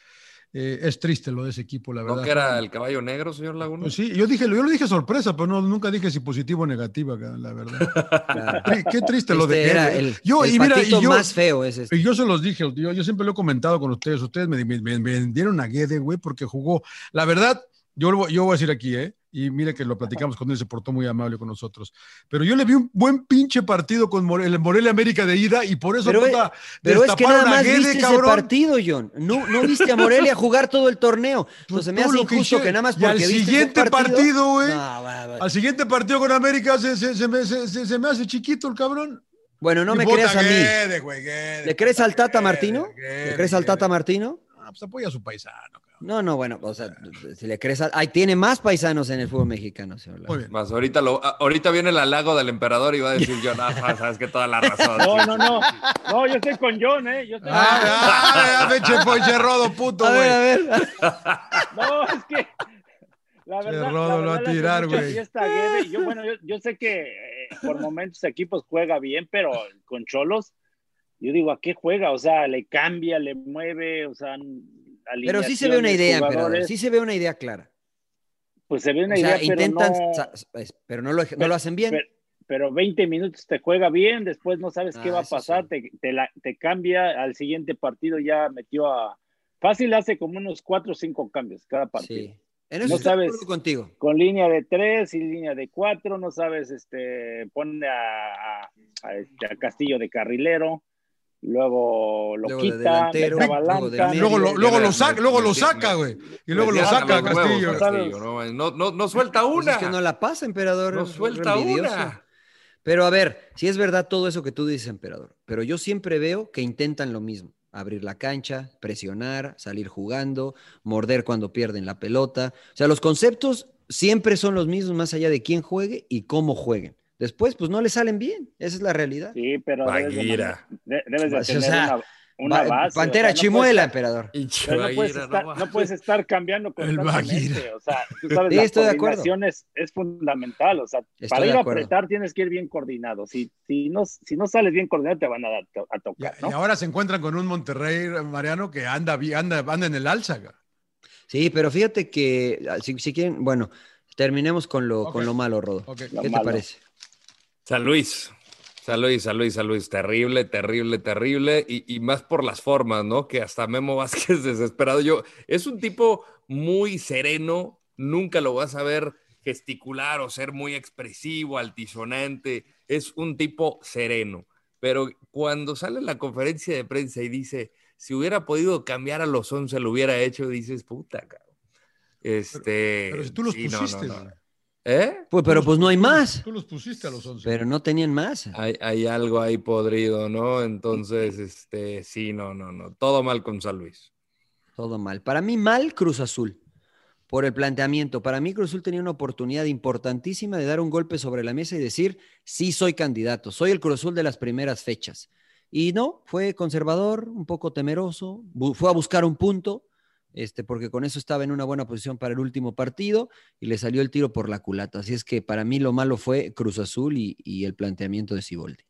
[SPEAKER 2] Eh, es triste lo de ese equipo, la verdad.
[SPEAKER 3] ¿No que era el caballo negro, señor Laguna?
[SPEAKER 2] Pues sí, yo dije, yo lo dije sorpresa, pero no, nunca dije si positivo o negativa, cara, la verdad.
[SPEAKER 1] Claro.
[SPEAKER 2] Qué- Qué triste lo
[SPEAKER 1] Este
[SPEAKER 2] de
[SPEAKER 1] era
[SPEAKER 2] él, ¿eh?
[SPEAKER 1] el,
[SPEAKER 2] Yo,
[SPEAKER 1] el
[SPEAKER 2] y mira, y
[SPEAKER 1] patito
[SPEAKER 2] yo-
[SPEAKER 1] más feo es este.
[SPEAKER 2] Y yo se los dije, yo, yo siempre lo he comentado con ustedes, ustedes me, me- me- me vendieron a Guede, güey, porque jugó. La verdad, yo, lo voy- yo voy a decir aquí, ¿eh? Y mire que lo platicamos con él, se portó muy amable con nosotros. Pero yo le vi un buen pinche partido con More- el Morelia América de ida y por eso
[SPEAKER 1] Pero,
[SPEAKER 2] puta,
[SPEAKER 1] Pero es que
[SPEAKER 2] destaparon
[SPEAKER 1] nada
[SPEAKER 2] a
[SPEAKER 1] más
[SPEAKER 2] Guede,
[SPEAKER 1] viste ese
[SPEAKER 2] cabrón.
[SPEAKER 1] partido, John. No, no viste a Morelia jugar todo el torneo. Entonces me
[SPEAKER 2] Todo
[SPEAKER 1] hace
[SPEAKER 2] lo que
[SPEAKER 1] injusto
[SPEAKER 2] hice-
[SPEAKER 1] que nada más
[SPEAKER 2] y al
[SPEAKER 1] porque viste
[SPEAKER 2] siguiente
[SPEAKER 1] un
[SPEAKER 2] partido, güey.
[SPEAKER 1] No, va, va.
[SPEAKER 2] Al siguiente partido con América se, se- se me, se- se- se me hace chiquito el cabrón.
[SPEAKER 1] Bueno, no
[SPEAKER 2] Y
[SPEAKER 1] me
[SPEAKER 2] vota
[SPEAKER 1] creas a mí.
[SPEAKER 2] Guede, güey, Guede,
[SPEAKER 1] ¿Le crees al Tata
[SPEAKER 2] Guede,
[SPEAKER 1] Martino?
[SPEAKER 2] Guede,
[SPEAKER 1] ¿Le crees al
[SPEAKER 2] Guede.
[SPEAKER 1] Tata Martino?
[SPEAKER 2] Ah, pues apoya a su paisano. cabrón.
[SPEAKER 1] No, no, bueno, o sea, si le crees al... Ay, tiene más paisanos en el fútbol mexicano, señor. Laguna.
[SPEAKER 2] Muy bien.
[SPEAKER 3] Más ahorita, lo, ah, ahorita viene el halago del emperador y va a decir yo, no, ja, sabes que toda la razón.
[SPEAKER 4] No, no, no. No, yo estoy con John, ¿eh? Yo estoy
[SPEAKER 2] Ah, ah, pinche pinche rodo, puto,
[SPEAKER 1] A ver, a
[SPEAKER 2] güey.
[SPEAKER 1] ver.
[SPEAKER 4] No, es que. La verdad,
[SPEAKER 2] Rodo
[SPEAKER 4] la
[SPEAKER 2] lo va a
[SPEAKER 4] verdad, le hace
[SPEAKER 2] tirar,
[SPEAKER 4] mucha
[SPEAKER 2] güey.
[SPEAKER 4] fiesta a Guede. Yo, bueno, yo, yo sé que eh, por momentos equipos juega bien, pero con Cholos, yo digo, ¿a qué juega? O sea, le cambia, le mueve, o sea,
[SPEAKER 1] Pero sí se ve una
[SPEAKER 4] alineaciones,
[SPEAKER 1] idea, emperador.
[SPEAKER 4] jugadores.
[SPEAKER 1] Sí se ve una idea clara.
[SPEAKER 4] Pues se ve una
[SPEAKER 1] o sea,
[SPEAKER 4] idea,
[SPEAKER 1] intentan,
[SPEAKER 4] pero, no-
[SPEAKER 1] sa- es- pero no lo, no lo hacen bien.
[SPEAKER 4] pero- pero 20 minutos te juega bien, después no sabes qué
[SPEAKER 1] Ah,
[SPEAKER 4] va a
[SPEAKER 1] eso
[SPEAKER 4] pasar,
[SPEAKER 1] sí.
[SPEAKER 4] te, te la- te cambia, al siguiente partido ya metió a... Fácil hace como unos 4 o 5 cambios cada partido.
[SPEAKER 1] sí. En eso
[SPEAKER 4] No
[SPEAKER 1] estoy de
[SPEAKER 4] sabes.
[SPEAKER 1] acuerdo contigo.
[SPEAKER 4] con línea de tres y línea de cuatro, no sabes, este, pone a, a- a este, a Castillo de carrilero, luego lo
[SPEAKER 1] Luego de
[SPEAKER 4] quita, mete
[SPEAKER 1] delantero,
[SPEAKER 4] a
[SPEAKER 1] luego de
[SPEAKER 4] Balanta,
[SPEAKER 1] medio.
[SPEAKER 2] Luego lo,
[SPEAKER 4] ah,
[SPEAKER 2] luego
[SPEAKER 3] Me-
[SPEAKER 2] lo
[SPEAKER 3] me-
[SPEAKER 2] saca, luego
[SPEAKER 3] me-
[SPEAKER 2] lo
[SPEAKER 3] me-
[SPEAKER 2] saca, güey. Y luego
[SPEAKER 3] Me
[SPEAKER 2] lo
[SPEAKER 3] llaman
[SPEAKER 2] saca
[SPEAKER 3] los huevos,
[SPEAKER 2] Castillo.
[SPEAKER 3] Castillo, no, no, no- no suelta
[SPEAKER 1] Pues
[SPEAKER 3] una.
[SPEAKER 1] es que no la pasa, emperador.
[SPEAKER 3] no
[SPEAKER 1] es
[SPEAKER 3] suelta
[SPEAKER 1] envidioso.
[SPEAKER 3] una.
[SPEAKER 1] Pero a ver, si es verdad todo eso que tú dices, emperador, pero yo siempre veo que intentan lo mismo, abrir la cancha, presionar, salir jugando, morder cuando pierden la pelota. O sea, los conceptos siempre son los mismos más allá de quién juegue y cómo jueguen. Después, pues no le salen bien, esa es la realidad.
[SPEAKER 4] Sí, pero debes de,
[SPEAKER 3] Baguira.
[SPEAKER 4] de- debes de
[SPEAKER 1] O sea,
[SPEAKER 4] tener una, una
[SPEAKER 1] Va-
[SPEAKER 4] base.
[SPEAKER 1] Pantera
[SPEAKER 4] o sea, no
[SPEAKER 1] chimuela,
[SPEAKER 4] puedes-
[SPEAKER 1] emperador.
[SPEAKER 3] Pinche
[SPEAKER 4] pero No puedes,
[SPEAKER 3] Baguira,
[SPEAKER 4] estar,
[SPEAKER 3] no
[SPEAKER 4] no puedes estar cambiando constantemente.
[SPEAKER 2] Baguira.
[SPEAKER 4] O sea, tú sabes,
[SPEAKER 1] Sí,
[SPEAKER 4] la
[SPEAKER 1] estoy de acuerdo.
[SPEAKER 4] coordinación es, es fundamental. O sea,
[SPEAKER 1] Estoy
[SPEAKER 4] para
[SPEAKER 1] de
[SPEAKER 4] ir a
[SPEAKER 1] acuerdo.
[SPEAKER 4] apretar tienes que ir bien coordinado. Si, si, no, si no sales bien coordinado, te van a, dar- a
[SPEAKER 2] Y,
[SPEAKER 4] tocar.
[SPEAKER 2] y
[SPEAKER 4] ¿no?
[SPEAKER 2] ahora se encuentran con un Monterrey Mariano que anda, vi- anda, anda en el alza. güey.
[SPEAKER 1] Sí, pero fíjate que, ah, si, si quieren, bueno, terminemos con lo, con
[SPEAKER 2] Ok.
[SPEAKER 1] lo malo, Rodo.
[SPEAKER 2] Ok.
[SPEAKER 4] Lo
[SPEAKER 1] ¿Qué te
[SPEAKER 4] malo.
[SPEAKER 1] parece?
[SPEAKER 3] San Luis. San Luis, San Luis, San Luis. Terrible, terrible, terrible. Y, y más por las formas, ¿no? Que hasta Memo Vázquez desesperado. Yo, es un tipo muy sereno. Nunca lo vas a ver gesticular o ser muy expresivo, altisonante. Es un tipo sereno. Pero cuando sale en la conferencia de prensa y dice, si hubiera podido cambiar a los 11, lo hubiera hecho, dices, puta, cabrón. Este.
[SPEAKER 2] Pero si tú los
[SPEAKER 3] sí, no, no,
[SPEAKER 2] pusiste,
[SPEAKER 3] no.
[SPEAKER 2] güey.
[SPEAKER 3] ¿Eh?
[SPEAKER 1] Pues, pero pues no hay más.
[SPEAKER 2] Tú los pusiste a los 11.
[SPEAKER 1] Pero no tenían más.
[SPEAKER 3] Hay, hay algo ahí podrido, ¿no? Entonces, este, sí, no, no, no. Todo mal con San Luis.
[SPEAKER 1] Todo mal. Para mí, mal Cruz Azul, por el planteamiento. Para mí, Cruz Azul tenía una oportunidad importantísima de dar un golpe sobre la mesa y decir, sí soy candidato, soy el Cruz Azul de las primeras fechas. Y no, fue conservador, un poco temeroso, bu- fue a buscar un punto, este, porque con eso estaba en una buena posición para el último partido y le salió el tiro por la culata. Así es que para mí lo malo fue Cruz Azul y, y el planteamiento de Siboldi.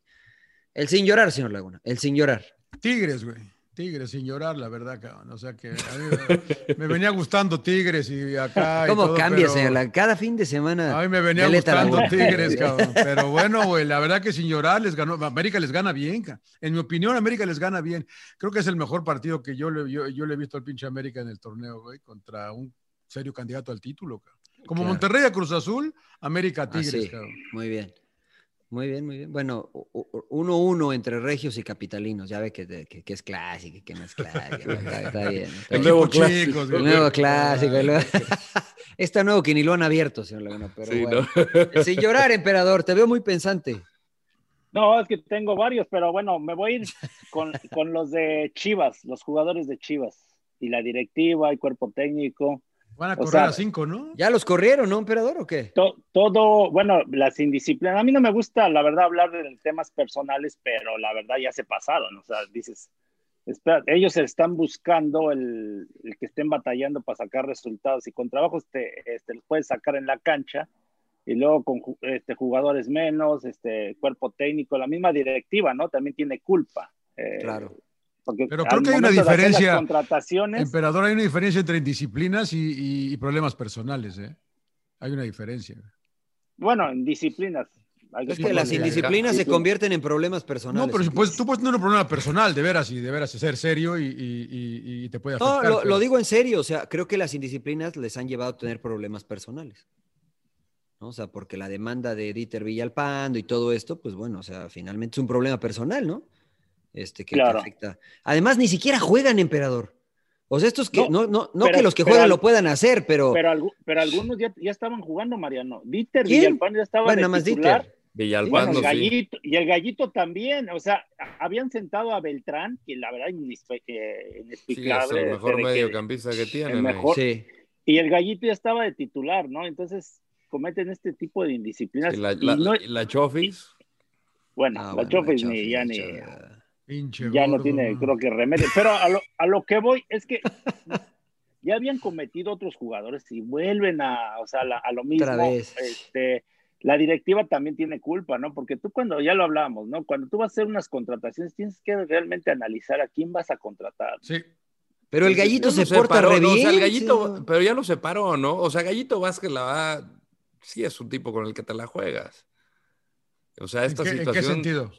[SPEAKER 1] El sin llorar, señor Laguna, el sin llorar.
[SPEAKER 2] Tigres, güey. Tigres sin llorar, la verdad, cabrón. O sea que a mí me- me venía gustando Tigres y acá. y
[SPEAKER 1] ¿Cómo
[SPEAKER 2] todo,
[SPEAKER 1] cambia,
[SPEAKER 2] pero
[SPEAKER 1] señor? La- Cada fin de semana.
[SPEAKER 2] A mí me venía
[SPEAKER 1] Violeta la
[SPEAKER 2] gustando
[SPEAKER 1] boca.
[SPEAKER 2] Tigres, cabrón. Pero bueno, güey, la verdad que sin llorar les ganó. América les gana bien, ca- En mi opinión, América les gana bien. Creo que es el mejor partido que yo le, yo, yo le he visto al pinche América en el torneo, güey, contra un serio candidato al título, cabrón. Como
[SPEAKER 1] Claro.
[SPEAKER 2] Monterrey a Cruz Azul, América a
[SPEAKER 1] Ah,
[SPEAKER 2] Tigres,
[SPEAKER 1] sí.
[SPEAKER 2] cabrón.
[SPEAKER 1] Muy bien. Muy bien, muy bien. Bueno, 1-1 entre regios y capitalinos. Ya ve que, que- que es clásico y que no es clásico. Está, está bien. está
[SPEAKER 3] El
[SPEAKER 1] bien.
[SPEAKER 3] nuevo
[SPEAKER 2] Equipo
[SPEAKER 3] clásico.
[SPEAKER 1] El
[SPEAKER 2] güey.
[SPEAKER 1] nuevo clásico. el
[SPEAKER 2] Ah,
[SPEAKER 1] nuevo- Está nuevo que ni lo han abierto, señor Laguna. Pero
[SPEAKER 3] Sí,
[SPEAKER 1] bueno.
[SPEAKER 3] ¿no?
[SPEAKER 1] Sin llorar, emperador. Te veo muy pensante.
[SPEAKER 4] No, es que tengo varios, pero bueno, me voy a ir con, con los de Chivas, los jugadores de Chivas. Y la directiva, el cuerpo técnico,
[SPEAKER 2] Van a
[SPEAKER 4] O
[SPEAKER 2] correr
[SPEAKER 4] sea,
[SPEAKER 2] a cinco, ¿no?
[SPEAKER 1] ¿Ya los corrieron, no, emperador, o qué?
[SPEAKER 4] to- todo, bueno, las indisciplinas. A mí no me gusta, la verdad, hablar de temas personales, pero la verdad ya se pasaron. O sea, dices, espera, ellos están buscando el, el que estén batallando para sacar resultados y con trabajos te, este, los puedes sacar en la cancha y luego con ju- este, jugadores menos, este cuerpo técnico, la misma directiva, ¿no? También tiene culpa. Eh,
[SPEAKER 1] Claro.
[SPEAKER 4] porque
[SPEAKER 2] Pero
[SPEAKER 4] al
[SPEAKER 2] creo que hay una
[SPEAKER 4] momento de hacer las
[SPEAKER 2] diferencia,
[SPEAKER 4] contrataciones,
[SPEAKER 2] Emperador, hay una diferencia entre indisciplinas y, y- y problemas personales, ¿eh? Hay una diferencia.
[SPEAKER 4] bueno, en disciplinas. Hay
[SPEAKER 1] Es
[SPEAKER 2] Sí,
[SPEAKER 1] que las
[SPEAKER 2] sí,
[SPEAKER 1] indisciplinas
[SPEAKER 4] sí,
[SPEAKER 1] se
[SPEAKER 4] sí.
[SPEAKER 1] convierten en problemas personales.
[SPEAKER 2] No, pero si
[SPEAKER 1] entonces.
[SPEAKER 2] puedes- tú puedes tener un problema personal, de veras, y de veras ser serio y, y- y- y te puede
[SPEAKER 1] No,
[SPEAKER 2] afectar.
[SPEAKER 1] lo,
[SPEAKER 2] pero-
[SPEAKER 1] lo digo en serio, o sea, creo que las indisciplinas les han llevado a tener problemas personales. ¿no? O sea, porque la demanda de Dieter Villalpando y todo esto, pues bueno, o sea, finalmente es un problema personal, ¿no? Este que, que
[SPEAKER 4] Claro.
[SPEAKER 1] afecta. Además, ni siquiera juegan, emperador. O sea, estos que, no,
[SPEAKER 4] No,
[SPEAKER 1] no, no,
[SPEAKER 4] pero-
[SPEAKER 1] que los que
[SPEAKER 4] pero
[SPEAKER 1] juegan
[SPEAKER 4] al-
[SPEAKER 1] lo puedan hacer, pero,
[SPEAKER 4] Pero, algu- pero algunos ya, ya estaban jugando, Mariano. Dieter
[SPEAKER 1] ¿Quién?
[SPEAKER 4] Villalpando ya estaba
[SPEAKER 1] bueno,
[SPEAKER 4] de
[SPEAKER 1] nada más
[SPEAKER 4] titular.
[SPEAKER 1] Dieter.
[SPEAKER 4] Bueno,
[SPEAKER 3] Villalpando,
[SPEAKER 4] el
[SPEAKER 3] sí.
[SPEAKER 4] gallito, y el gallito también, o sea, a- habían sentado a Beltrán, que la verdad inespe- eh,
[SPEAKER 3] Sí, es
[SPEAKER 4] inexplicable.
[SPEAKER 3] el mejor
[SPEAKER 4] de que-
[SPEAKER 3] mediocampista que tienen.
[SPEAKER 4] el
[SPEAKER 3] ahí.
[SPEAKER 4] mejor-
[SPEAKER 1] Sí.
[SPEAKER 4] y el gallito ya estaba de titular, ¿no? Entonces cometen este tipo de indisciplinas.
[SPEAKER 3] eh, Y la,
[SPEAKER 4] y
[SPEAKER 3] la-
[SPEAKER 4] no-
[SPEAKER 3] y la Chofis.
[SPEAKER 4] bueno,
[SPEAKER 1] Ah,
[SPEAKER 4] la
[SPEAKER 1] bueno, la
[SPEAKER 4] Chofis ni-
[SPEAKER 1] Chofis,
[SPEAKER 4] ya
[SPEAKER 1] la
[SPEAKER 4] ni,
[SPEAKER 1] Chofis.
[SPEAKER 2] Pinche
[SPEAKER 4] ya no
[SPEAKER 2] gordo,
[SPEAKER 4] tiene, creo que remedio. Pero a lo, a lo que voy es que ya habían cometido otros jugadores y vuelven a, o sea, la- a lo mismo.
[SPEAKER 1] Otra vez.
[SPEAKER 4] Este, la directiva también tiene culpa, ¿no? Porque tú cuando, ya lo hablábamos, ¿no? Cuando tú vas a hacer unas contrataciones, tienes que realmente analizar a quién vas a contratar.
[SPEAKER 2] Sí,
[SPEAKER 1] Pero el
[SPEAKER 3] Ya
[SPEAKER 1] gallito se
[SPEAKER 3] lo
[SPEAKER 1] porta
[SPEAKER 3] separó,
[SPEAKER 1] re
[SPEAKER 3] ¿no?
[SPEAKER 1] bien.
[SPEAKER 3] O sea, el
[SPEAKER 1] sí,
[SPEAKER 3] gallito, pero ya lo separó, ¿no? O sea, Gallito Vázquez la va. Sí, es un tipo con el que te la juegas. O sea,
[SPEAKER 2] ¿En,
[SPEAKER 3] esta
[SPEAKER 2] qué, en qué
[SPEAKER 3] situación.
[SPEAKER 2] sentido?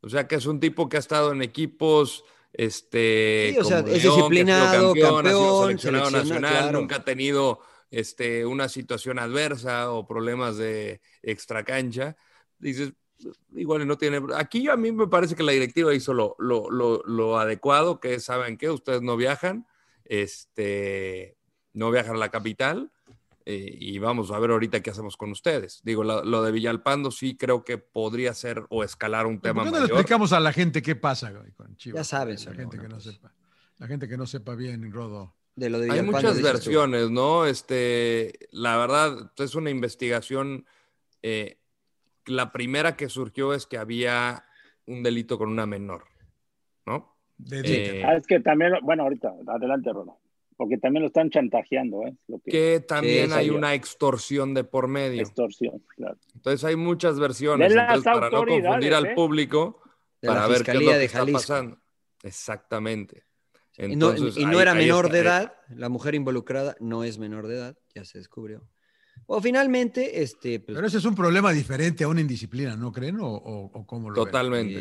[SPEAKER 3] O sea, que es un tipo que ha estado en equipos. Este,
[SPEAKER 1] Sí, o sea, es
[SPEAKER 3] como León, que ha sido
[SPEAKER 1] disciplinado,
[SPEAKER 3] ha sido
[SPEAKER 1] campeón,
[SPEAKER 3] seleccionado
[SPEAKER 1] selecciona-
[SPEAKER 3] nacional,
[SPEAKER 1] claro.
[SPEAKER 3] nunca ha tenido este, una situación adversa o problemas de extracancha. Dices, igual y no tiene. Aquí a mí me parece que la directiva hizo lo, lo, lo, lo adecuado, que es, saben qué, ustedes no viajan, este, no viajan a la capital. eh, y vamos a ver ahorita qué hacemos con ustedes. Digo, la- lo de Villalpando sí creo que podría ser o escalar un
[SPEAKER 2] ¿Por
[SPEAKER 3] tema
[SPEAKER 2] qué no le
[SPEAKER 3] mayor.
[SPEAKER 2] explicamos a la gente qué pasa güey, con Chivas?
[SPEAKER 1] Ya saben,
[SPEAKER 2] La
[SPEAKER 1] señor
[SPEAKER 2] gente que
[SPEAKER 1] Laguna,
[SPEAKER 2] no
[SPEAKER 1] pues.
[SPEAKER 2] sepa. La gente que no sepa bien, Rodo.
[SPEAKER 1] de lo de
[SPEAKER 3] Hay
[SPEAKER 1] Villalpando,
[SPEAKER 3] muchas
[SPEAKER 1] dices tú.
[SPEAKER 3] versiones, ¿no? Este, la verdad, es una investigación. eh, la primera que surgió es que había un delito con una menor, ¿no?
[SPEAKER 2] De
[SPEAKER 3] Eh,
[SPEAKER 4] Ah, es que también, bueno, ahorita, adelante, Rono, porque también lo están chantajeando, ¿eh? Lo que,
[SPEAKER 3] Que también
[SPEAKER 1] Sí,
[SPEAKER 3] hay
[SPEAKER 4] salió.
[SPEAKER 3] una extorsión de por medio.
[SPEAKER 4] extorsión, claro.
[SPEAKER 3] Entonces hay muchas versiones.
[SPEAKER 4] De las
[SPEAKER 3] Entonces, para no
[SPEAKER 4] autoridades,
[SPEAKER 3] confundir al
[SPEAKER 4] ¿eh?
[SPEAKER 3] público,
[SPEAKER 1] De la
[SPEAKER 3] para ver qué es lo
[SPEAKER 1] Fiscalía
[SPEAKER 3] que
[SPEAKER 1] de
[SPEAKER 3] está
[SPEAKER 1] Jalisco.
[SPEAKER 3] pasando. Exactamente.
[SPEAKER 1] Y no-
[SPEAKER 3] Entonces,
[SPEAKER 1] y no
[SPEAKER 3] ahí-
[SPEAKER 1] era
[SPEAKER 3] ahí
[SPEAKER 1] menor
[SPEAKER 3] está. eh.
[SPEAKER 1] de edad, la mujer involucrada no es menor de edad, ya se descubrió. O finalmente, este, pues,
[SPEAKER 2] Pero ese es un problema diferente a una indisciplina, ¿no creen? ¿O, o- o cómo lo ven?
[SPEAKER 3] Totalmente.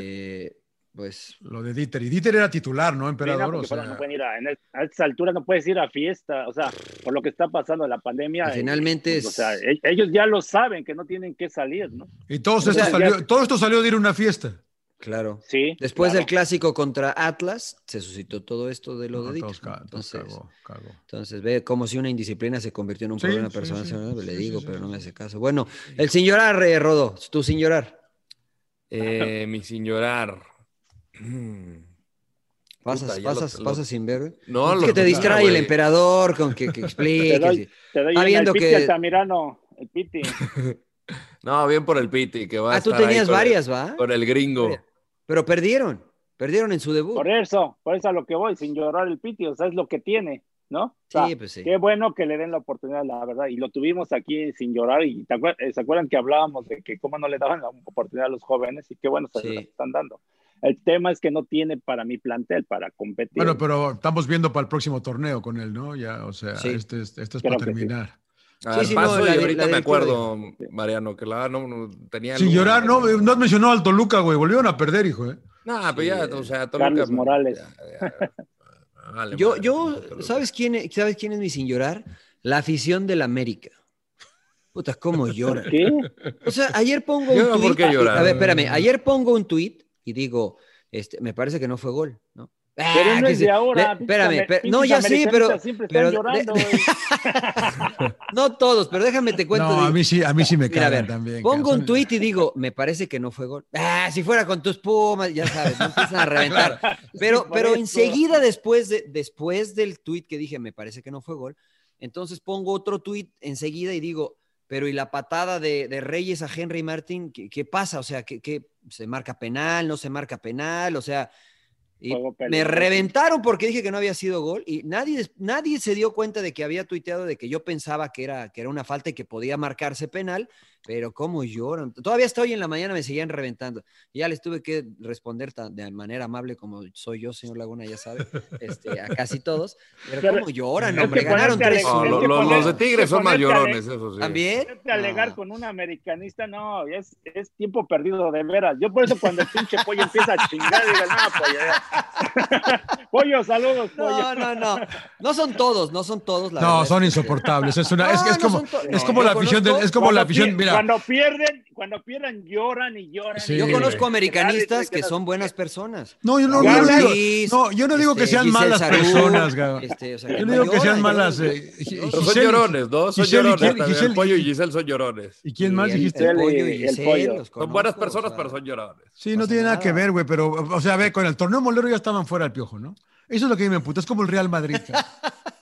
[SPEAKER 1] eh, pues,
[SPEAKER 2] Lo de Dieter. Y Dieter era titular, ¿no,
[SPEAKER 4] Mira,
[SPEAKER 2] emperador?
[SPEAKER 4] porque
[SPEAKER 2] O sea,
[SPEAKER 4] por ahora no pueden ir a, en el- a esta altura no puedes ir a fiesta, o sea, por lo que está pasando la pandemia.
[SPEAKER 1] Y finalmente
[SPEAKER 4] eh,
[SPEAKER 1] es-
[SPEAKER 4] O sea, e- ellos ya lo saben que no tienen que salir, ¿no?
[SPEAKER 2] y todo esto,
[SPEAKER 1] O sea,
[SPEAKER 2] salió,
[SPEAKER 4] ya-
[SPEAKER 2] todo esto salió de ir a una fiesta.
[SPEAKER 1] claro.
[SPEAKER 4] Sí.
[SPEAKER 1] Después
[SPEAKER 4] claro.
[SPEAKER 1] del clásico contra Atlas, se suscitó todo esto de lo
[SPEAKER 3] Ah,
[SPEAKER 2] No,
[SPEAKER 1] de Dieter.
[SPEAKER 2] todos ca- todos
[SPEAKER 1] Entonces,
[SPEAKER 2] cagó, cagó.
[SPEAKER 1] entonces, ve como si una indisciplina se convirtió en un
[SPEAKER 2] Sí,
[SPEAKER 1] problema
[SPEAKER 2] sí,
[SPEAKER 1] personal.
[SPEAKER 2] sí.
[SPEAKER 1] señor, le
[SPEAKER 2] Sí, sí,
[SPEAKER 1] digo,
[SPEAKER 2] sí,
[SPEAKER 1] pero
[SPEAKER 2] sí,
[SPEAKER 1] no me
[SPEAKER 2] sí.
[SPEAKER 1] hace caso. Bueno, el sin llorar, eh, Rodo, tú sin llorar.
[SPEAKER 3] Eh, mi sin llorar.
[SPEAKER 1] Pasas,
[SPEAKER 3] Puta, ya lo-
[SPEAKER 1] pasas,
[SPEAKER 3] lo-
[SPEAKER 1] pasas sin ver. güey.
[SPEAKER 3] No,
[SPEAKER 1] es
[SPEAKER 3] lo
[SPEAKER 1] que te
[SPEAKER 3] tenía,
[SPEAKER 1] distrae el
[SPEAKER 3] güey.
[SPEAKER 1] emperador con que, que explique.
[SPEAKER 4] Te doy-
[SPEAKER 1] sí.
[SPEAKER 4] Te doy
[SPEAKER 1] Está
[SPEAKER 4] una,
[SPEAKER 1] viendo
[SPEAKER 4] el Piti
[SPEAKER 1] que-
[SPEAKER 4] Altamirano, el Piti.
[SPEAKER 3] No, bien por el Piti, que va a
[SPEAKER 1] Ah, tú
[SPEAKER 3] estar ahí
[SPEAKER 1] tenías
[SPEAKER 3] con el-
[SPEAKER 1] varias, ¿va?
[SPEAKER 3] con el gringo.
[SPEAKER 1] Pero perdieron. Perdieron en su debut.
[SPEAKER 4] Por eso, por eso a lo que voy, sin llorar el Piti, o sea, es lo que tiene, ¿no? O sea,
[SPEAKER 1] Sí, pues sí.
[SPEAKER 4] ah, Qué bueno que le den la oportunidad, la verdad. Y lo tuvimos aquí sin llorar. Y ¿te acuer- eh, se acuerdan que hablábamos de que cómo no le daban la oportunidad a los jóvenes y qué bueno se
[SPEAKER 1] Sí.
[SPEAKER 4] la están dando. El tema es que no tiene para mi plantel para competir.
[SPEAKER 2] Bueno, pero estamos viendo para el próximo torneo con él, ¿no? Ya, o sea,
[SPEAKER 1] Sí.
[SPEAKER 2] este, es- este es
[SPEAKER 4] Creo
[SPEAKER 2] para
[SPEAKER 4] que sí.
[SPEAKER 2] terminar.
[SPEAKER 3] A
[SPEAKER 1] Sí,
[SPEAKER 3] ver,
[SPEAKER 1] sí, no,
[SPEAKER 3] paso
[SPEAKER 1] la
[SPEAKER 3] y
[SPEAKER 1] di- la
[SPEAKER 3] ahorita me
[SPEAKER 1] directiva
[SPEAKER 3] acuerdo, Mariano, que la no, no tenía.
[SPEAKER 2] Sin
[SPEAKER 3] alguna-
[SPEAKER 2] llorar, no, no has mencionado al Toluca, güey. Volvieron a perder, hijo, ¿eh?
[SPEAKER 3] No, pero ya, o sea, Toluca. pues,
[SPEAKER 4] Carlos Morales.
[SPEAKER 3] ya, ya, ya, vale,
[SPEAKER 1] Yo,
[SPEAKER 3] madre,
[SPEAKER 1] yo,
[SPEAKER 3] Toluca.
[SPEAKER 1] ¿sabes quién, es- ¿sabes quién es mi sin llorar? La afición del América. Puta, cómo llora.
[SPEAKER 4] ¿Qué?
[SPEAKER 1] O sea, ayer pongo
[SPEAKER 3] Yo no,
[SPEAKER 1] un
[SPEAKER 3] ¿por
[SPEAKER 1] tuit. ah,
[SPEAKER 3] qué llorar?
[SPEAKER 1] A ver, espérame, ayer pongo un tuit y digo, este, me parece que no fue gol, ¿no? Ah,
[SPEAKER 4] Pero no
[SPEAKER 1] que
[SPEAKER 4] es
[SPEAKER 1] se-
[SPEAKER 4] de ahora.
[SPEAKER 1] le-
[SPEAKER 4] pinches
[SPEAKER 1] espérame,
[SPEAKER 4] amer-
[SPEAKER 1] espérame. no,
[SPEAKER 4] pinches
[SPEAKER 1] ya sí,
[SPEAKER 4] americanistas
[SPEAKER 1] pero
[SPEAKER 4] Siempre están
[SPEAKER 1] pero-
[SPEAKER 4] llorando,
[SPEAKER 1] de-
[SPEAKER 4] güey.
[SPEAKER 1] no todos, pero déjame te cuento.
[SPEAKER 2] No,
[SPEAKER 1] de-
[SPEAKER 2] a mí sí, a mí sí me
[SPEAKER 1] Mira, a
[SPEAKER 2] cagan
[SPEAKER 1] ver,
[SPEAKER 2] también.
[SPEAKER 1] Pongo
[SPEAKER 2] cabrón.
[SPEAKER 1] un tuit y digo, me parece que no fue gol. Ah, si fuera con tus pumas, ya sabes, me empiezan a reventar. Pero,
[SPEAKER 4] por
[SPEAKER 1] pero
[SPEAKER 4] eso.
[SPEAKER 1] enseguida después, de, después del tuit que dije, me parece que no fue gol, entonces pongo otro tuit enseguida y digo, pero ¿y la patada de, de Reyes a Henry Martin? ¿Qué, qué pasa? O sea, ¿qué, qué- se marca penal? ¿No se marca penal? O sea, y
[SPEAKER 4] Juego
[SPEAKER 1] me
[SPEAKER 4] peligroso.
[SPEAKER 1] reventaron porque dije que no había sido gol y nadie, des- nadie se dio cuenta de que había tuiteado de que yo pensaba que era, que era una falta y que podía marcarse penal. Pero cómo lloran. Todavía estoy en la mañana, me seguían reventando. Y ya les tuve que responder tan- de manera amable como soy yo, señor Laguna, ya sabe, este, a casi todos. Pero,
[SPEAKER 4] Pero-
[SPEAKER 1] cómo lloran,
[SPEAKER 2] es
[SPEAKER 1] hombre.
[SPEAKER 2] que
[SPEAKER 1] Ganaron
[SPEAKER 4] ponerte a
[SPEAKER 1] 3
[SPEAKER 3] No,
[SPEAKER 4] Es
[SPEAKER 3] lo-
[SPEAKER 4] que
[SPEAKER 3] lo-
[SPEAKER 4] poner-
[SPEAKER 3] los de Tigres
[SPEAKER 1] este
[SPEAKER 4] es que
[SPEAKER 3] son
[SPEAKER 4] ponerte a le-
[SPEAKER 3] mayorones, eso sí.
[SPEAKER 1] ¿También?
[SPEAKER 4] Ponerte a alegar
[SPEAKER 1] No.
[SPEAKER 4] con un americanista, no, es, es tiempo perdido de veras. Yo por eso cuando el pinche pollo empieza a chingar, digo, no, pollo. ya". pollo, saludos,
[SPEAKER 1] No,
[SPEAKER 4] pollo.
[SPEAKER 1] no, no. No son todos, no son todos. La
[SPEAKER 2] No,
[SPEAKER 1] verdad.
[SPEAKER 2] son insoportables. Es, una, es,
[SPEAKER 1] No,
[SPEAKER 2] es
[SPEAKER 1] no
[SPEAKER 2] como,
[SPEAKER 1] son to-
[SPEAKER 2] es
[SPEAKER 1] no,
[SPEAKER 2] como
[SPEAKER 1] yo
[SPEAKER 2] la afición, del-
[SPEAKER 1] conozco-
[SPEAKER 2] es como la
[SPEAKER 4] Cuando
[SPEAKER 2] afición,
[SPEAKER 4] pier-
[SPEAKER 2] mira.
[SPEAKER 4] Cuando pierden, cuando pierden, lloran y lloran.
[SPEAKER 2] Sí.
[SPEAKER 4] y
[SPEAKER 1] Yo
[SPEAKER 4] lloran.
[SPEAKER 1] conozco americanistas
[SPEAKER 4] Nadie
[SPEAKER 1] que
[SPEAKER 4] se
[SPEAKER 1] son buenas personas.
[SPEAKER 2] No, yo no, yo no
[SPEAKER 4] Ganan.
[SPEAKER 2] digo,
[SPEAKER 1] Ortiz,
[SPEAKER 2] no, yo no digo que
[SPEAKER 1] este,
[SPEAKER 2] sean
[SPEAKER 1] Giselle
[SPEAKER 2] malas
[SPEAKER 1] Sarú,
[SPEAKER 2] personas, Gabo.
[SPEAKER 1] este, o sea,
[SPEAKER 2] Yo no digo que sean
[SPEAKER 1] lloran,
[SPEAKER 2] malas.
[SPEAKER 1] lloran.
[SPEAKER 2] eh, Gi-
[SPEAKER 1] Pero
[SPEAKER 3] Pero son
[SPEAKER 2] Giselle-
[SPEAKER 3] llorones, ¿no? Son
[SPEAKER 2] Giselle y
[SPEAKER 3] llorones.
[SPEAKER 2] Quiel-
[SPEAKER 3] también.
[SPEAKER 2] Giselle
[SPEAKER 3] el pollo
[SPEAKER 2] y-
[SPEAKER 3] y Giselle son llorones.
[SPEAKER 2] ¿Y quién más
[SPEAKER 1] el-
[SPEAKER 2] dijiste?
[SPEAKER 1] El, pollo y
[SPEAKER 4] El
[SPEAKER 1] Giselle,
[SPEAKER 4] pollo.
[SPEAKER 1] los
[SPEAKER 3] Son buenas
[SPEAKER 1] conozco,
[SPEAKER 3] personas,
[SPEAKER 1] o sea,
[SPEAKER 3] pero son llorones.
[SPEAKER 2] Sí, no
[SPEAKER 1] pasa
[SPEAKER 2] tiene nada,
[SPEAKER 1] nada.
[SPEAKER 2] que ver, güey, pero, o sea, ve, con el torneo molero ya estaban fuera el piojo, ¿no? Eso es lo que a mí me puta, es como el Real Madrid, cabrón.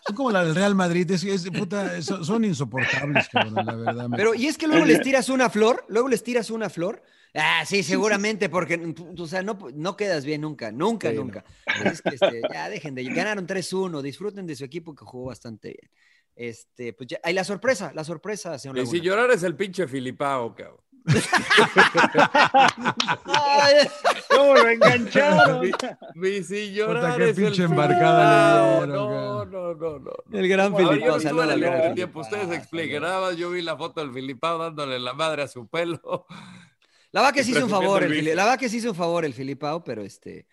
[SPEAKER 2] Son como la del Real Madrid, es, es- puta, son, son insoportables, cabrón, la verdad. me-
[SPEAKER 1] Pero, y es que luego les tiras una flor, luego les tiras una flor. Ah, sí, seguramente, porque, mm, o sea, no, no quedas bien nunca, nunca,
[SPEAKER 2] Sí, no.
[SPEAKER 1] nunca. Es que, este, ya dejen de. Ganaron 3-1, disfruten de su equipo que jugó bastante bien. Este, pues ya, ahí la sorpresa, la sorpresa, señor
[SPEAKER 3] Y
[SPEAKER 1] Laguna.
[SPEAKER 3] si llorar es el pinche Filipao, cabrón.
[SPEAKER 1] Ay,
[SPEAKER 4] ¿Cómo lo engancharon?
[SPEAKER 3] Mi si llorar
[SPEAKER 2] Puta, qué
[SPEAKER 3] es el
[SPEAKER 2] pinche
[SPEAKER 3] Filipao.
[SPEAKER 2] embarcada le dieron,
[SPEAKER 3] No,
[SPEAKER 2] cabrón.
[SPEAKER 3] no, no, no. no.
[SPEAKER 1] el gran
[SPEAKER 3] Ahora,
[SPEAKER 1] Filipao,
[SPEAKER 3] Pues, yo no estuve en
[SPEAKER 1] saluda
[SPEAKER 3] el
[SPEAKER 1] al gran
[SPEAKER 3] lugar del
[SPEAKER 1] Filipao,
[SPEAKER 3] tiempo, ustedes expliquen.
[SPEAKER 1] saluda.
[SPEAKER 3] Nada más yo vi la foto del Filipao dándole la madre a su pelo.
[SPEAKER 1] La vaca se hizo un favor, el,
[SPEAKER 3] Presumiendo el
[SPEAKER 1] Fili-
[SPEAKER 3] bicho.
[SPEAKER 1] la vaca se hizo un favor el Filipao, pero este,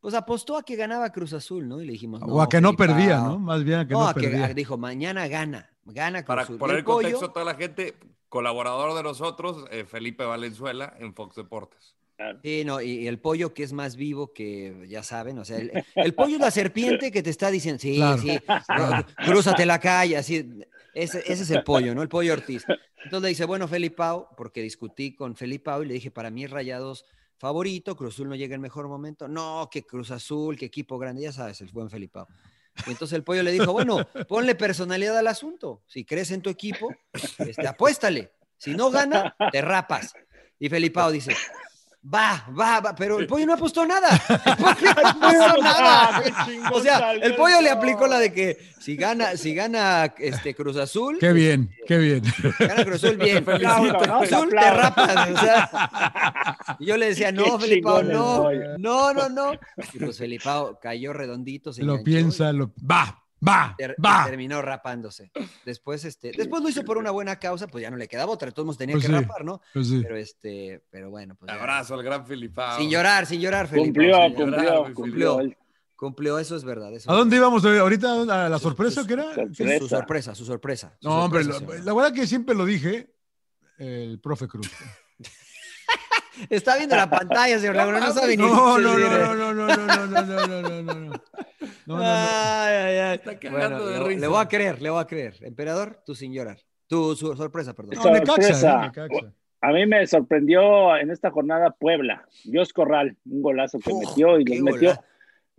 [SPEAKER 1] pues apostó a que ganaba Cruz Azul, ¿no? Y le dijimos,
[SPEAKER 2] o a que no perdía,
[SPEAKER 1] Filipao,
[SPEAKER 2] ¿no? Más bien a que
[SPEAKER 1] no,
[SPEAKER 2] no,
[SPEAKER 1] a que
[SPEAKER 2] perdía.
[SPEAKER 1] a- dijo, mañana gana, gana Cruz
[SPEAKER 3] Para
[SPEAKER 1] Azul. Y
[SPEAKER 3] poner
[SPEAKER 1] el
[SPEAKER 3] en
[SPEAKER 1] pollo,
[SPEAKER 3] contexto a toda la gente, colaborador de nosotros, eh, Felipe Valenzuela en Fox Deportes.
[SPEAKER 1] sí, no, y, y el pollo que es más vivo que, ya saben, o sea, el, el pollo es la serpiente que te está diciendo, sí,
[SPEAKER 2] Claro.
[SPEAKER 1] sí, no, crúzate la calle, así, ese, ese es el pollo, ¿no? El pollo Ortiz. Entonces le dice, bueno, Felipao, porque discutí con Felipao y le dije, para mí Rayados favorito, Cruz Azul no llega en mejor momento, no, que Cruz Azul, que equipo grande, ya sabes, el buen Felipao. Y entonces el pollo le dijo, bueno, ponle personalidad al asunto. Si crees en tu equipo, este, apuéstale. Si no gana, te rapas. Y Felipao dice, va, va, va. Pero el pollo no apostó nada. El pollo no apostó
[SPEAKER 4] Ah,
[SPEAKER 1] nada.
[SPEAKER 4] qué chingón
[SPEAKER 1] O sea,
[SPEAKER 4] salió
[SPEAKER 1] el pollo le
[SPEAKER 4] show.
[SPEAKER 1] aplicó la de que si gana, si gana este, Cruz Azul,
[SPEAKER 2] Qué bien, qué bien.
[SPEAKER 1] gana Cruz Azul bien. Si
[SPEAKER 3] Te felicito,
[SPEAKER 1] Cruz
[SPEAKER 4] ¿no? Te
[SPEAKER 1] Azul te
[SPEAKER 4] aplaudo.
[SPEAKER 1] rapas. O sea, y yo le decía, no,
[SPEAKER 4] Qué
[SPEAKER 1] Felipao,
[SPEAKER 4] chingón el
[SPEAKER 1] no,
[SPEAKER 4] pollo.
[SPEAKER 1] no, no, no. Y pues Felipao cayó redondito. se
[SPEAKER 2] Lo
[SPEAKER 1] enganchó.
[SPEAKER 2] piensa, lo... Va, va,
[SPEAKER 1] Ter-
[SPEAKER 2] va.
[SPEAKER 1] terminó rapándose. Después, este, después lo hizo por una buena causa, pues ya no le quedaba otra, de todos modos tenía
[SPEAKER 2] Pues
[SPEAKER 1] que
[SPEAKER 2] sí.
[SPEAKER 1] rapar, ¿no?
[SPEAKER 2] Pues sí.
[SPEAKER 1] Pero este, pero bueno, pues. ya.
[SPEAKER 3] Abrazo al gran Filipao.
[SPEAKER 1] Sin llorar, sin llorar, Felipe.
[SPEAKER 4] Cumplió,
[SPEAKER 1] sin llorar.
[SPEAKER 3] llorar,
[SPEAKER 4] cumplió,
[SPEAKER 3] güey,
[SPEAKER 4] cumplió.
[SPEAKER 1] cumplió. Cumplió, eso es verdad. eso
[SPEAKER 2] ¿A
[SPEAKER 1] es
[SPEAKER 2] dónde
[SPEAKER 1] verdad.
[SPEAKER 2] íbamos eh, ahorita? ¿A la
[SPEAKER 1] Su-
[SPEAKER 2] sorpresa
[SPEAKER 1] su-
[SPEAKER 2] que era?
[SPEAKER 1] Su
[SPEAKER 4] Sorpresa.
[SPEAKER 1] sorpresa, su sorpresa. su
[SPEAKER 2] No, hombre,
[SPEAKER 1] sorpresa,
[SPEAKER 2] la,
[SPEAKER 1] señor.
[SPEAKER 2] la verdad que siempre lo dije, el profe Cruz.
[SPEAKER 1] Está viendo la pantalla, señor Laguna, no sabe ni
[SPEAKER 2] No, no,
[SPEAKER 1] qué
[SPEAKER 2] no,
[SPEAKER 1] decir, ¿eh?
[SPEAKER 2] no, no, no, no, no, no, no, no, no, no, no. No, no,
[SPEAKER 1] Ay, ay, ay.
[SPEAKER 3] Está cagando
[SPEAKER 1] Bueno,
[SPEAKER 3] de
[SPEAKER 1] le,
[SPEAKER 3] risa.
[SPEAKER 1] le voy a creer, le voy a creer. Emperador, tú sin llorar. Tú, su sorpresa, perdón.
[SPEAKER 2] no. No, Necaxa,
[SPEAKER 4] Sorpresa.
[SPEAKER 2] eh, Necaxa.
[SPEAKER 4] A mí me sorprendió en esta jornada Puebla, Dios Corral, un golazo que
[SPEAKER 1] Uf,
[SPEAKER 4] metió y
[SPEAKER 1] qué
[SPEAKER 4] los metió,
[SPEAKER 1] golazo.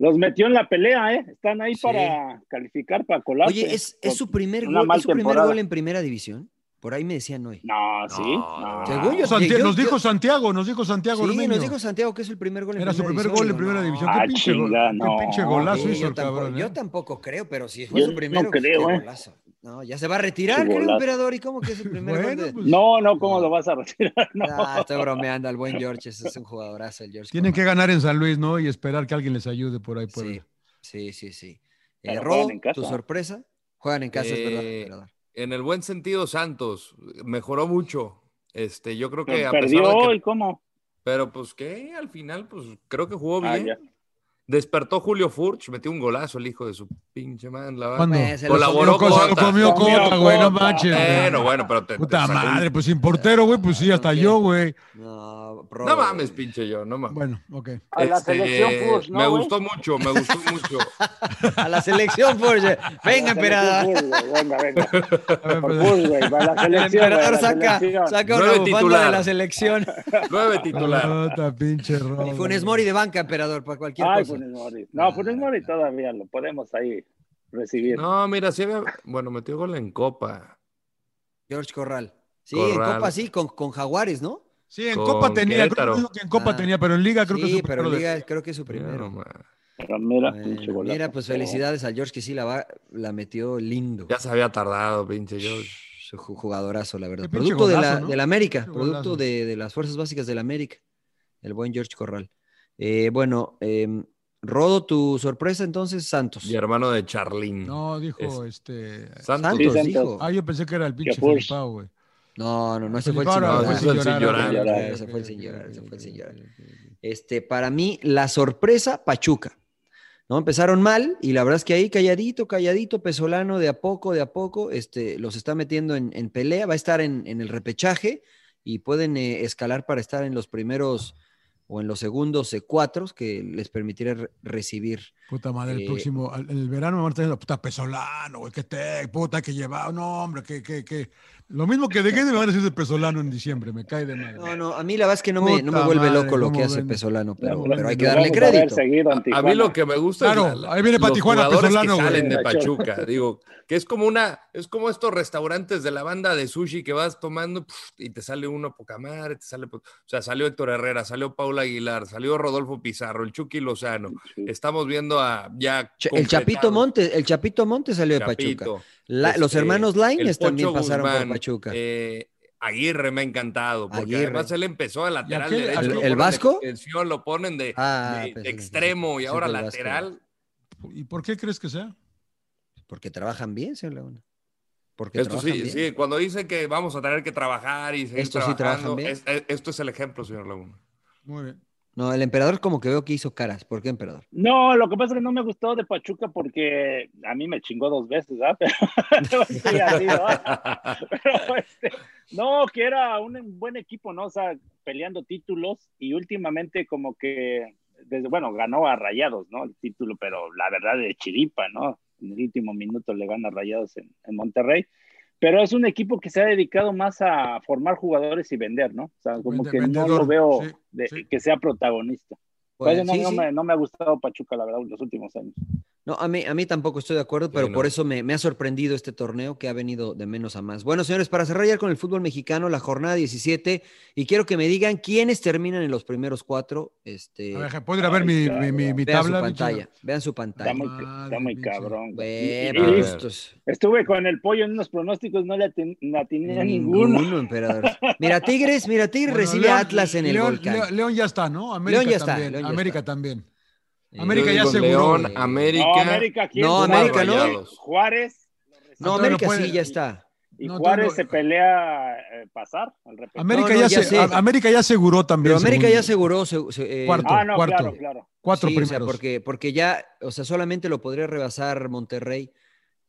[SPEAKER 4] los metió en la pelea, ¿eh? Están ahí
[SPEAKER 1] Sí.
[SPEAKER 4] para calificar, para colarse.
[SPEAKER 1] Oye, ¿es, es su primer
[SPEAKER 4] una
[SPEAKER 1] gol,
[SPEAKER 4] mal
[SPEAKER 1] es su primer
[SPEAKER 4] temporada.
[SPEAKER 1] gol en primera división? Por ahí me decían hoy.
[SPEAKER 4] No, sí.
[SPEAKER 3] No,
[SPEAKER 4] no.
[SPEAKER 1] Según yo,
[SPEAKER 2] Santi-
[SPEAKER 1] yo-
[SPEAKER 2] nos
[SPEAKER 1] yo-
[SPEAKER 2] dijo Santiago, nos dijo Santiago
[SPEAKER 1] sí,
[SPEAKER 2] Ormeño.
[SPEAKER 1] nos dijo Santiago que es el primer gol en
[SPEAKER 2] Era su
[SPEAKER 1] primera
[SPEAKER 2] primer
[SPEAKER 1] división.
[SPEAKER 2] gol en
[SPEAKER 1] Digo,
[SPEAKER 2] primera
[SPEAKER 1] no,
[SPEAKER 2] división.
[SPEAKER 4] Ah,
[SPEAKER 2] Qué pinche, go-
[SPEAKER 4] chinga,
[SPEAKER 2] qué
[SPEAKER 4] no.
[SPEAKER 2] pinche
[SPEAKER 4] Sí,
[SPEAKER 2] golazo
[SPEAKER 1] sí,
[SPEAKER 2] hizo
[SPEAKER 1] yo,
[SPEAKER 2] el
[SPEAKER 1] tampoco,
[SPEAKER 2] cabrón.
[SPEAKER 1] yo
[SPEAKER 2] ¿eh?
[SPEAKER 1] tampoco creo, pero si fue
[SPEAKER 4] Yo
[SPEAKER 1] su
[SPEAKER 4] no
[SPEAKER 1] primero. pues,
[SPEAKER 4] creo,
[SPEAKER 1] qué
[SPEAKER 4] ¿eh?
[SPEAKER 1] golazo. No, ya se va a retirar, creo,
[SPEAKER 4] Golazo.
[SPEAKER 1] emperador. ¿Y cómo que es su primer gol
[SPEAKER 2] Bueno,
[SPEAKER 1] de-
[SPEAKER 2] pues,
[SPEAKER 4] No, no, ¿cómo lo vas a retirar? No.
[SPEAKER 1] Ah, estoy bromeando al buen George. Ese es un jugadorazo, el George.
[SPEAKER 2] tienen que
[SPEAKER 1] Corral.
[SPEAKER 2] ganar en San Luis, ¿no? Y esperar que alguien les ayude por ahí. Por
[SPEAKER 1] Sí, sí, sí. sí. Eh,
[SPEAKER 4] Pero
[SPEAKER 1] Rodo,
[SPEAKER 4] juegan en casa.
[SPEAKER 1] tu sorpresa. Juegan en casa, es verdad,
[SPEAKER 3] Eh,
[SPEAKER 1] emperador.
[SPEAKER 3] En el buen sentido, Santos mejoró mucho. Este, yo creo que a pesar de
[SPEAKER 4] Perdió
[SPEAKER 3] que-
[SPEAKER 4] y cómo.
[SPEAKER 3] Pero pues que al final, pues creo que jugó
[SPEAKER 4] Ah,
[SPEAKER 3] bien.
[SPEAKER 4] ya.
[SPEAKER 3] Despertó Julio Furch, metió un golazo el hijo de su pinche madre. La verdad.
[SPEAKER 2] ¿Cuándo?
[SPEAKER 1] Pues, se lo
[SPEAKER 3] Colaboró
[SPEAKER 1] comió.
[SPEAKER 2] cosa, lo
[SPEAKER 3] Cota.
[SPEAKER 2] comió
[SPEAKER 4] Comió
[SPEAKER 2] Cota, güey, no
[SPEAKER 4] Cota.
[SPEAKER 2] manches. güey.
[SPEAKER 3] Bueno, bueno, pero te, te
[SPEAKER 2] Puta
[SPEAKER 3] sacó un-
[SPEAKER 2] madre, pues sin portero, güey, pues sí, hasta
[SPEAKER 1] Ok.
[SPEAKER 2] yo, güey.
[SPEAKER 1] No,
[SPEAKER 3] No mames, pinche yo, no mames.
[SPEAKER 2] Bueno, ok.
[SPEAKER 4] A la
[SPEAKER 3] Este,
[SPEAKER 4] selección Furs, ¿no?
[SPEAKER 3] Me
[SPEAKER 4] güey?
[SPEAKER 3] gustó mucho, me gustó mucho.
[SPEAKER 1] A la selección, Forge. Venga,
[SPEAKER 4] A la
[SPEAKER 1] emperador.
[SPEAKER 4] selección Furs, güey, Venga, venga.
[SPEAKER 2] A ver,
[SPEAKER 4] Por
[SPEAKER 2] pues,
[SPEAKER 4] Furs, güey. va la
[SPEAKER 1] El
[SPEAKER 4] selección. güey,
[SPEAKER 1] emperador
[SPEAKER 4] la
[SPEAKER 1] saca,
[SPEAKER 4] selección.
[SPEAKER 1] saca una
[SPEAKER 3] Nueve
[SPEAKER 1] bufanda
[SPEAKER 3] titular.
[SPEAKER 1] de la selección.
[SPEAKER 3] Nueve titular.
[SPEAKER 2] Puta, pinche robo.
[SPEAKER 1] Y Funes Mori de banca, emperador, para cualquier
[SPEAKER 4] Ay,
[SPEAKER 1] cosa.
[SPEAKER 4] Funes Mori. No, Funes Mori todavía lo podemos ahí recibir.
[SPEAKER 3] No, mira, sí había. Bueno, metió gol en Copa.
[SPEAKER 1] George Corral. Sí, en
[SPEAKER 3] Corral.
[SPEAKER 1] Copa sí, con, con Jaguares, ¿no?
[SPEAKER 2] Sí, en
[SPEAKER 3] Con
[SPEAKER 2] Copa tenía, creo
[SPEAKER 3] Querétaro.
[SPEAKER 2] que dijo que en Copa
[SPEAKER 1] Ah.
[SPEAKER 2] tenía, pero en Liga creo que
[SPEAKER 1] sí,
[SPEAKER 2] es
[SPEAKER 1] pero
[SPEAKER 2] de-
[SPEAKER 1] Liga creo que es su
[SPEAKER 3] Primero,
[SPEAKER 1] primero.
[SPEAKER 4] Pero mira,
[SPEAKER 1] Bueno,
[SPEAKER 4] pinche golazo.
[SPEAKER 1] mira, pues felicidades al George que sí la, va, la metió lindo.
[SPEAKER 3] Ya se había tardado, pinche yo.
[SPEAKER 1] Su ju- jugadorazo, la verdad.
[SPEAKER 2] Qué pinche
[SPEAKER 1] Producto de, la,
[SPEAKER 2] golazo, ¿no?
[SPEAKER 1] de la América,
[SPEAKER 2] Pinche
[SPEAKER 1] producto
[SPEAKER 2] golazo.
[SPEAKER 1] de, de las fuerzas básicas de la América. El buen George Corral. Eh, bueno, em, Rodo, tu sorpresa entonces, Santos.
[SPEAKER 3] Y hermano de Charlín.
[SPEAKER 2] No, dijo
[SPEAKER 3] Es-
[SPEAKER 2] este.
[SPEAKER 3] Santos.
[SPEAKER 1] Santos,
[SPEAKER 4] Santos.
[SPEAKER 1] dijo.
[SPEAKER 2] Ah, yo pensé que era el pinche
[SPEAKER 4] Furs.
[SPEAKER 2] Felipao, güey.
[SPEAKER 1] No, no, no, ese fue el sin
[SPEAKER 2] Felipao,
[SPEAKER 1] Llorar.
[SPEAKER 3] llorar.
[SPEAKER 2] ah,
[SPEAKER 3] Ese fue el sin llorar.
[SPEAKER 1] Ah, ese fue el sin llorar, ese fue el sin llorar. Este, para mí, la sorpresa, Pachuca. ¿No? Empezaron mal y la verdad es que ahí calladito, calladito, Pesolano de a poco, de a poco, este, los está metiendo en, en pelea, va a estar en, en el repechaje y pueden eh, escalar para estar en los primeros o en los segundos cuatro que les permitirá re- recibir.
[SPEAKER 2] Puta madre, el
[SPEAKER 1] Eh,
[SPEAKER 2] próximo, al- en el verano me van a traer la puta pesolano, güey, que te, puta que llevado, no, hombre, que, que, que. Lo mismo que de qué me van a decir de pesolano en diciembre, me cae de madre.
[SPEAKER 1] No, no, a mí la verdad es que no me, no me
[SPEAKER 2] Puta
[SPEAKER 1] vuelve
[SPEAKER 2] madre,
[SPEAKER 1] loco lo
[SPEAKER 2] ¿cómo
[SPEAKER 1] que hace
[SPEAKER 2] ven?
[SPEAKER 1] Pesolano, pero,
[SPEAKER 2] No,
[SPEAKER 1] pero hay que
[SPEAKER 4] Lo
[SPEAKER 1] darle
[SPEAKER 4] vamos a ver
[SPEAKER 1] crédito.
[SPEAKER 4] seguido en
[SPEAKER 3] A mí
[SPEAKER 4] Tijuana.
[SPEAKER 3] lo que me gusta es
[SPEAKER 2] Claro, ahí viene pa'
[SPEAKER 3] los
[SPEAKER 2] Tijuana,
[SPEAKER 3] jugadores
[SPEAKER 2] Pesolano,
[SPEAKER 3] que
[SPEAKER 2] güey.
[SPEAKER 3] salen de Pachuca, digo, que es como una, es como estos restaurantes de la banda de sushi que vas tomando pf, y te sale uno a poca madre, te sale, po- o sea, salió Héctor Herrera, salió Paula Aguilar, salió Rodolfo Pizarro, el Chucky Lozano.
[SPEAKER 4] Sí.
[SPEAKER 3] Estamos viendo a ya
[SPEAKER 1] Ch- El Chapito Montes, el Chapito Montes salió de Pachuca. La- los
[SPEAKER 3] Este,
[SPEAKER 1] hermanos Laines
[SPEAKER 3] el Pocho
[SPEAKER 1] también pasaron
[SPEAKER 3] Guzmán,
[SPEAKER 1] por Pachuca.
[SPEAKER 3] eh, Aguirre me ha encantado, porque
[SPEAKER 1] Aguirre.
[SPEAKER 3] además él empezó de lateral
[SPEAKER 2] aquel-
[SPEAKER 3] derecho.
[SPEAKER 2] al-
[SPEAKER 3] lo
[SPEAKER 1] el
[SPEAKER 3] ponen de
[SPEAKER 1] Vasco?
[SPEAKER 3] contención, lo ponen de,
[SPEAKER 1] Ah,
[SPEAKER 3] de- de
[SPEAKER 1] pensé que-
[SPEAKER 3] extremo y
[SPEAKER 1] pensé
[SPEAKER 3] ahora
[SPEAKER 1] que el Vasco.
[SPEAKER 3] lateral.
[SPEAKER 2] ¿Y por qué crees que sea?
[SPEAKER 1] Porque trabajan bien, señor Laguna. Porque
[SPEAKER 3] Esto
[SPEAKER 1] trabajan
[SPEAKER 3] sí,
[SPEAKER 1] bien.
[SPEAKER 3] sí, cuando dice que vamos a tener que trabajar y seguir
[SPEAKER 1] Esto sí trabajan
[SPEAKER 3] trabajando,
[SPEAKER 1] bien.
[SPEAKER 3] es- es- esto es el ejemplo, señor Laguna.
[SPEAKER 2] Muy bien.
[SPEAKER 1] No, el emperador como que veo que hizo caras. ¿Por qué, emperador?
[SPEAKER 4] No, lo que pasa es que no me gustó de Pachuca porque a mí me chingó dos veces, ¿ah? Pero, sí, así, ¿no? Pero, este, no, que era un buen equipo, ¿no? O sea, peleando títulos y últimamente como que, desde, bueno, ganó a Rayados, ¿no? El título, pero la verdad de Chiripa, ¿no? En el último minuto le gana a Rayados en, en Monterrey. Pero es un equipo que se ha dedicado más a formar jugadores y vender, ¿no? O sea, como
[SPEAKER 2] Vende-
[SPEAKER 4] que no
[SPEAKER 2] Pues vendedor,
[SPEAKER 4] lo veo
[SPEAKER 2] sí,
[SPEAKER 4] de-
[SPEAKER 2] sí.
[SPEAKER 4] que sea protagonista.
[SPEAKER 1] Pues,
[SPEAKER 4] Oye, no,
[SPEAKER 1] sí,
[SPEAKER 4] no
[SPEAKER 1] sí.
[SPEAKER 4] Me, no me ha gustado Pachuca, la verdad, en los últimos años.
[SPEAKER 1] No, a mí, a mí tampoco estoy de acuerdo, pero
[SPEAKER 3] no.
[SPEAKER 1] por eso me, me ha sorprendido este torneo que ha venido de menos a más. Bueno, señores, para cerrar ya con el fútbol mexicano, la jornada 17, y quiero que me digan quiénes terminan en los primeros cuatro. Este,
[SPEAKER 2] A ver, ¿puedo ir a ver
[SPEAKER 4] Ay,
[SPEAKER 2] mi,
[SPEAKER 4] cabrón.
[SPEAKER 2] mi, mi, mi
[SPEAKER 1] vean su
[SPEAKER 2] tabla?
[SPEAKER 1] pantalla. Vean su pantalla.
[SPEAKER 4] Está muy,
[SPEAKER 2] Madre,
[SPEAKER 4] está muy
[SPEAKER 2] pinche.
[SPEAKER 4] cabrón. güey. Y-
[SPEAKER 1] Bueno,
[SPEAKER 4] y- y
[SPEAKER 3] ver.
[SPEAKER 1] estos-
[SPEAKER 4] estuve con el pollo en unos pronósticos, no le atin- no atiné a
[SPEAKER 1] Ninguno,
[SPEAKER 4] ninguno.
[SPEAKER 1] emperador. Mira, Tigres, mira, Tigres
[SPEAKER 2] Bueno,
[SPEAKER 1] recibe
[SPEAKER 2] León-
[SPEAKER 1] a Atlas en el
[SPEAKER 2] León,
[SPEAKER 1] volcán.
[SPEAKER 2] León, León ya está, ¿no? América
[SPEAKER 1] ya está,
[SPEAKER 2] también.
[SPEAKER 1] León ya
[SPEAKER 2] América
[SPEAKER 1] está.
[SPEAKER 2] también.
[SPEAKER 1] Eh,
[SPEAKER 2] América
[SPEAKER 1] yo
[SPEAKER 2] ya
[SPEAKER 1] digo
[SPEAKER 2] aseguró.
[SPEAKER 3] León,
[SPEAKER 1] Eh,
[SPEAKER 3] América.
[SPEAKER 4] No, América, ¿quién?
[SPEAKER 1] No,
[SPEAKER 4] Juárez,
[SPEAKER 1] América no.
[SPEAKER 4] güey. Juárez. lo recibe.
[SPEAKER 1] No,
[SPEAKER 2] Entonces no
[SPEAKER 1] América
[SPEAKER 2] puede-
[SPEAKER 1] sí, ya está.
[SPEAKER 4] Y
[SPEAKER 2] no,
[SPEAKER 4] Juárez
[SPEAKER 2] entonces
[SPEAKER 4] se
[SPEAKER 2] no-
[SPEAKER 4] pelea eh, pasar al repechaje.
[SPEAKER 2] América,
[SPEAKER 1] no,
[SPEAKER 2] ya
[SPEAKER 1] ya
[SPEAKER 2] se-
[SPEAKER 1] sé.
[SPEAKER 2] a- América ya aseguró también.
[SPEAKER 1] Pero América
[SPEAKER 2] según-
[SPEAKER 1] ya aseguró se- se- eh,
[SPEAKER 2] Cuarto,
[SPEAKER 4] Ah, no,
[SPEAKER 2] cuarto.
[SPEAKER 4] claro, claro.
[SPEAKER 2] Cuatro
[SPEAKER 1] sí, o sea,
[SPEAKER 2] primeros.
[SPEAKER 1] porque, porque ya, o sea, solamente lo podría rebasar Monterrey.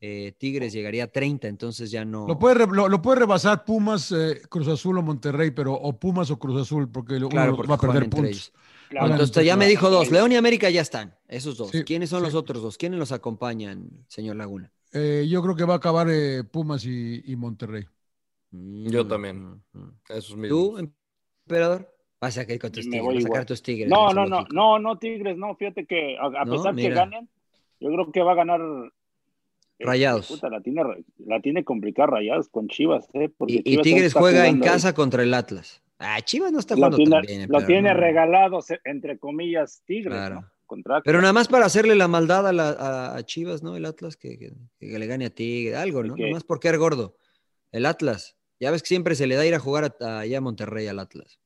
[SPEAKER 1] Eh, Tigres llegaría a 30, entonces ya no.
[SPEAKER 2] Lo puede, re- lo, lo puede rebasar Pumas, eh, Cruz Azul o Monterrey, pero o Pumas o Cruz Azul, porque uno
[SPEAKER 1] claro, porque
[SPEAKER 2] va a
[SPEAKER 1] juegan
[SPEAKER 2] perder
[SPEAKER 1] entre
[SPEAKER 2] puntos.
[SPEAKER 1] ellos.
[SPEAKER 4] claro.
[SPEAKER 1] Entonces ya me dijo dos, León y América ya están, esos dos.
[SPEAKER 2] Sí,
[SPEAKER 1] ¿Quiénes son
[SPEAKER 2] sí.
[SPEAKER 1] los otros dos? ¿Quiénes los acompañan, señor Laguna?
[SPEAKER 2] Eh, yo creo que va a acabar eh, Pumas y, y Monterrey.
[SPEAKER 1] Yo
[SPEAKER 3] también. Esos mismos.
[SPEAKER 1] Mm, ¿Tú, emperador? Vas a caer con tus
[SPEAKER 4] Me
[SPEAKER 1] tigres,
[SPEAKER 4] voy
[SPEAKER 1] vas a sacar
[SPEAKER 4] igual.
[SPEAKER 1] tus tigres.
[SPEAKER 4] No,
[SPEAKER 1] del
[SPEAKER 4] no, no,
[SPEAKER 1] zoológico.
[SPEAKER 4] no, no, Tigres, no, fíjate que a, a
[SPEAKER 1] No,
[SPEAKER 4] pesar que
[SPEAKER 1] mira.
[SPEAKER 4] ganen, yo creo que va a ganar. eh,
[SPEAKER 1] Rayados.
[SPEAKER 4] puta, la tiene, la tiene complicada Rayados con Chivas, ¿eh? Porque
[SPEAKER 1] Y, y
[SPEAKER 4] Chivas
[SPEAKER 1] Tigres
[SPEAKER 4] está
[SPEAKER 1] juega en
[SPEAKER 4] jugando ahí.
[SPEAKER 1] casa contra el Atlas. Ah, Chivas no está
[SPEAKER 4] lo
[SPEAKER 1] jugando
[SPEAKER 4] tiene,
[SPEAKER 1] tan bien.
[SPEAKER 4] lo
[SPEAKER 1] emperador,
[SPEAKER 4] tiene
[SPEAKER 1] no.
[SPEAKER 4] regalado, se- entre comillas, Tigres,
[SPEAKER 1] Claro.
[SPEAKER 4] ¿no? contrato.
[SPEAKER 1] Pero nada más para hacerle la maldad a, la- a- a Chivas, ¿no? El Atlas que, que- que le gane a Tigre, algo, ¿no?
[SPEAKER 4] Ok.
[SPEAKER 1] Nada más porque era gordo. El Atlas. Ya ves que siempre se le da ir a jugar a- a- allá a Monterrey al Atlas.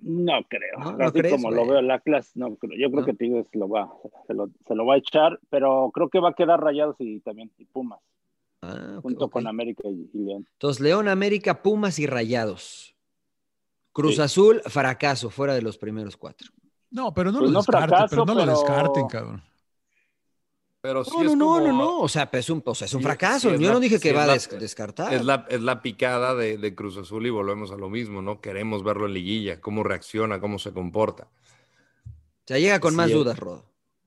[SPEAKER 4] No creo.
[SPEAKER 1] Ah, No, no
[SPEAKER 4] Así
[SPEAKER 1] crees,
[SPEAKER 4] como
[SPEAKER 1] güey.
[SPEAKER 4] lo veo el Atlas, no creo. Yo creo
[SPEAKER 1] No.
[SPEAKER 4] que Tigres lo va, se lo, se lo va a echar, pero creo que va a quedar rayados y también y Pumas,
[SPEAKER 1] Ah, ok,
[SPEAKER 4] junto
[SPEAKER 1] ok.
[SPEAKER 4] con América y, y León.
[SPEAKER 1] Entonces, León, América, Pumas y Rayados. Cruz
[SPEAKER 4] Sí.
[SPEAKER 1] Azul, fracaso, fuera de los primeros cuatro.
[SPEAKER 2] No, pero no
[SPEAKER 4] Pues
[SPEAKER 2] lo
[SPEAKER 4] no
[SPEAKER 2] descarten,
[SPEAKER 4] fracaso,
[SPEAKER 2] pero no lo
[SPEAKER 4] pero-
[SPEAKER 2] descarten, cabrón.
[SPEAKER 3] Pero sí
[SPEAKER 1] No,
[SPEAKER 3] es
[SPEAKER 1] no, no, no,
[SPEAKER 3] como-
[SPEAKER 1] no. O sea, pues es un, o sea, es un
[SPEAKER 3] Sí,
[SPEAKER 1] fracaso.
[SPEAKER 3] sí, es
[SPEAKER 1] Yo
[SPEAKER 3] la-
[SPEAKER 1] no dije que
[SPEAKER 3] sí,
[SPEAKER 1] va
[SPEAKER 3] es la-
[SPEAKER 1] a des- descartar.
[SPEAKER 3] Es la, es la picada de, de Cruz Azul y volvemos a lo mismo, ¿no? Queremos verlo en liguilla, cómo reacciona, cómo se comporta.
[SPEAKER 1] Se llega con
[SPEAKER 3] Sí,
[SPEAKER 1] más
[SPEAKER 3] es-
[SPEAKER 1] dudas, Rodo.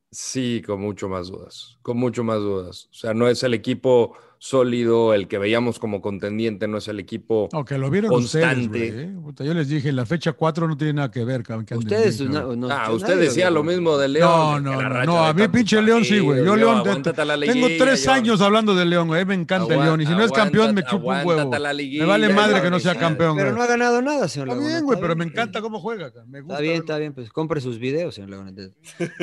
[SPEAKER 3] Sí, con mucho más dudas, con mucho más dudas. O sea, no es el equipo sólido, el que veíamos como contendiente, no es el equipo...
[SPEAKER 2] No, que lo vieron
[SPEAKER 3] Constante.
[SPEAKER 2] ustedes, güey. ¿eh? Puta, Yo les dije, en la fecha 4 no tiene nada que ver, cabrón. que anden
[SPEAKER 1] Ustedes,
[SPEAKER 2] bien, cabrón.
[SPEAKER 1] no, no-
[SPEAKER 3] Ah,
[SPEAKER 1] nadie
[SPEAKER 3] usted decía
[SPEAKER 1] dijo.
[SPEAKER 3] lo mismo de León.
[SPEAKER 2] No,
[SPEAKER 3] que
[SPEAKER 2] no,
[SPEAKER 3] la
[SPEAKER 2] no,
[SPEAKER 3] racha
[SPEAKER 2] no, a
[SPEAKER 3] de
[SPEAKER 2] mí
[SPEAKER 3] tantos
[SPEAKER 2] pinche León sí, güey. Yo
[SPEAKER 3] partidos,
[SPEAKER 2] León,
[SPEAKER 3] aguántate la
[SPEAKER 2] Tengo
[SPEAKER 3] liguilla,
[SPEAKER 2] tres
[SPEAKER 3] León.
[SPEAKER 2] años hablando de León, güey. eh, Me encanta el
[SPEAKER 3] Agua-
[SPEAKER 2] León. Y si no es campeón, me
[SPEAKER 3] aguántate-
[SPEAKER 2] chupo un
[SPEAKER 3] aguántate
[SPEAKER 2] huevo.
[SPEAKER 3] la
[SPEAKER 2] Me
[SPEAKER 3] liguilla,
[SPEAKER 2] vale madre que no sea
[SPEAKER 3] madre.
[SPEAKER 2] campeón,
[SPEAKER 1] Pero no
[SPEAKER 2] güey.
[SPEAKER 1] ha ganado nada, señor
[SPEAKER 2] Está
[SPEAKER 1] Laguna.
[SPEAKER 2] bien, güey, pero me encanta cómo juega, cabrón. Me gusta.
[SPEAKER 1] Está bien,
[SPEAKER 2] verlo.
[SPEAKER 1] está bien, pues compre sus videos, señor Lagunete.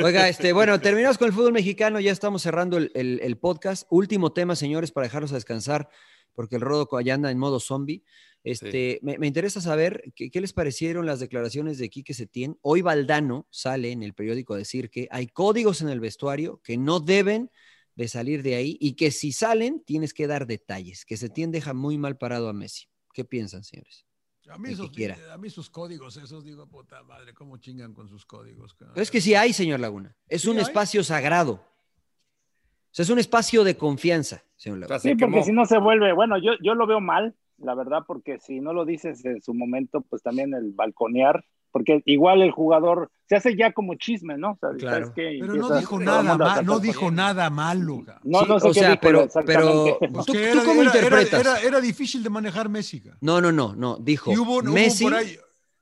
[SPEAKER 1] Oiga, este, bueno, terminamos con el fútbol mexicano, ya estamos cerrando el, el- el podcast. Último tema, señores, para dejarlos a descansar, porque el Rodo allá anda en modo zombie. Este, me, me interesa saber qué, qué les parecieron las declaraciones de Quique Setién. Hoy Valdano sale en el periódico a decir que hay códigos en el vestuario que no deben de salir de ahí y que si salen tienes que dar detalles, que Setién deja muy mal parado a Messi. ¿Qué piensan, señores?
[SPEAKER 2] A mí,
[SPEAKER 1] El que
[SPEAKER 2] esos,
[SPEAKER 1] quiera.
[SPEAKER 2] a mí sus códigos, esos digo, puta madre, cómo chingan con sus códigos. cabrón.
[SPEAKER 1] Pero es que sí hay, señor Laguna. Es
[SPEAKER 2] Sí
[SPEAKER 1] un
[SPEAKER 2] hay.
[SPEAKER 1] espacio sagrado. O sea, es un espacio de confianza, señor
[SPEAKER 3] O sea,
[SPEAKER 1] Laguna.
[SPEAKER 3] se
[SPEAKER 4] Sí, porque
[SPEAKER 3] quemó.
[SPEAKER 4] si no se vuelve, bueno, yo, yo lo veo mal, la verdad, porque si no lo dices en su momento, pues también el balconear, porque igual el jugador se hace ya como chisme, ¿no? O sea,
[SPEAKER 1] Claro.
[SPEAKER 4] ¿sabes qué?
[SPEAKER 2] Pero no
[SPEAKER 4] Empieza
[SPEAKER 2] dijo
[SPEAKER 4] todo el
[SPEAKER 2] nada,
[SPEAKER 4] mundo a
[SPEAKER 2] ma- no
[SPEAKER 4] tratar-
[SPEAKER 2] dijo nada malo. cabrón.
[SPEAKER 4] No,
[SPEAKER 1] Sí,
[SPEAKER 4] no sé
[SPEAKER 1] o
[SPEAKER 4] qué
[SPEAKER 1] sea,
[SPEAKER 4] dijo
[SPEAKER 1] pero, pero
[SPEAKER 4] exactamente.
[SPEAKER 1] ¿tú,
[SPEAKER 2] Pues que
[SPEAKER 1] tú
[SPEAKER 2] era- era-
[SPEAKER 1] cómo
[SPEAKER 2] era-
[SPEAKER 1] interpretas?
[SPEAKER 2] Era, era difícil de manejar Messi. cabrón.
[SPEAKER 1] No, no, no, no. Dijo,
[SPEAKER 2] Y hubo, hubo
[SPEAKER 1] Messi,
[SPEAKER 2] por ahí.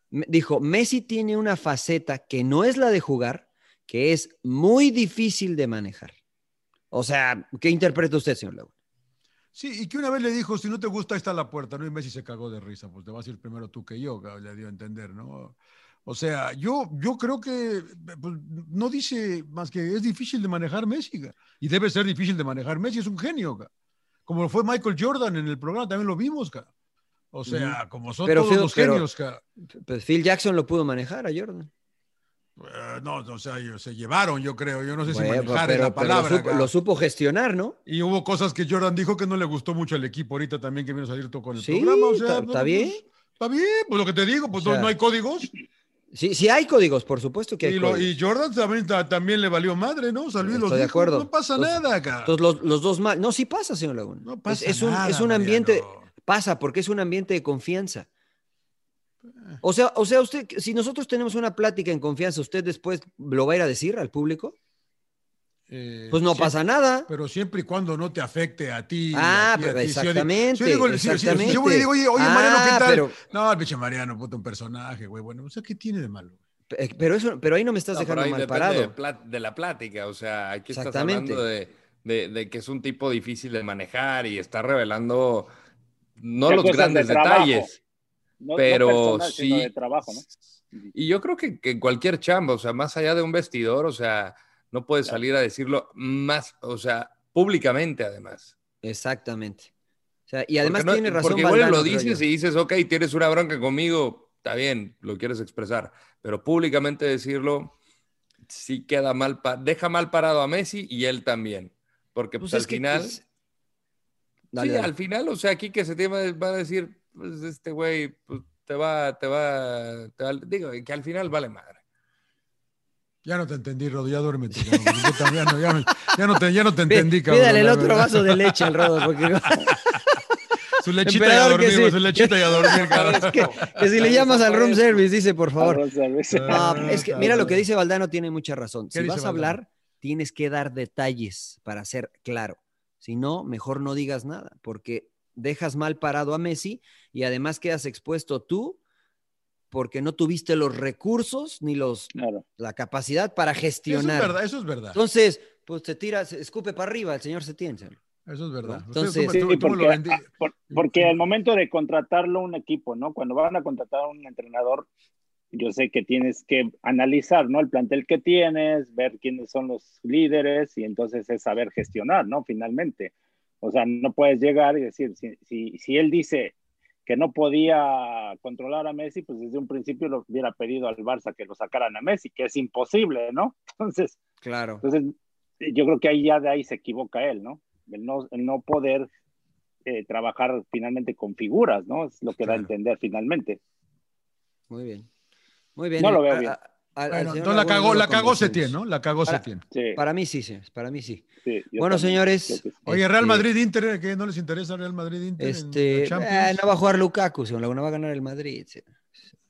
[SPEAKER 1] me- dijo, Messi tiene una faceta que no es la de jugar, que es muy difícil de manejar. O sea, ¿qué interpreta usted, señor Laguna?
[SPEAKER 2] Sí, y que una vez le dijo, si no te gusta, ahí está la puerta, ¿no? Y Messi se cagó de risa, pues te vas a ir primero tú que yo, cabrón, le dio a entender, ¿no? O sea, yo, yo creo que pues, no dice más que es difícil de manejar Messi, cabrón. y debe ser difícil de manejar Messi, es un genio, cabrón. como lo fue Michael Jordan en el programa, también lo vimos, cabrón. o sea, como son
[SPEAKER 1] Pero,
[SPEAKER 2] todos
[SPEAKER 1] Phil,
[SPEAKER 2] los
[SPEAKER 1] pero-
[SPEAKER 2] genios, cabrón.
[SPEAKER 1] Pues Phil Jackson lo pudo manejar a Jordan.
[SPEAKER 2] Eh, no, o sea, ellos se llevaron, yo creo, yo no sé si
[SPEAKER 1] Bueno,
[SPEAKER 2] manejar es
[SPEAKER 1] pero-
[SPEAKER 2] la
[SPEAKER 1] pero
[SPEAKER 2] palabra.
[SPEAKER 1] lo, supo,
[SPEAKER 2] cabrón.
[SPEAKER 1] lo supo gestionar, ¿no?
[SPEAKER 2] Y hubo cosas que Jordan dijo que no le gustó mucho al equipo ahorita también que vino a salir tú con el
[SPEAKER 1] Sí,
[SPEAKER 2] programa. o sea,
[SPEAKER 1] está-
[SPEAKER 2] no,
[SPEAKER 1] está bien.
[SPEAKER 2] pues, Está bien, pues lo que te digo, pues
[SPEAKER 1] O sea,
[SPEAKER 2] no hay códigos.
[SPEAKER 1] Sí, sí hay códigos, por supuesto que hay
[SPEAKER 2] Y, lo-
[SPEAKER 1] códigos.
[SPEAKER 2] y Jordan también, ta- también le valió madre, ¿no? Salió y los
[SPEAKER 1] Estoy de
[SPEAKER 2] dijo,
[SPEAKER 1] acuerdo.
[SPEAKER 2] No pasa
[SPEAKER 1] Entonces-
[SPEAKER 2] nada, acá.
[SPEAKER 1] Entonces, los, los dos mal. No, sí pasa, señor Laguna.
[SPEAKER 2] No pasa
[SPEAKER 1] es, es un,
[SPEAKER 2] nada,
[SPEAKER 1] es un
[SPEAKER 2] Mariano.
[SPEAKER 1] ambiente. Pasa, porque es un ambiente de confianza. O sea, o sea, usted, si nosotros tenemos una plática en confianza, ¿usted después lo va a ir a decir al público?
[SPEAKER 2] Eh,
[SPEAKER 1] Pues no
[SPEAKER 2] siempre-
[SPEAKER 1] pasa nada.
[SPEAKER 2] Pero siempre y cuando no te afecte a ti.
[SPEAKER 1] ah,
[SPEAKER 2] a ti, a
[SPEAKER 1] pero
[SPEAKER 2] ti. Si yo digo-
[SPEAKER 1] exactamente.
[SPEAKER 2] si yo digo- si- si- si-
[SPEAKER 1] exactamente.
[SPEAKER 2] yo le digo, oye, oye, Mariano, ¿qué
[SPEAKER 1] Ah,
[SPEAKER 2] tal?
[SPEAKER 1] Pero,
[SPEAKER 2] No, el pinche Mariano, puto, un personaje, güey. Bueno, o sea, ¿qué tiene de malo?
[SPEAKER 1] pe- eh, pero, eso, pero ahí no me estás
[SPEAKER 3] No, pero
[SPEAKER 1] dejando
[SPEAKER 3] ahí
[SPEAKER 1] mal
[SPEAKER 3] depende
[SPEAKER 1] parado.
[SPEAKER 3] De, plat- de la plática, o sea, aquí estás
[SPEAKER 1] Exactamente.
[SPEAKER 3] hablando de, de- de que es un tipo difícil de manejar y está revelando no
[SPEAKER 4] Ya
[SPEAKER 3] los
[SPEAKER 4] cosas de
[SPEAKER 3] grandes
[SPEAKER 4] trabajo,
[SPEAKER 3] detalles.
[SPEAKER 4] No- no
[SPEAKER 3] pero
[SPEAKER 4] personal, sino
[SPEAKER 3] sí-
[SPEAKER 4] de trabajo, ¿no?
[SPEAKER 3] Y yo creo que, que en cualquier chamba, o sea, más allá de un vestidor, o sea, no puedes
[SPEAKER 4] Claro.
[SPEAKER 3] salir a decirlo más, o sea, públicamente además.
[SPEAKER 1] Exactamente. O sea, y además
[SPEAKER 3] Porque no-
[SPEAKER 1] tiene razón.
[SPEAKER 3] Porque igual
[SPEAKER 1] Valdano,
[SPEAKER 3] lo
[SPEAKER 1] creo
[SPEAKER 3] dices
[SPEAKER 1] yo.
[SPEAKER 3] y dices, ok, tienes una bronca conmigo, está bien, lo quieres expresar, pero públicamente decirlo sí queda mal, pa- deja mal parado a Messi y él también, porque
[SPEAKER 1] Pues
[SPEAKER 3] pues, al
[SPEAKER 1] es que-
[SPEAKER 3] final,
[SPEAKER 1] es- Dale,
[SPEAKER 3] sí,
[SPEAKER 1] dale.
[SPEAKER 3] al final, o sea, aquí que se te va va a decir, pues este güey, pues, te va, te va, te va- digo, que al final vale madre.
[SPEAKER 2] Ya no te entendí, Rodo, ya duérmete. cabrón, porque yo también no- ya, no, ya no te, ya no te
[SPEAKER 1] Pí-
[SPEAKER 2] entendí, cabrón.
[SPEAKER 1] Pídale el
[SPEAKER 2] la
[SPEAKER 1] otro
[SPEAKER 2] verdad.
[SPEAKER 1] vaso de leche al rodo, porque no-
[SPEAKER 2] Su lechita ya
[SPEAKER 1] Emperador, que
[SPEAKER 2] dormir, güey,
[SPEAKER 1] sí.
[SPEAKER 2] su lechita ya dormir, cabrón.
[SPEAKER 1] que si le llamas al room service, dice, por favor.
[SPEAKER 4] Vamos a ver si-
[SPEAKER 1] No,
[SPEAKER 2] Ah,
[SPEAKER 1] es que
[SPEAKER 2] está
[SPEAKER 1] mira lo que
[SPEAKER 2] bien.
[SPEAKER 1] dice Valdano tiene mucha razón.
[SPEAKER 2] ¿Qué
[SPEAKER 1] Si
[SPEAKER 2] dice
[SPEAKER 1] vas a
[SPEAKER 2] Valdano?
[SPEAKER 1] hablar, tienes que dar detalles para ser claro. Si no, mejor no digas nada, porque dejas mal parado a Messi y además quedas expuesto tú porque no tuviste los recursos ni los
[SPEAKER 4] Claro.
[SPEAKER 1] la capacidad para
[SPEAKER 2] Eso es
[SPEAKER 1] gestionar.
[SPEAKER 2] verdad, eso es verdad.
[SPEAKER 1] Entonces, pues te tiras, escupe para arriba, el señor se tiene.
[SPEAKER 2] Eso es verdad.
[SPEAKER 1] ¿no?
[SPEAKER 2] Ustedes,
[SPEAKER 1] Entonces-
[SPEAKER 2] ¿cómo-
[SPEAKER 4] Sí,
[SPEAKER 2] cómo lo
[SPEAKER 4] porque-
[SPEAKER 2] vendí?
[SPEAKER 4] Por- porque al momento de contratarlo un equipo, ¿no? Cuando van a contratar a un entrenador, yo sé que tienes que analizar, ¿no? El plantel que tienes, ver quiénes son los líderes y entonces es saber gestionar, ¿no? Finalmente. O sea, no puedes llegar y decir, si, si, si él dice que no podía controlar a Messi, pues desde un principio lo hubiera pedido al Barça que lo sacaran a Messi, que es imposible, ¿no? Entonces,
[SPEAKER 1] claro.
[SPEAKER 4] entonces yo creo que ahí ya de ahí se equivoca él, ¿no? El no, el no poder eh, trabajar finalmente con figuras, ¿no? Es lo que da a
[SPEAKER 1] Claro.
[SPEAKER 4] entender finalmente.
[SPEAKER 1] Muy bien. Muy bien.
[SPEAKER 4] No lo veo
[SPEAKER 1] A-
[SPEAKER 4] bien.
[SPEAKER 1] a- a- al
[SPEAKER 2] Bueno,
[SPEAKER 1] señor
[SPEAKER 2] entonces la
[SPEAKER 1] Laguna
[SPEAKER 2] cagó,
[SPEAKER 1] lo
[SPEAKER 2] la cagó
[SPEAKER 1] convencemos.
[SPEAKER 2] Setién, ¿no? La cagó
[SPEAKER 1] Ahora-
[SPEAKER 2] Setién.
[SPEAKER 4] Sí,
[SPEAKER 1] Para mí sí, señores, para mí sí.
[SPEAKER 4] sí, yo
[SPEAKER 1] bueno,
[SPEAKER 4] también creo
[SPEAKER 1] señores.
[SPEAKER 4] que sí.
[SPEAKER 2] Oye, Real
[SPEAKER 1] este,
[SPEAKER 2] Madrid Inter, que no les interesa Real Madrid Inter. en
[SPEAKER 1] Este,
[SPEAKER 2] la Champions?
[SPEAKER 1] eh, no va a jugar Lukaku, señor Laguna va a ganar el Madrid. sí.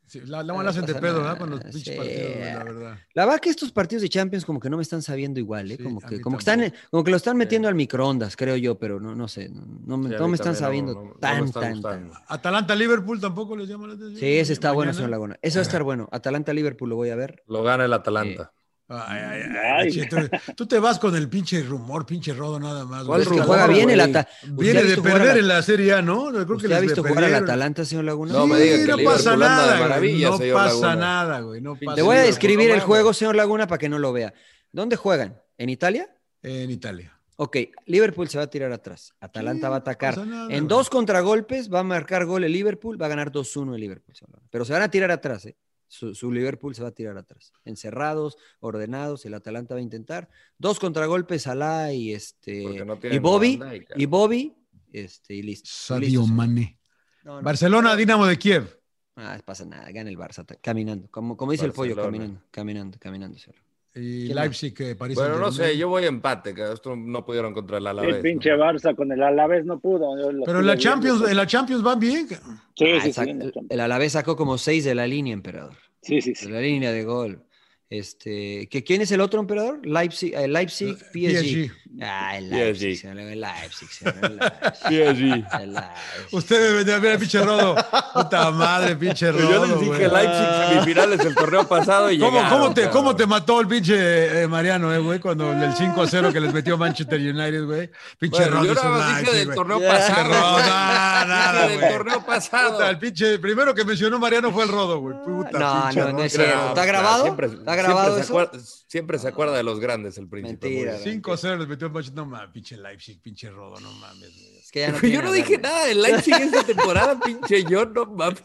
[SPEAKER 2] Sí, la, la
[SPEAKER 1] no
[SPEAKER 2] mala hacen de
[SPEAKER 1] pasa
[SPEAKER 2] pedo,
[SPEAKER 1] nada,
[SPEAKER 2] ¿verdad? Con los pinches
[SPEAKER 1] sí.
[SPEAKER 2] partidos, güey, la verdad.
[SPEAKER 1] La verdad que estos partidos de Champions como que no me están sabiendo igual, ¿eh?
[SPEAKER 2] Sí,
[SPEAKER 1] como,
[SPEAKER 2] a
[SPEAKER 1] que,
[SPEAKER 2] mí
[SPEAKER 1] como, que están, como que lo están
[SPEAKER 3] Sí.
[SPEAKER 1] metiendo al microondas, creo yo, pero no, no sé, no, no me,
[SPEAKER 3] Sí, a
[SPEAKER 1] no
[SPEAKER 3] mí
[SPEAKER 1] me están
[SPEAKER 3] también
[SPEAKER 1] sabiendo
[SPEAKER 3] no- no- no me
[SPEAKER 1] tan,
[SPEAKER 3] está
[SPEAKER 1] tan,
[SPEAKER 3] gustando.
[SPEAKER 1] tan.
[SPEAKER 2] Atalanta-Liverpool tampoco les llama la atención.
[SPEAKER 1] Sí, ese está bueno,
[SPEAKER 2] Mañana.
[SPEAKER 1] señor Laguna. Eso va a estar bueno. Atalanta-Liverpool lo voy a ver.
[SPEAKER 3] Lo gana el Atalanta.
[SPEAKER 2] Ay, ay, ay,
[SPEAKER 4] Ay.
[SPEAKER 2] Che, tú, tú te vas con el pinche rumor, pinche rodo nada más.
[SPEAKER 3] ¿Cuál
[SPEAKER 2] güey.
[SPEAKER 1] Es que
[SPEAKER 3] rumor,
[SPEAKER 1] juega bien el
[SPEAKER 3] güey?
[SPEAKER 1] Atalanta.
[SPEAKER 2] Viene de perder en la Serie A, ¿no? Creo que
[SPEAKER 1] ¿Usted ha
[SPEAKER 2] les
[SPEAKER 1] visto jugar al
[SPEAKER 2] perdieron.
[SPEAKER 1] Atalanta, señor Laguna?
[SPEAKER 3] No, me
[SPEAKER 2] Sí,
[SPEAKER 3] diga que
[SPEAKER 2] no
[SPEAKER 3] el
[SPEAKER 2] pasa
[SPEAKER 3] Liverpool anda de
[SPEAKER 2] nada, güey.
[SPEAKER 3] maravilla,
[SPEAKER 2] No
[SPEAKER 3] señor
[SPEAKER 2] pasa
[SPEAKER 3] Laguna.
[SPEAKER 2] nada, güey. No pasa
[SPEAKER 1] Le voy a
[SPEAKER 3] Sí,
[SPEAKER 2] nada.
[SPEAKER 1] describir el
[SPEAKER 3] Laguna.
[SPEAKER 1] juego, señor Laguna, para que no lo vea. ¿Dónde juegan? ¿En Italia?
[SPEAKER 2] En Italia.
[SPEAKER 1] Ok, Liverpool se va a tirar atrás. Atalanta
[SPEAKER 2] Sí, pues,
[SPEAKER 1] va a
[SPEAKER 2] no pasa
[SPEAKER 1] atacar.
[SPEAKER 2] nada,
[SPEAKER 1] en
[SPEAKER 2] güey.
[SPEAKER 1] dos contragolpes va a marcar gol el Liverpool, va a ganar 2-1 el Liverpool. señor Laguna. Pero se van a tirar atrás, ¿eh? Su, su Liverpool se va a tirar atrás. Encerrados, ordenados, el Atalanta va a intentar. Dos contragolpes, Salah y este.
[SPEAKER 3] Porque no tienen
[SPEAKER 1] y Bobby.
[SPEAKER 3] banda y claro.
[SPEAKER 1] Y Bobby, este, y listo.
[SPEAKER 2] Sadio
[SPEAKER 1] Listo, señor.
[SPEAKER 2] Mane.
[SPEAKER 1] No, no.
[SPEAKER 2] Barcelona, Dinamo de Kiev.
[SPEAKER 1] Ah, pasa nada, gana el Barça, ta- caminando. Como, como dice el pollo,
[SPEAKER 3] Barcelona.
[SPEAKER 1] caminando, caminando, caminando. señor.
[SPEAKER 2] Y
[SPEAKER 1] ¿Quién
[SPEAKER 2] Leipzig, eh, París.
[SPEAKER 3] Bueno, no
[SPEAKER 2] Saint-Germain.
[SPEAKER 3] sé, yo voy empate, que esto no pudieron contra el Alavés.
[SPEAKER 4] El pinche
[SPEAKER 3] ¿no?
[SPEAKER 4] Barça con el Alavés no pudo. yo lo
[SPEAKER 2] Pero
[SPEAKER 4] estuve
[SPEAKER 2] en la
[SPEAKER 4] viendo.
[SPEAKER 2] Champions, en la Champions van bien.
[SPEAKER 4] Sí,
[SPEAKER 1] Ah,
[SPEAKER 4] sí, sí,
[SPEAKER 1] sac-
[SPEAKER 4] en la
[SPEAKER 1] el-
[SPEAKER 4] Champions.
[SPEAKER 1] el Alavés sacó como seis de la línea, emperador.
[SPEAKER 4] Sí, sí,
[SPEAKER 1] De
[SPEAKER 4] sí.
[SPEAKER 1] la línea de gol. Este, ¿que ¿Quién es el otro emperador? Leipzig, eh, Leipzig PSG. Ah, el Leipzig.
[SPEAKER 3] PSG.
[SPEAKER 1] señor, el Leipzig, señor, el Leipzig,
[SPEAKER 3] PSG.
[SPEAKER 1] el Leipzig.
[SPEAKER 2] Usted me venía a ver el pinche rodo. Puta madre, pinche rodo.
[SPEAKER 3] Yo les
[SPEAKER 2] güey.
[SPEAKER 3] dije Leipzig semifinales el torneo pasado y
[SPEAKER 2] ¿Cómo,
[SPEAKER 3] llegaron,
[SPEAKER 2] cómo te,
[SPEAKER 3] cabrón.
[SPEAKER 2] ¿Cómo te mató el pinche eh, Mariano, eh, güey? Cuando el 5-0 que les metió Manchester United, güey. Pinche
[SPEAKER 3] Bueno,
[SPEAKER 2] rodo.
[SPEAKER 3] yo
[SPEAKER 2] hizo
[SPEAKER 3] nada más
[SPEAKER 2] Leipzig,
[SPEAKER 3] dije del
[SPEAKER 2] güey.
[SPEAKER 3] torneo
[SPEAKER 1] Ya.
[SPEAKER 2] Pinche
[SPEAKER 3] pasado.
[SPEAKER 2] rodo,
[SPEAKER 3] güey.
[SPEAKER 2] nada, nada,
[SPEAKER 3] Dije del
[SPEAKER 2] güey.
[SPEAKER 3] torneo
[SPEAKER 2] Puta,
[SPEAKER 3] pasado.
[SPEAKER 2] el pinche, el primero que mencionó Mariano fue el rodo, güey. Puta,
[SPEAKER 1] No,
[SPEAKER 2] pinche
[SPEAKER 1] no,
[SPEAKER 2] rodo.
[SPEAKER 1] no es cierto. ¿Está grabado? ¿Está grabado
[SPEAKER 3] siempre,
[SPEAKER 1] eso?
[SPEAKER 3] Se acuerda, siempre se acuerda de los grandes el príncipe.
[SPEAKER 1] Mentira,
[SPEAKER 3] Mauricio.
[SPEAKER 2] 5-0 les metió el Manchester. No mames, pinche Leipzig, pinche rodo, no mames, güey.
[SPEAKER 1] Es que ya no
[SPEAKER 3] yo
[SPEAKER 1] tiene
[SPEAKER 3] no
[SPEAKER 1] nada,
[SPEAKER 3] dije
[SPEAKER 1] güey.
[SPEAKER 3] nada de Leipzig esta temporada, pinche yo, no mames.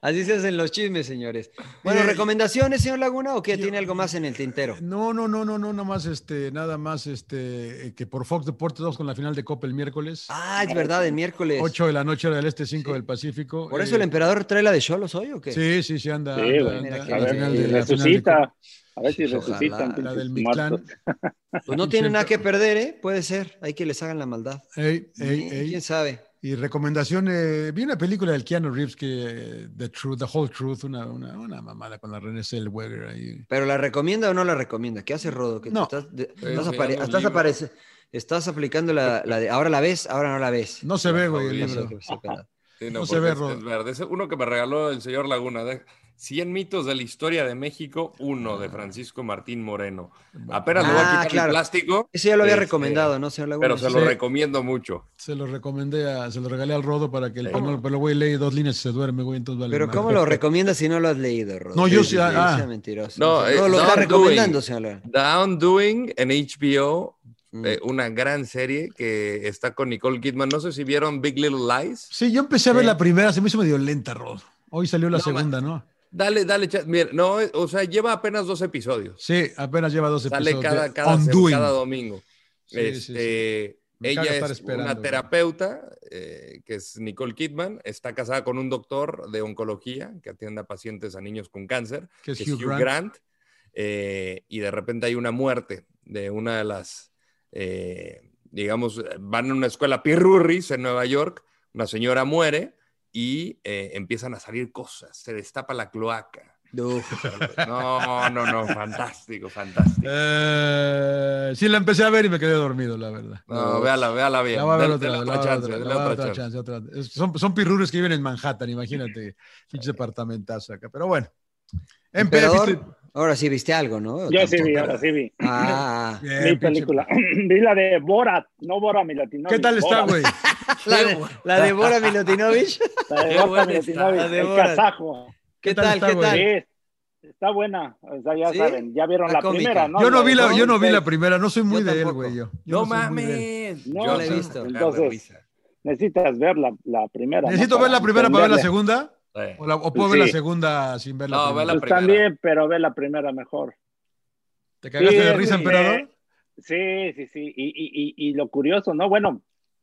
[SPEAKER 1] Así se hacen los chismes, señores. Bueno,
[SPEAKER 2] Mire,
[SPEAKER 1] ¿recomendaciones, señor Laguna, o qué?
[SPEAKER 2] yo-
[SPEAKER 1] ¿Tiene algo más en el tintero?
[SPEAKER 2] No, no, no, no, no, nada más, este, nada más, este, eh, que por Fox Deportes vamos con la final de Copa el miércoles.
[SPEAKER 1] Ah, es verdad, el miércoles.
[SPEAKER 2] 8 de la noche, hora del este, 5 del Pacífico.
[SPEAKER 1] ¿Por eso
[SPEAKER 2] Eh,
[SPEAKER 1] el emperador trae la de Cholos hoy o qué?
[SPEAKER 2] Sí, sí, sí, anda.
[SPEAKER 4] Sí,
[SPEAKER 2] anda,
[SPEAKER 4] güey.
[SPEAKER 2] anda,
[SPEAKER 1] Mira que
[SPEAKER 2] la
[SPEAKER 4] A ver,
[SPEAKER 2] final
[SPEAKER 1] sí,
[SPEAKER 2] de-
[SPEAKER 4] si
[SPEAKER 2] la final
[SPEAKER 4] resucita. A ver si
[SPEAKER 1] Ojalá.
[SPEAKER 4] resucitan
[SPEAKER 1] La
[SPEAKER 2] de- la del
[SPEAKER 4] pinches
[SPEAKER 2] Mictlán.
[SPEAKER 4] muertos.
[SPEAKER 1] Pues no tiene nada que perder, ¿eh? Puede ser. Hay que les hagan la maldad.
[SPEAKER 2] Ey, ey,
[SPEAKER 1] Eh, ¿Quién
[SPEAKER 2] ey.
[SPEAKER 1] sabe?
[SPEAKER 2] Y recomendación, eh, vi una película del Keanu Reeves que eh, The Truth, The Whole Truth, una, una, una mamada con la René Zellweger ahí.
[SPEAKER 1] ¿Pero la recomienda o no la recomienda? ¿Qué hace Rodo? Que te
[SPEAKER 2] No.
[SPEAKER 1] Estás, de-
[SPEAKER 3] Estoy
[SPEAKER 1] estás,
[SPEAKER 3] enseñando
[SPEAKER 1] apare-
[SPEAKER 3] un
[SPEAKER 1] estás
[SPEAKER 3] libro.
[SPEAKER 1] aparece- estás aplicando la, la de ahora la ves, ahora no la ves.
[SPEAKER 2] No se ve, güey, el
[SPEAKER 1] No sé
[SPEAKER 2] libro.
[SPEAKER 1] qué- qué pedo.
[SPEAKER 3] Sí,
[SPEAKER 2] No se
[SPEAKER 3] porque
[SPEAKER 2] ve,
[SPEAKER 3] es-
[SPEAKER 2] Rod.
[SPEAKER 3] es verde. Es uno que me regaló el señor Laguna. de 100 mitos de la historia de México, uno de Francisco Martín Moreno. Apenas le voy a
[SPEAKER 1] Ah,
[SPEAKER 3] quitar
[SPEAKER 1] claro.
[SPEAKER 3] el plástico,
[SPEAKER 1] Ese ya lo había
[SPEAKER 3] Este,
[SPEAKER 1] recomendado, ¿no, señor Laguna?
[SPEAKER 3] pero se lo
[SPEAKER 2] sí.
[SPEAKER 3] recomiendo mucho.
[SPEAKER 2] Se lo recomendé, a- se lo regalé al Rodo para que el
[SPEAKER 3] Sí.
[SPEAKER 2] pero pero el güey lee dos líneas y se duerme, güey, entonces vale.
[SPEAKER 1] Pero
[SPEAKER 2] madre.
[SPEAKER 1] ¿cómo lo recomiendas si no lo has leído, Rodo?
[SPEAKER 2] No, yo
[SPEAKER 1] Sí,
[SPEAKER 2] sí, ah,
[SPEAKER 1] no sea
[SPEAKER 2] ah.
[SPEAKER 1] mentiroso.
[SPEAKER 3] No,
[SPEAKER 1] O sea,
[SPEAKER 3] eh,
[SPEAKER 1] lo
[SPEAKER 3] no,
[SPEAKER 1] está
[SPEAKER 3] I'm
[SPEAKER 1] recomendando,
[SPEAKER 3] doing.
[SPEAKER 1] señor Laguna.
[SPEAKER 3] Down Doing en HBO,
[SPEAKER 1] Mm.
[SPEAKER 3] eh, una gran serie que está con Nicole Kidman. No sé si vieron Big Little Lies.
[SPEAKER 2] Sí, yo empecé a ver
[SPEAKER 1] Sí.
[SPEAKER 2] la primera, se me hizo medio lenta, Rodo. Hoy salió la
[SPEAKER 3] No,
[SPEAKER 2] segunda, ¿no?
[SPEAKER 3] Dale, dale, chat. Mira, no, eh, o sea, lleva apenas dos episodios.
[SPEAKER 2] Sí, apenas lleva dos
[SPEAKER 3] Sale
[SPEAKER 2] episodios.
[SPEAKER 3] cada,
[SPEAKER 2] de
[SPEAKER 3] cada,
[SPEAKER 2] On
[SPEAKER 3] se-
[SPEAKER 2] Doing.
[SPEAKER 3] cada domingo.
[SPEAKER 2] Sí, sí, sí.
[SPEAKER 3] Este,
[SPEAKER 2] Me caga
[SPEAKER 3] Ella
[SPEAKER 2] estar
[SPEAKER 3] es
[SPEAKER 2] esperando,
[SPEAKER 3] una
[SPEAKER 2] güey.
[SPEAKER 3] terapeuta, eh, que es Nicole Kidman, está casada con un doctor de oncología que atiende a pacientes a niños con cáncer,
[SPEAKER 2] Que es
[SPEAKER 3] que es Hugh Grant, eh, y de repente hay una muerte de una de las, eh, digamos, van a una escuela Pirurris en Nueva York, una señora muere y eh, empiezan a salir cosas, se destapa la cloaca.
[SPEAKER 2] Em,
[SPEAKER 1] Uf.
[SPEAKER 3] No, no, no, fantástico, fantástico.
[SPEAKER 2] Eh, sí, la empecé a ver y me quedé dormido, la verdad.
[SPEAKER 3] No, véala, véala bien.
[SPEAKER 2] La voy a ver
[SPEAKER 3] Dale-
[SPEAKER 2] otra,
[SPEAKER 3] dale
[SPEAKER 2] vez, la voy a ver otra,
[SPEAKER 3] chance,
[SPEAKER 2] la
[SPEAKER 3] dale
[SPEAKER 2] voy a ver
[SPEAKER 3] otra
[SPEAKER 2] otra
[SPEAKER 3] chance.
[SPEAKER 2] chance, otra chance. Es- Son, son pirruros que viven en Manhattan, imagínate. Pinche departamentazo acá. Pero bueno. Empero, ¿viste?
[SPEAKER 1] Emperador, ahora sí viste algo, ¿no?
[SPEAKER 4] Yo sí vi, ahora sí vi.
[SPEAKER 1] Ah,
[SPEAKER 2] Bien,
[SPEAKER 4] Mi
[SPEAKER 2] Eh, pinche-
[SPEAKER 4] película. Vi la de Borat, no Bora Milatinovich.
[SPEAKER 2] ¿Qué tal está,
[SPEAKER 4] Borat.
[SPEAKER 2] güey?
[SPEAKER 1] la, de- la de Bora Milutinovich.
[SPEAKER 4] La de
[SPEAKER 3] Qué
[SPEAKER 4] Bora
[SPEAKER 3] buena
[SPEAKER 4] Milatinovich,
[SPEAKER 1] está. La de
[SPEAKER 4] el
[SPEAKER 1] Borat.
[SPEAKER 4] kazajo.
[SPEAKER 1] ¿Qué tal? ¿Qué tal?
[SPEAKER 4] Sí, está buena. O sea, ya
[SPEAKER 1] ¿Sí?
[SPEAKER 4] saben, ya vieron
[SPEAKER 1] Está
[SPEAKER 4] la
[SPEAKER 1] cómica.
[SPEAKER 4] primera, ¿no? pues,
[SPEAKER 2] yo no vi la,
[SPEAKER 4] de
[SPEAKER 2] yo no vi la
[SPEAKER 4] Golden
[SPEAKER 2] primera, no soy muy
[SPEAKER 1] Yo
[SPEAKER 2] de él,
[SPEAKER 1] tampoco.
[SPEAKER 2] güey. Yo, Yo
[SPEAKER 3] No,
[SPEAKER 2] soy muy de él.
[SPEAKER 3] mames.
[SPEAKER 4] No,
[SPEAKER 3] Yo
[SPEAKER 1] la he
[SPEAKER 3] sí,
[SPEAKER 1] visto.
[SPEAKER 3] la
[SPEAKER 4] Entonces,
[SPEAKER 3] vergüenza.
[SPEAKER 4] State. Necesitas ver la, la primera.
[SPEAKER 2] Necesito ver la primera para ver la segunda.
[SPEAKER 3] Sí.
[SPEAKER 2] O, la- o puedo ver la
[SPEAKER 4] Sí.
[SPEAKER 2] segunda sin ver la
[SPEAKER 3] No,
[SPEAKER 2] primera.
[SPEAKER 3] ve la-
[SPEAKER 4] Pues también, pero ve la primera mejor.
[SPEAKER 2] ¿Te cagaste
[SPEAKER 4] Sí,
[SPEAKER 2] de risa,
[SPEAKER 4] sí.
[SPEAKER 2] emperador?
[SPEAKER 4] Sí, sí, sí. Y, y, y, y lo curioso, ¿no? Bueno,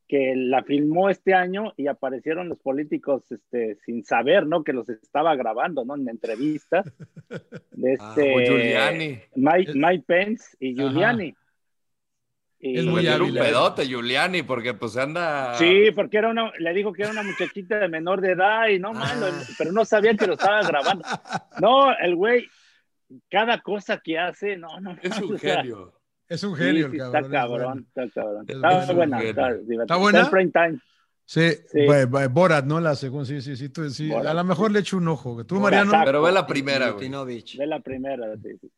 [SPEAKER 4] que la filmó este año y aparecieron los políticos este, sin saber, ¿no? Que los estaba grabando, ¿no? En entrevistas. De
[SPEAKER 3] Ah,
[SPEAKER 4] este,
[SPEAKER 3] o Giuliani.
[SPEAKER 4] Mike,
[SPEAKER 2] eh, Es-
[SPEAKER 4] Mike Pence y
[SPEAKER 2] Ajá.
[SPEAKER 4] Giuliani. Y-
[SPEAKER 2] Es
[SPEAKER 3] Le
[SPEAKER 2] muy
[SPEAKER 3] metieron
[SPEAKER 2] hábil,
[SPEAKER 3] Pues un
[SPEAKER 2] eh.
[SPEAKER 3] pedote, Giuliani, porque pues anda.
[SPEAKER 4] Sí, porque era una, le dijo que era una muchachita de menor de edad y no, man,
[SPEAKER 2] Ah.
[SPEAKER 4] lo- pero no sabía que lo estaba grabando. No, el güey, cada cosa que hace, no, no.
[SPEAKER 3] Es
[SPEAKER 4] o
[SPEAKER 3] un
[SPEAKER 4] sea,
[SPEAKER 3] genio.
[SPEAKER 2] Es un
[SPEAKER 4] sí,
[SPEAKER 2] genio, el
[SPEAKER 4] sí,
[SPEAKER 2] cabrón.
[SPEAKER 4] Está
[SPEAKER 2] es bueno.
[SPEAKER 4] cabrón, está cabrón.
[SPEAKER 2] Es
[SPEAKER 4] Está
[SPEAKER 2] bueno.
[SPEAKER 4] buena,
[SPEAKER 3] Es
[SPEAKER 4] está divertida.
[SPEAKER 2] ¿Está buena?
[SPEAKER 4] Está en prime time.
[SPEAKER 2] Sí,
[SPEAKER 4] Sí.
[SPEAKER 2] ba- ba- Borat, ¿no? La segunda, sí, sí, sí. tú- sí.
[SPEAKER 4] Borat.
[SPEAKER 2] A lo mejor le echo un ojo. Tú,
[SPEAKER 4] Borat.
[SPEAKER 2] Mariano,
[SPEAKER 3] Pero ve la primera, güey.
[SPEAKER 1] Milutinovich.
[SPEAKER 4] Ve la primera. sí, sí.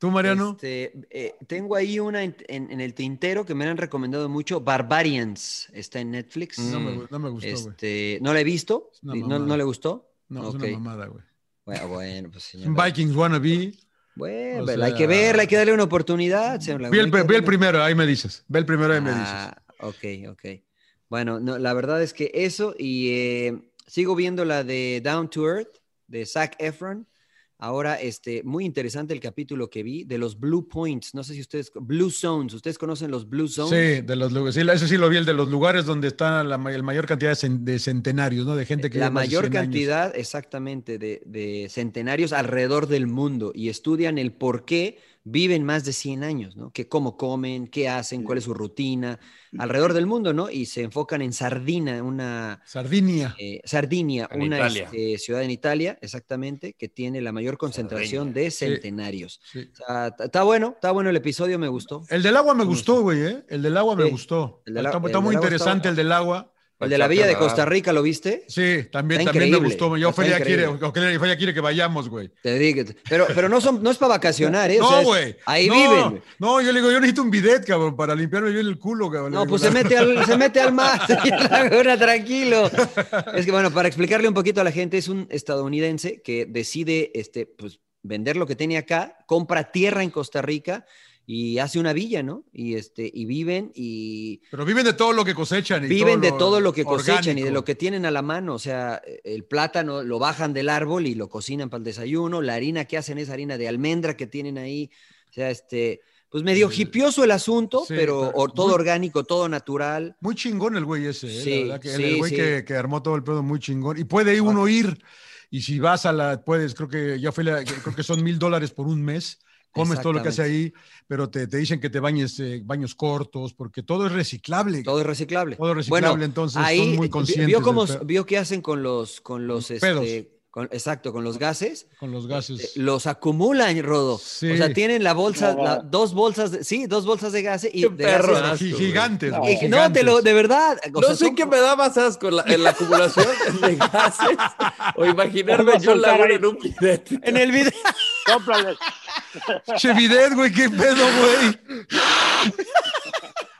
[SPEAKER 2] tú, Mariano.
[SPEAKER 1] Este, eh, tengo ahí una en, en- en el tintero que me han recomendado mucho. Barbarians está en Netflix.
[SPEAKER 2] No, me,
[SPEAKER 3] Mm.
[SPEAKER 2] gu- no me gustó, güey.
[SPEAKER 1] Este, no la he visto.
[SPEAKER 2] Es una
[SPEAKER 1] ¿No,
[SPEAKER 2] mamada.
[SPEAKER 1] no le gustó?
[SPEAKER 2] No, es
[SPEAKER 1] Ok.
[SPEAKER 2] una mamada, güey.
[SPEAKER 1] Bueno, bueno, pues
[SPEAKER 2] Es un
[SPEAKER 1] señor.
[SPEAKER 2] Vikings wannabe.
[SPEAKER 1] Bueno,
[SPEAKER 2] O
[SPEAKER 1] pero hay
[SPEAKER 2] sea-
[SPEAKER 1] que verla, hay que darle una oportunidad. señor
[SPEAKER 2] Vi el,
[SPEAKER 1] Laguna, hay que
[SPEAKER 2] vi el
[SPEAKER 1] darle-
[SPEAKER 2] primero, ahí me dices. Ve el primero, ahí me dices.
[SPEAKER 1] Ah, ok, ok. Bueno, no, la verdad es que eso y eh, sigo viendo la de Down to Earth de Zac Efron. Ahora, este, muy interesante el capítulo que vi de los Blue Points. No sé si ustedes, Blue Zones, ¿ustedes conocen los Blue Zones?
[SPEAKER 2] Sí, de los lugares. Sí, ese sí lo vi, el de los lugares donde está la, ma- el mayor cantidad de, cen- de centenarios, ¿no? De gente que
[SPEAKER 1] la
[SPEAKER 2] vive más de
[SPEAKER 1] mayor
[SPEAKER 2] 100 años.
[SPEAKER 1] cantidad exactamente de, de centenarios alrededor del mundo y estudian el por qué viven más de 100 años, ¿no? Que cómo comen, qué hacen, cuál es su rutina, alrededor del mundo, ¿no? Y se enfocan en Sardina, una
[SPEAKER 2] Sardinia.
[SPEAKER 1] eh, Sardinia,
[SPEAKER 3] En
[SPEAKER 1] una
[SPEAKER 3] Italia.
[SPEAKER 1] este, ciudad en Italia, exactamente, que tiene la mayor concentración
[SPEAKER 3] Sardinia,
[SPEAKER 1] de centenarios.
[SPEAKER 2] Sí.
[SPEAKER 1] O sea, t- está bueno, está bueno el episodio, me gustó.
[SPEAKER 3] Eh,
[SPEAKER 2] El del agua me
[SPEAKER 1] Sí.
[SPEAKER 2] gustó, güey, ¿eh? El del agua me
[SPEAKER 1] Sí.
[SPEAKER 2] gustó.
[SPEAKER 1] El del
[SPEAKER 2] está
[SPEAKER 1] agua-
[SPEAKER 2] está
[SPEAKER 1] el
[SPEAKER 2] muy
[SPEAKER 1] del agua
[SPEAKER 2] interesante
[SPEAKER 1] está-
[SPEAKER 2] el del agua.
[SPEAKER 1] El de la Villa de Costa Rica, ¿lo viste?
[SPEAKER 2] Sí, también,
[SPEAKER 1] Está
[SPEAKER 2] también me
[SPEAKER 1] increíble,
[SPEAKER 2] gustó. Yo
[SPEAKER 1] está
[SPEAKER 2] Ofelia quiere,
[SPEAKER 1] increíble.
[SPEAKER 2] Ofelia- Ofelia quiere que vayamos, güey.
[SPEAKER 1] Te digo, pero, pero no, son, no es para vacacionar, ¿eh? O sea,
[SPEAKER 2] No,
[SPEAKER 1] es-
[SPEAKER 2] güey.
[SPEAKER 1] Ahí
[SPEAKER 2] no,
[SPEAKER 1] viven. güey.
[SPEAKER 2] No, yo le digo, yo necesito un bidet, cabrón, para limpiarme yo el culo, cabrón. Le
[SPEAKER 1] No,
[SPEAKER 2] digo,
[SPEAKER 1] pues
[SPEAKER 2] la-
[SPEAKER 1] se mete al, se mete al mar, señor Laguna, tranquilo. Es que bueno, para explicarle un poquito a la gente, es un estadounidense que decide este, pues, vender lo que tiene acá, compra tierra en Costa Rica y hace una villa, ¿no? Y, este, y viven y
[SPEAKER 2] Pero viven de todo lo que cosechan. y
[SPEAKER 1] viven de
[SPEAKER 2] lo
[SPEAKER 1] todo lo que cosechan y de
[SPEAKER 2] orgánico.
[SPEAKER 1] lo que tienen a la mano. O sea, e-, el plátano lo bajan del árbol y lo cocinan para el desayuno. La harina que hacen es harina de almendra que tienen ahí. O sea, este, pues medio
[SPEAKER 2] Sí.
[SPEAKER 1] hipioso el asunto,
[SPEAKER 2] Sí,
[SPEAKER 1] pero
[SPEAKER 2] pero
[SPEAKER 1] o- todo
[SPEAKER 2] muy-
[SPEAKER 1] orgánico, todo natural.
[SPEAKER 2] Muy chingón el güey ese, ¿eh?
[SPEAKER 1] Sí,
[SPEAKER 2] la verdad que el-
[SPEAKER 1] sí,
[SPEAKER 2] el güey
[SPEAKER 1] sí.
[SPEAKER 2] que, que armó todo el pedo muy chingón. Y puede ir uno ir, y si vas a la, puedes, creo que ya fue la- creo que son mil dólares por un mes, comes todo lo que hace ahí, pero te, te dicen que te bañes, eh, baños cortos, porque todo es reciclable. Todo,
[SPEAKER 1] Todo es reciclable.
[SPEAKER 2] es reciclable,
[SPEAKER 1] Bueno,
[SPEAKER 2] entonces son
[SPEAKER 1] ahí
[SPEAKER 2] muy
[SPEAKER 1] vi-
[SPEAKER 2] conscientes
[SPEAKER 1] vio cómo
[SPEAKER 2] del pedo,
[SPEAKER 1] vio qué hacen con los con los
[SPEAKER 2] Los pedos.
[SPEAKER 1] este, con- exacto, con los gases.
[SPEAKER 2] con los gases.
[SPEAKER 1] Eh, Los acumulan, Rodo.
[SPEAKER 2] Sí.
[SPEAKER 1] O sea, tienen la bolsa,
[SPEAKER 4] No.
[SPEAKER 1] la- dos bolsas, de- sí, dos bolsas de gases y
[SPEAKER 3] Qué
[SPEAKER 1] de
[SPEAKER 3] perro,
[SPEAKER 1] gases-
[SPEAKER 3] ¿no?
[SPEAKER 2] Gi- gigantes,
[SPEAKER 4] No.
[SPEAKER 2] güey,
[SPEAKER 1] Y- Eh, no, te lo,
[SPEAKER 2] gigantes.
[SPEAKER 1] de verdad. o
[SPEAKER 3] No
[SPEAKER 1] sea,
[SPEAKER 3] sé
[SPEAKER 1] son-
[SPEAKER 3] qué me da más asco, la, en la acumulación de gases o imaginarme
[SPEAKER 4] Vamos a
[SPEAKER 3] yo la
[SPEAKER 4] soltar ahí.
[SPEAKER 3] en un bidete.
[SPEAKER 1] En el video.
[SPEAKER 4] Sóplale.
[SPEAKER 2] Che bidet, güey, qué pedo, güey.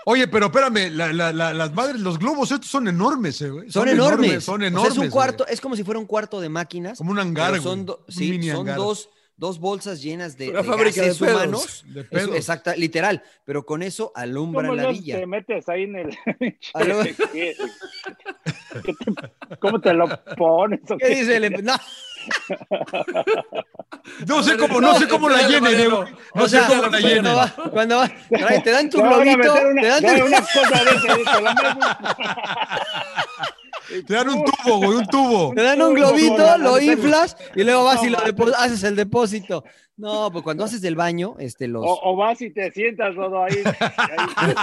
[SPEAKER 2] Oye, pero espérame, la- la- la- las madres, los globos estos son enormes, eh, güey.
[SPEAKER 1] Son, enormes.
[SPEAKER 2] Son
[SPEAKER 1] O sea,
[SPEAKER 2] enormes.
[SPEAKER 1] es un
[SPEAKER 2] güey.
[SPEAKER 1] cuarto, es como si fuera un cuarto de máquinas.
[SPEAKER 2] Como un hangar,
[SPEAKER 1] pero
[SPEAKER 2] güey.
[SPEAKER 1] son do-
[SPEAKER 2] un
[SPEAKER 1] sí,
[SPEAKER 2] mini
[SPEAKER 1] son
[SPEAKER 2] hangar.
[SPEAKER 1] dos, dos bolsas llenas de,
[SPEAKER 3] Una
[SPEAKER 1] de
[SPEAKER 3] fábrica de
[SPEAKER 1] gases
[SPEAKER 3] pedos.
[SPEAKER 1] humanos.
[SPEAKER 2] De
[SPEAKER 1] Eso,
[SPEAKER 2] pedos.
[SPEAKER 1] exacta, literal. Pero con eso alumbran
[SPEAKER 4] ¿Cómo
[SPEAKER 1] la
[SPEAKER 4] no
[SPEAKER 1] villa.
[SPEAKER 4] te metes ahí en el...
[SPEAKER 2] Ah,
[SPEAKER 1] Aló.
[SPEAKER 4] ¿Qué- qué te- ¿Cómo te lo pones? o
[SPEAKER 1] ¿Qué dice el empe- No,
[SPEAKER 2] No sé cómo, no sé cómo la llenen, eh, güey. No
[SPEAKER 1] o
[SPEAKER 2] sé
[SPEAKER 1] sea,
[SPEAKER 2] cómo la
[SPEAKER 1] cuando
[SPEAKER 2] llenen.
[SPEAKER 1] va- cuando va- trae- te dan tu
[SPEAKER 4] Te van a
[SPEAKER 1] globito,
[SPEAKER 4] meter una-
[SPEAKER 1] te dan tu-
[SPEAKER 4] no, una cosa de esas, te la metes.
[SPEAKER 2] Te dan un tubo, güey, un tubo.
[SPEAKER 1] Te dan un
[SPEAKER 4] No,
[SPEAKER 1] globito,
[SPEAKER 4] no, no,
[SPEAKER 1] lo
[SPEAKER 4] no, no.
[SPEAKER 1] inflas y luego vas y lo
[SPEAKER 4] No,
[SPEAKER 1] depo- haces el depósito. No, pues cuando haces del baño, este, los...
[SPEAKER 4] O, o vas y te sientas, Rodo, ahí. ahí.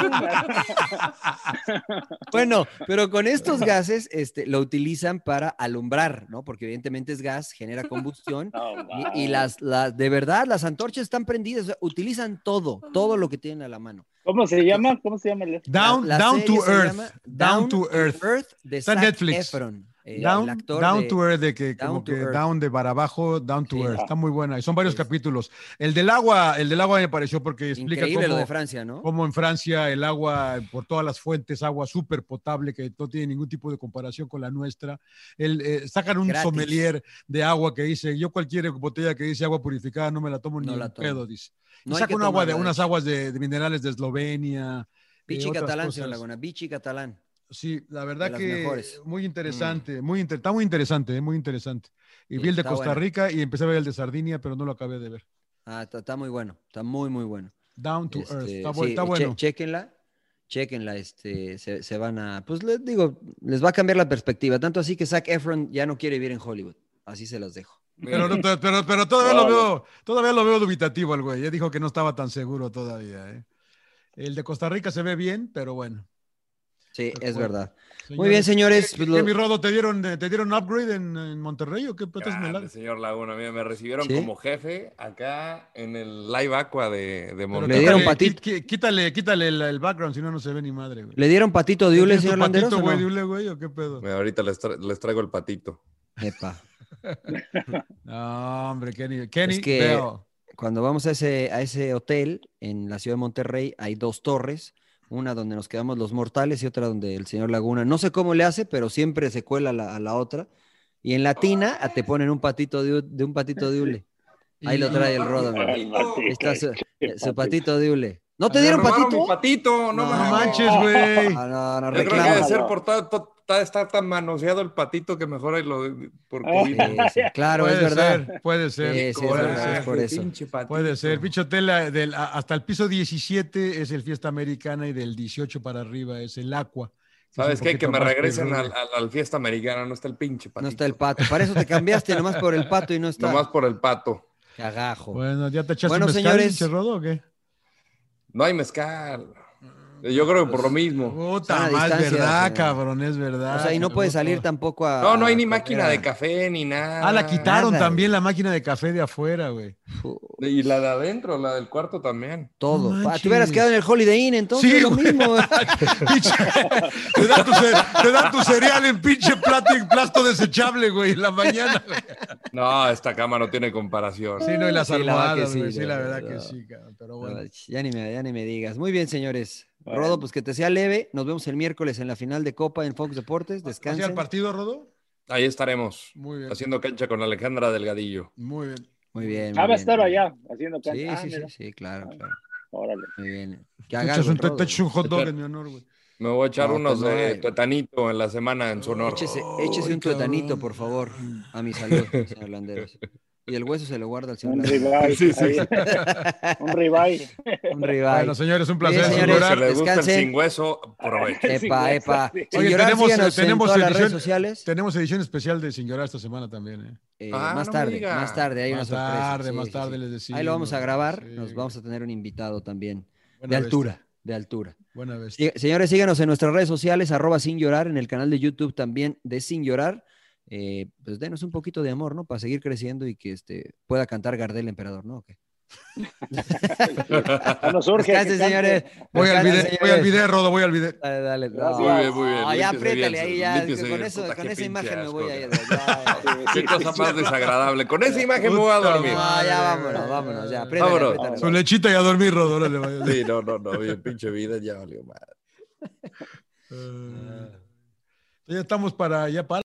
[SPEAKER 1] Bueno, pero con estos gases, este, lo utilizan para alumbrar, ¿no? Porque evidentemente es gas, genera combustión
[SPEAKER 4] No,
[SPEAKER 1] y, y
[SPEAKER 4] wow.
[SPEAKER 1] las, las, de verdad, las antorchas están prendidas, o sea, utilizan todo, todo lo que tienen a la mano.
[SPEAKER 4] ¿Cómo se llama? ¿Cómo se llama? el-
[SPEAKER 2] Down,
[SPEAKER 1] La- la
[SPEAKER 2] down
[SPEAKER 1] serie
[SPEAKER 2] to
[SPEAKER 1] se
[SPEAKER 2] earth.
[SPEAKER 1] llama
[SPEAKER 2] Down to earth.
[SPEAKER 1] Earth de
[SPEAKER 2] Está en
[SPEAKER 1] Zac
[SPEAKER 2] Netflix.
[SPEAKER 1] Efron. eh,
[SPEAKER 2] down,
[SPEAKER 1] el actor
[SPEAKER 2] Down
[SPEAKER 1] de-
[SPEAKER 2] to Earth, de que,
[SPEAKER 1] Down
[SPEAKER 2] como
[SPEAKER 1] to
[SPEAKER 2] que
[SPEAKER 1] Earth.
[SPEAKER 2] Down de para abajo, Down to
[SPEAKER 1] Sí.
[SPEAKER 2] Earth. Está muy buena. Y son varios
[SPEAKER 1] Sí.
[SPEAKER 2] capítulos. El del agua, el del agua me pareció porque explica
[SPEAKER 1] Increíble lo
[SPEAKER 2] cómo,
[SPEAKER 1] de Francia, ¿no?
[SPEAKER 2] cómo en Francia el agua por todas las fuentes, agua súper potable que no tiene ningún tipo de comparación con la nuestra. El, eh, sacan un
[SPEAKER 1] Gratis.
[SPEAKER 2] sommelier de agua que dice, yo cualquier botella que dice agua purificada no me la tomo
[SPEAKER 1] No
[SPEAKER 2] ni
[SPEAKER 1] la
[SPEAKER 2] un
[SPEAKER 1] tomo.
[SPEAKER 2] pedo, dice. Y
[SPEAKER 1] No hay que
[SPEAKER 2] sacan un agua de,
[SPEAKER 1] tomarla,
[SPEAKER 2] unas
[SPEAKER 1] hecho.
[SPEAKER 2] aguas de, de minerales de Eslovenia. de
[SPEAKER 1] Vichy
[SPEAKER 2] otras
[SPEAKER 1] catalán, señor
[SPEAKER 2] cosas.
[SPEAKER 1] Laguna. Vichy catalán.
[SPEAKER 2] Sí, la
[SPEAKER 1] De
[SPEAKER 2] verdad
[SPEAKER 1] las
[SPEAKER 2] que
[SPEAKER 1] mejores.
[SPEAKER 2] muy interesante, muy inter- está muy interesante, eh, muy interesante. Y
[SPEAKER 1] Sí,
[SPEAKER 2] vi el de
[SPEAKER 1] está
[SPEAKER 2] Costa
[SPEAKER 1] buena.
[SPEAKER 2] Rica y empecé a ver el de Sardinia, pero no lo acabé de ver.
[SPEAKER 1] Ah, está, está muy bueno. Está muy, muy bueno.
[SPEAKER 2] Down to Earth,
[SPEAKER 1] Este,
[SPEAKER 2] ah, está, bu-
[SPEAKER 1] sí,
[SPEAKER 2] está
[SPEAKER 1] che-
[SPEAKER 2] bueno.
[SPEAKER 1] Chéquenla, chéquenla, este, se, se van a, pues les digo, les va a cambiar la perspectiva, tanto así que Zac Efron ya no quiere vivir en Hollywood, así se las dejo.
[SPEAKER 2] Pero, no- pero, pero, pero todavía, lo veo, todavía lo veo dubitativo el güey, ya dijo que no estaba tan seguro todavía. eh. El de Costa Rica se ve bien, pero bueno.
[SPEAKER 1] Sí,
[SPEAKER 2] De
[SPEAKER 1] es
[SPEAKER 2] acuerdo.
[SPEAKER 1] verdad. Muy bien, señores,
[SPEAKER 2] ¿qué-
[SPEAKER 1] pues
[SPEAKER 2] qué,
[SPEAKER 1] lo-
[SPEAKER 2] mi rodo, ¿te dieron, eh, te dieron upgrade en, en Monterrey o qué petas me
[SPEAKER 3] Grande,
[SPEAKER 2] la-
[SPEAKER 3] señor Laguna, mira, me recibieron
[SPEAKER 1] ¿Sí?
[SPEAKER 3] como jefe acá en el Live Aqua de, de
[SPEAKER 2] Pero
[SPEAKER 1] Le
[SPEAKER 3] Monterrey.
[SPEAKER 1] dieron
[SPEAKER 2] quítale-
[SPEAKER 1] patito.
[SPEAKER 2] qui- qui- Quítale, quítale el, el background, si no, no se ve ni madre, güey.
[SPEAKER 1] ¿Le dieron patito de
[SPEAKER 2] ¿Tienes
[SPEAKER 1] hule,
[SPEAKER 2] tu
[SPEAKER 1] señor
[SPEAKER 2] patito,
[SPEAKER 1] Landeros? o
[SPEAKER 2] güey,
[SPEAKER 1] no?
[SPEAKER 2] de hule, güey, o qué pedo?
[SPEAKER 3] Mira, ahorita les, tra- les traigo el patito.
[SPEAKER 1] Epa,
[SPEAKER 2] No, hombre, Kenny, Kenny
[SPEAKER 1] Es que-
[SPEAKER 2] Bell.
[SPEAKER 1] Cuando vamos a ese, a ese hotel en la ciudad de Monterrey, hay dos torres, una donde nos quedamos los mortales y otra donde el señor Laguna, no sé cómo le hace, pero siempre se cuela la- a la otra. Y en la tina ah, te ponen un patito de, hu- de un patito de hule. Ahí lo trae el rodo. mira.
[SPEAKER 4] El patito,
[SPEAKER 1] Ahí está su, eh,
[SPEAKER 4] qué
[SPEAKER 1] su
[SPEAKER 4] patito.
[SPEAKER 1] patito de hule. ¿No te
[SPEAKER 3] Me
[SPEAKER 1] dieron
[SPEAKER 3] robaron mi
[SPEAKER 1] patito?
[SPEAKER 3] patito, no,
[SPEAKER 2] No
[SPEAKER 3] mames.
[SPEAKER 2] manches, güey.
[SPEAKER 1] Ah, no, no,
[SPEAKER 3] Yo creo que debe
[SPEAKER 1] reclama.
[SPEAKER 4] reclamas.
[SPEAKER 3] ser por ta- to- ta- estar tan manoseado el patito que mejor ahí lo por
[SPEAKER 4] Ah.
[SPEAKER 3] COVID.
[SPEAKER 1] Sí, sí, claro,
[SPEAKER 2] Puede
[SPEAKER 1] es verdad.
[SPEAKER 2] ser, puede ser.
[SPEAKER 1] Sí, sí, es
[SPEAKER 2] puede
[SPEAKER 1] verdad,
[SPEAKER 2] ser.
[SPEAKER 1] es por eso.
[SPEAKER 3] Pinche patito.
[SPEAKER 2] Puede ser. Pinche hotel ah, del- ah, hasta el piso 17 es el Fiesta Americana y del 18 para arriba es el Aqua. que es
[SPEAKER 3] ¿Sabes
[SPEAKER 2] un
[SPEAKER 3] qué? Que
[SPEAKER 2] poquito
[SPEAKER 3] me
[SPEAKER 2] más
[SPEAKER 3] regresen
[SPEAKER 2] perrudo.
[SPEAKER 3] al, al- al fiesta americana, no está el pinche patito.
[SPEAKER 1] No está el pato. Para eso te cambiaste nomás por el pato y no está.
[SPEAKER 3] Nomás por el pato.
[SPEAKER 1] Cagajo.
[SPEAKER 2] Bueno, ¿ya te echaste
[SPEAKER 1] Bueno,
[SPEAKER 2] un mezcal,
[SPEAKER 1] señores.
[SPEAKER 2] pinche rodo o qué?
[SPEAKER 3] No hay mezcal.
[SPEAKER 1] Mm,
[SPEAKER 3] Yo
[SPEAKER 1] pues,
[SPEAKER 3] creo que por lo mismo.
[SPEAKER 2] Puta,
[SPEAKER 1] a
[SPEAKER 2] más
[SPEAKER 1] distancia,
[SPEAKER 2] verdad,
[SPEAKER 1] señor.
[SPEAKER 2] cabrón, es verdad.
[SPEAKER 1] o sea, y no
[SPEAKER 2] Me
[SPEAKER 1] puedes
[SPEAKER 2] gustó.
[SPEAKER 1] salir tampoco a.
[SPEAKER 3] No, no hay ni
[SPEAKER 1] a
[SPEAKER 3] máquina
[SPEAKER 1] comer
[SPEAKER 3] de
[SPEAKER 1] a-
[SPEAKER 3] café ni nada.
[SPEAKER 2] Ah, la quitaron
[SPEAKER 1] Nada,
[SPEAKER 2] también la máquina de café de afuera, güey.
[SPEAKER 1] Fu-
[SPEAKER 3] Y la de adentro, la del cuarto también.
[SPEAKER 1] Todo.
[SPEAKER 2] No
[SPEAKER 1] Pa,
[SPEAKER 2] manches.
[SPEAKER 1] te hubieras quedado en el Holiday Inn, entonces
[SPEAKER 2] Sí,
[SPEAKER 1] es lo
[SPEAKER 2] güey.
[SPEAKER 1] mismo.
[SPEAKER 2] Pinche- te, dan tu, ce- te dan tu cereal en pinche plato, en plasto desechable, güey, en la mañana. güey.
[SPEAKER 3] No, esta cama no tiene comparación.
[SPEAKER 2] Sí, no, y las
[SPEAKER 1] Sí, la verdad que
[SPEAKER 2] almohadas,
[SPEAKER 1] sí,
[SPEAKER 2] güey. Sí,
[SPEAKER 1] la
[SPEAKER 2] la verdad que
[SPEAKER 1] verdad.
[SPEAKER 2] sí, cabrón. Pero bueno.
[SPEAKER 1] Ya ni, me, ya ni me digas. Muy bien, señores.
[SPEAKER 4] Bueno.
[SPEAKER 1] Rodo, pues que te sea leve. Nos vemos el miércoles en la final de Copa en Fox Deportes.
[SPEAKER 2] ¿Así
[SPEAKER 1] Descansen.
[SPEAKER 2] al partido, Rodo?
[SPEAKER 3] Ahí estaremos.
[SPEAKER 2] Muy bien.
[SPEAKER 3] Haciendo cancha con Alejandra Delgadillo.
[SPEAKER 2] Muy bien.
[SPEAKER 1] Muy bien. muy
[SPEAKER 4] Ah, va a
[SPEAKER 1] bien.
[SPEAKER 4] estar allá haciendo cancha.
[SPEAKER 1] Sí,
[SPEAKER 4] Ah,
[SPEAKER 1] sí, sí,
[SPEAKER 4] mira,
[SPEAKER 1] sí, claro, claro.
[SPEAKER 4] Órale.
[SPEAKER 1] Muy bien. Que
[SPEAKER 2] Te
[SPEAKER 1] haga
[SPEAKER 2] echas
[SPEAKER 1] algo,
[SPEAKER 2] un, te-
[SPEAKER 1] Rodo.
[SPEAKER 2] te echas un hot dog
[SPEAKER 3] Espera.
[SPEAKER 2] en mi honor, güey.
[SPEAKER 3] Me voy a echar
[SPEAKER 1] No,
[SPEAKER 3] unos
[SPEAKER 1] pues no
[SPEAKER 3] de
[SPEAKER 1] hay.
[SPEAKER 3] tuetanito en la semana en su honor.
[SPEAKER 1] Échese, échese
[SPEAKER 2] Ay,
[SPEAKER 1] un tuetanito,
[SPEAKER 2] cabrón.
[SPEAKER 1] por favor, a mi salud, señor Landeros. Y el hueso se lo guarda al señor
[SPEAKER 4] Un
[SPEAKER 1] Landeros.
[SPEAKER 4] ribeye.
[SPEAKER 3] Sí, sí,
[SPEAKER 4] ahí.
[SPEAKER 3] sí.
[SPEAKER 4] Un ribeye.
[SPEAKER 1] Un rival.
[SPEAKER 2] Bueno, señores, un placer.
[SPEAKER 1] Bien,
[SPEAKER 3] Si
[SPEAKER 1] señores.
[SPEAKER 2] Singular.
[SPEAKER 3] le gusta el
[SPEAKER 1] descansen.
[SPEAKER 3] sin hueso, aproveche.
[SPEAKER 4] Sí,
[SPEAKER 1] epa,
[SPEAKER 4] güey,
[SPEAKER 1] epa.
[SPEAKER 4] sí.
[SPEAKER 1] Sin
[SPEAKER 2] Oye,
[SPEAKER 1] llorar,
[SPEAKER 2] tenemos,
[SPEAKER 1] síganos
[SPEAKER 2] eh, tenemos
[SPEAKER 1] en todas las
[SPEAKER 2] edición-
[SPEAKER 1] redes sociales.
[SPEAKER 2] Tenemos edición especial de Sin Llorar esta semana también. ¿eh?
[SPEAKER 1] Eh,
[SPEAKER 3] Ah,
[SPEAKER 1] más
[SPEAKER 3] no me
[SPEAKER 1] tarde,
[SPEAKER 3] diga.
[SPEAKER 1] más tarde, hay
[SPEAKER 2] más
[SPEAKER 1] una sorpresa.
[SPEAKER 2] tarde,
[SPEAKER 1] Sí,
[SPEAKER 2] más
[SPEAKER 1] sí,
[SPEAKER 2] tarde
[SPEAKER 1] sí.
[SPEAKER 2] les decimos.
[SPEAKER 1] Ahí lo vamos a grabar,
[SPEAKER 2] Sí. pues,
[SPEAKER 1] nos vamos a tener un invitado también, de
[SPEAKER 2] Buena
[SPEAKER 1] altura,
[SPEAKER 2] bestia,
[SPEAKER 1] de altura.
[SPEAKER 2] Buena vez.
[SPEAKER 1] Sí, señores, síganos en nuestras redes sociales, arroba sin llorar, en el canal de YouTube también de Sin Llorar. Eh, pues denos un poquito de amor, ¿no? Para seguir creciendo y que este, pueda cantar Gardel Emperador, ¿no? ¿O qué?
[SPEAKER 4] Ah, nos urge. que
[SPEAKER 1] Descansen, Pues
[SPEAKER 4] cante.
[SPEAKER 1] señores.
[SPEAKER 2] Voy al
[SPEAKER 1] Descansen,
[SPEAKER 2] video, voy al
[SPEAKER 1] señores.
[SPEAKER 2] video, Rodo, voy al video.
[SPEAKER 1] Dale, dale. no.
[SPEAKER 4] Gracias.
[SPEAKER 3] Muy bien, muy bien.
[SPEAKER 1] Ah, ya
[SPEAKER 3] Límpiese bien,
[SPEAKER 1] apriétale ahí, ya.
[SPEAKER 3] límpiese
[SPEAKER 1] Con,
[SPEAKER 3] bien.
[SPEAKER 1] eso,
[SPEAKER 3] Puta,
[SPEAKER 1] con
[SPEAKER 3] qué
[SPEAKER 1] esa
[SPEAKER 3] pinche
[SPEAKER 1] imagen me voy a
[SPEAKER 3] asco,
[SPEAKER 1] ir. ya, ya.
[SPEAKER 4] Sí,
[SPEAKER 3] Qué
[SPEAKER 4] sí,
[SPEAKER 3] cosa
[SPEAKER 4] sí.
[SPEAKER 3] más desagradable. Con esa imagen me voy a dormir.
[SPEAKER 1] No, ya vámonos, vámonos, ya. Apriétale,
[SPEAKER 3] Vámonos.
[SPEAKER 1] apriétale.
[SPEAKER 2] Su lechita y a dormir, Rodo. órale, vaya.
[SPEAKER 3] Sí, no, no, no. Mi pinche vida ya valió madre.
[SPEAKER 2] Eh, Ya estamos para, ya para.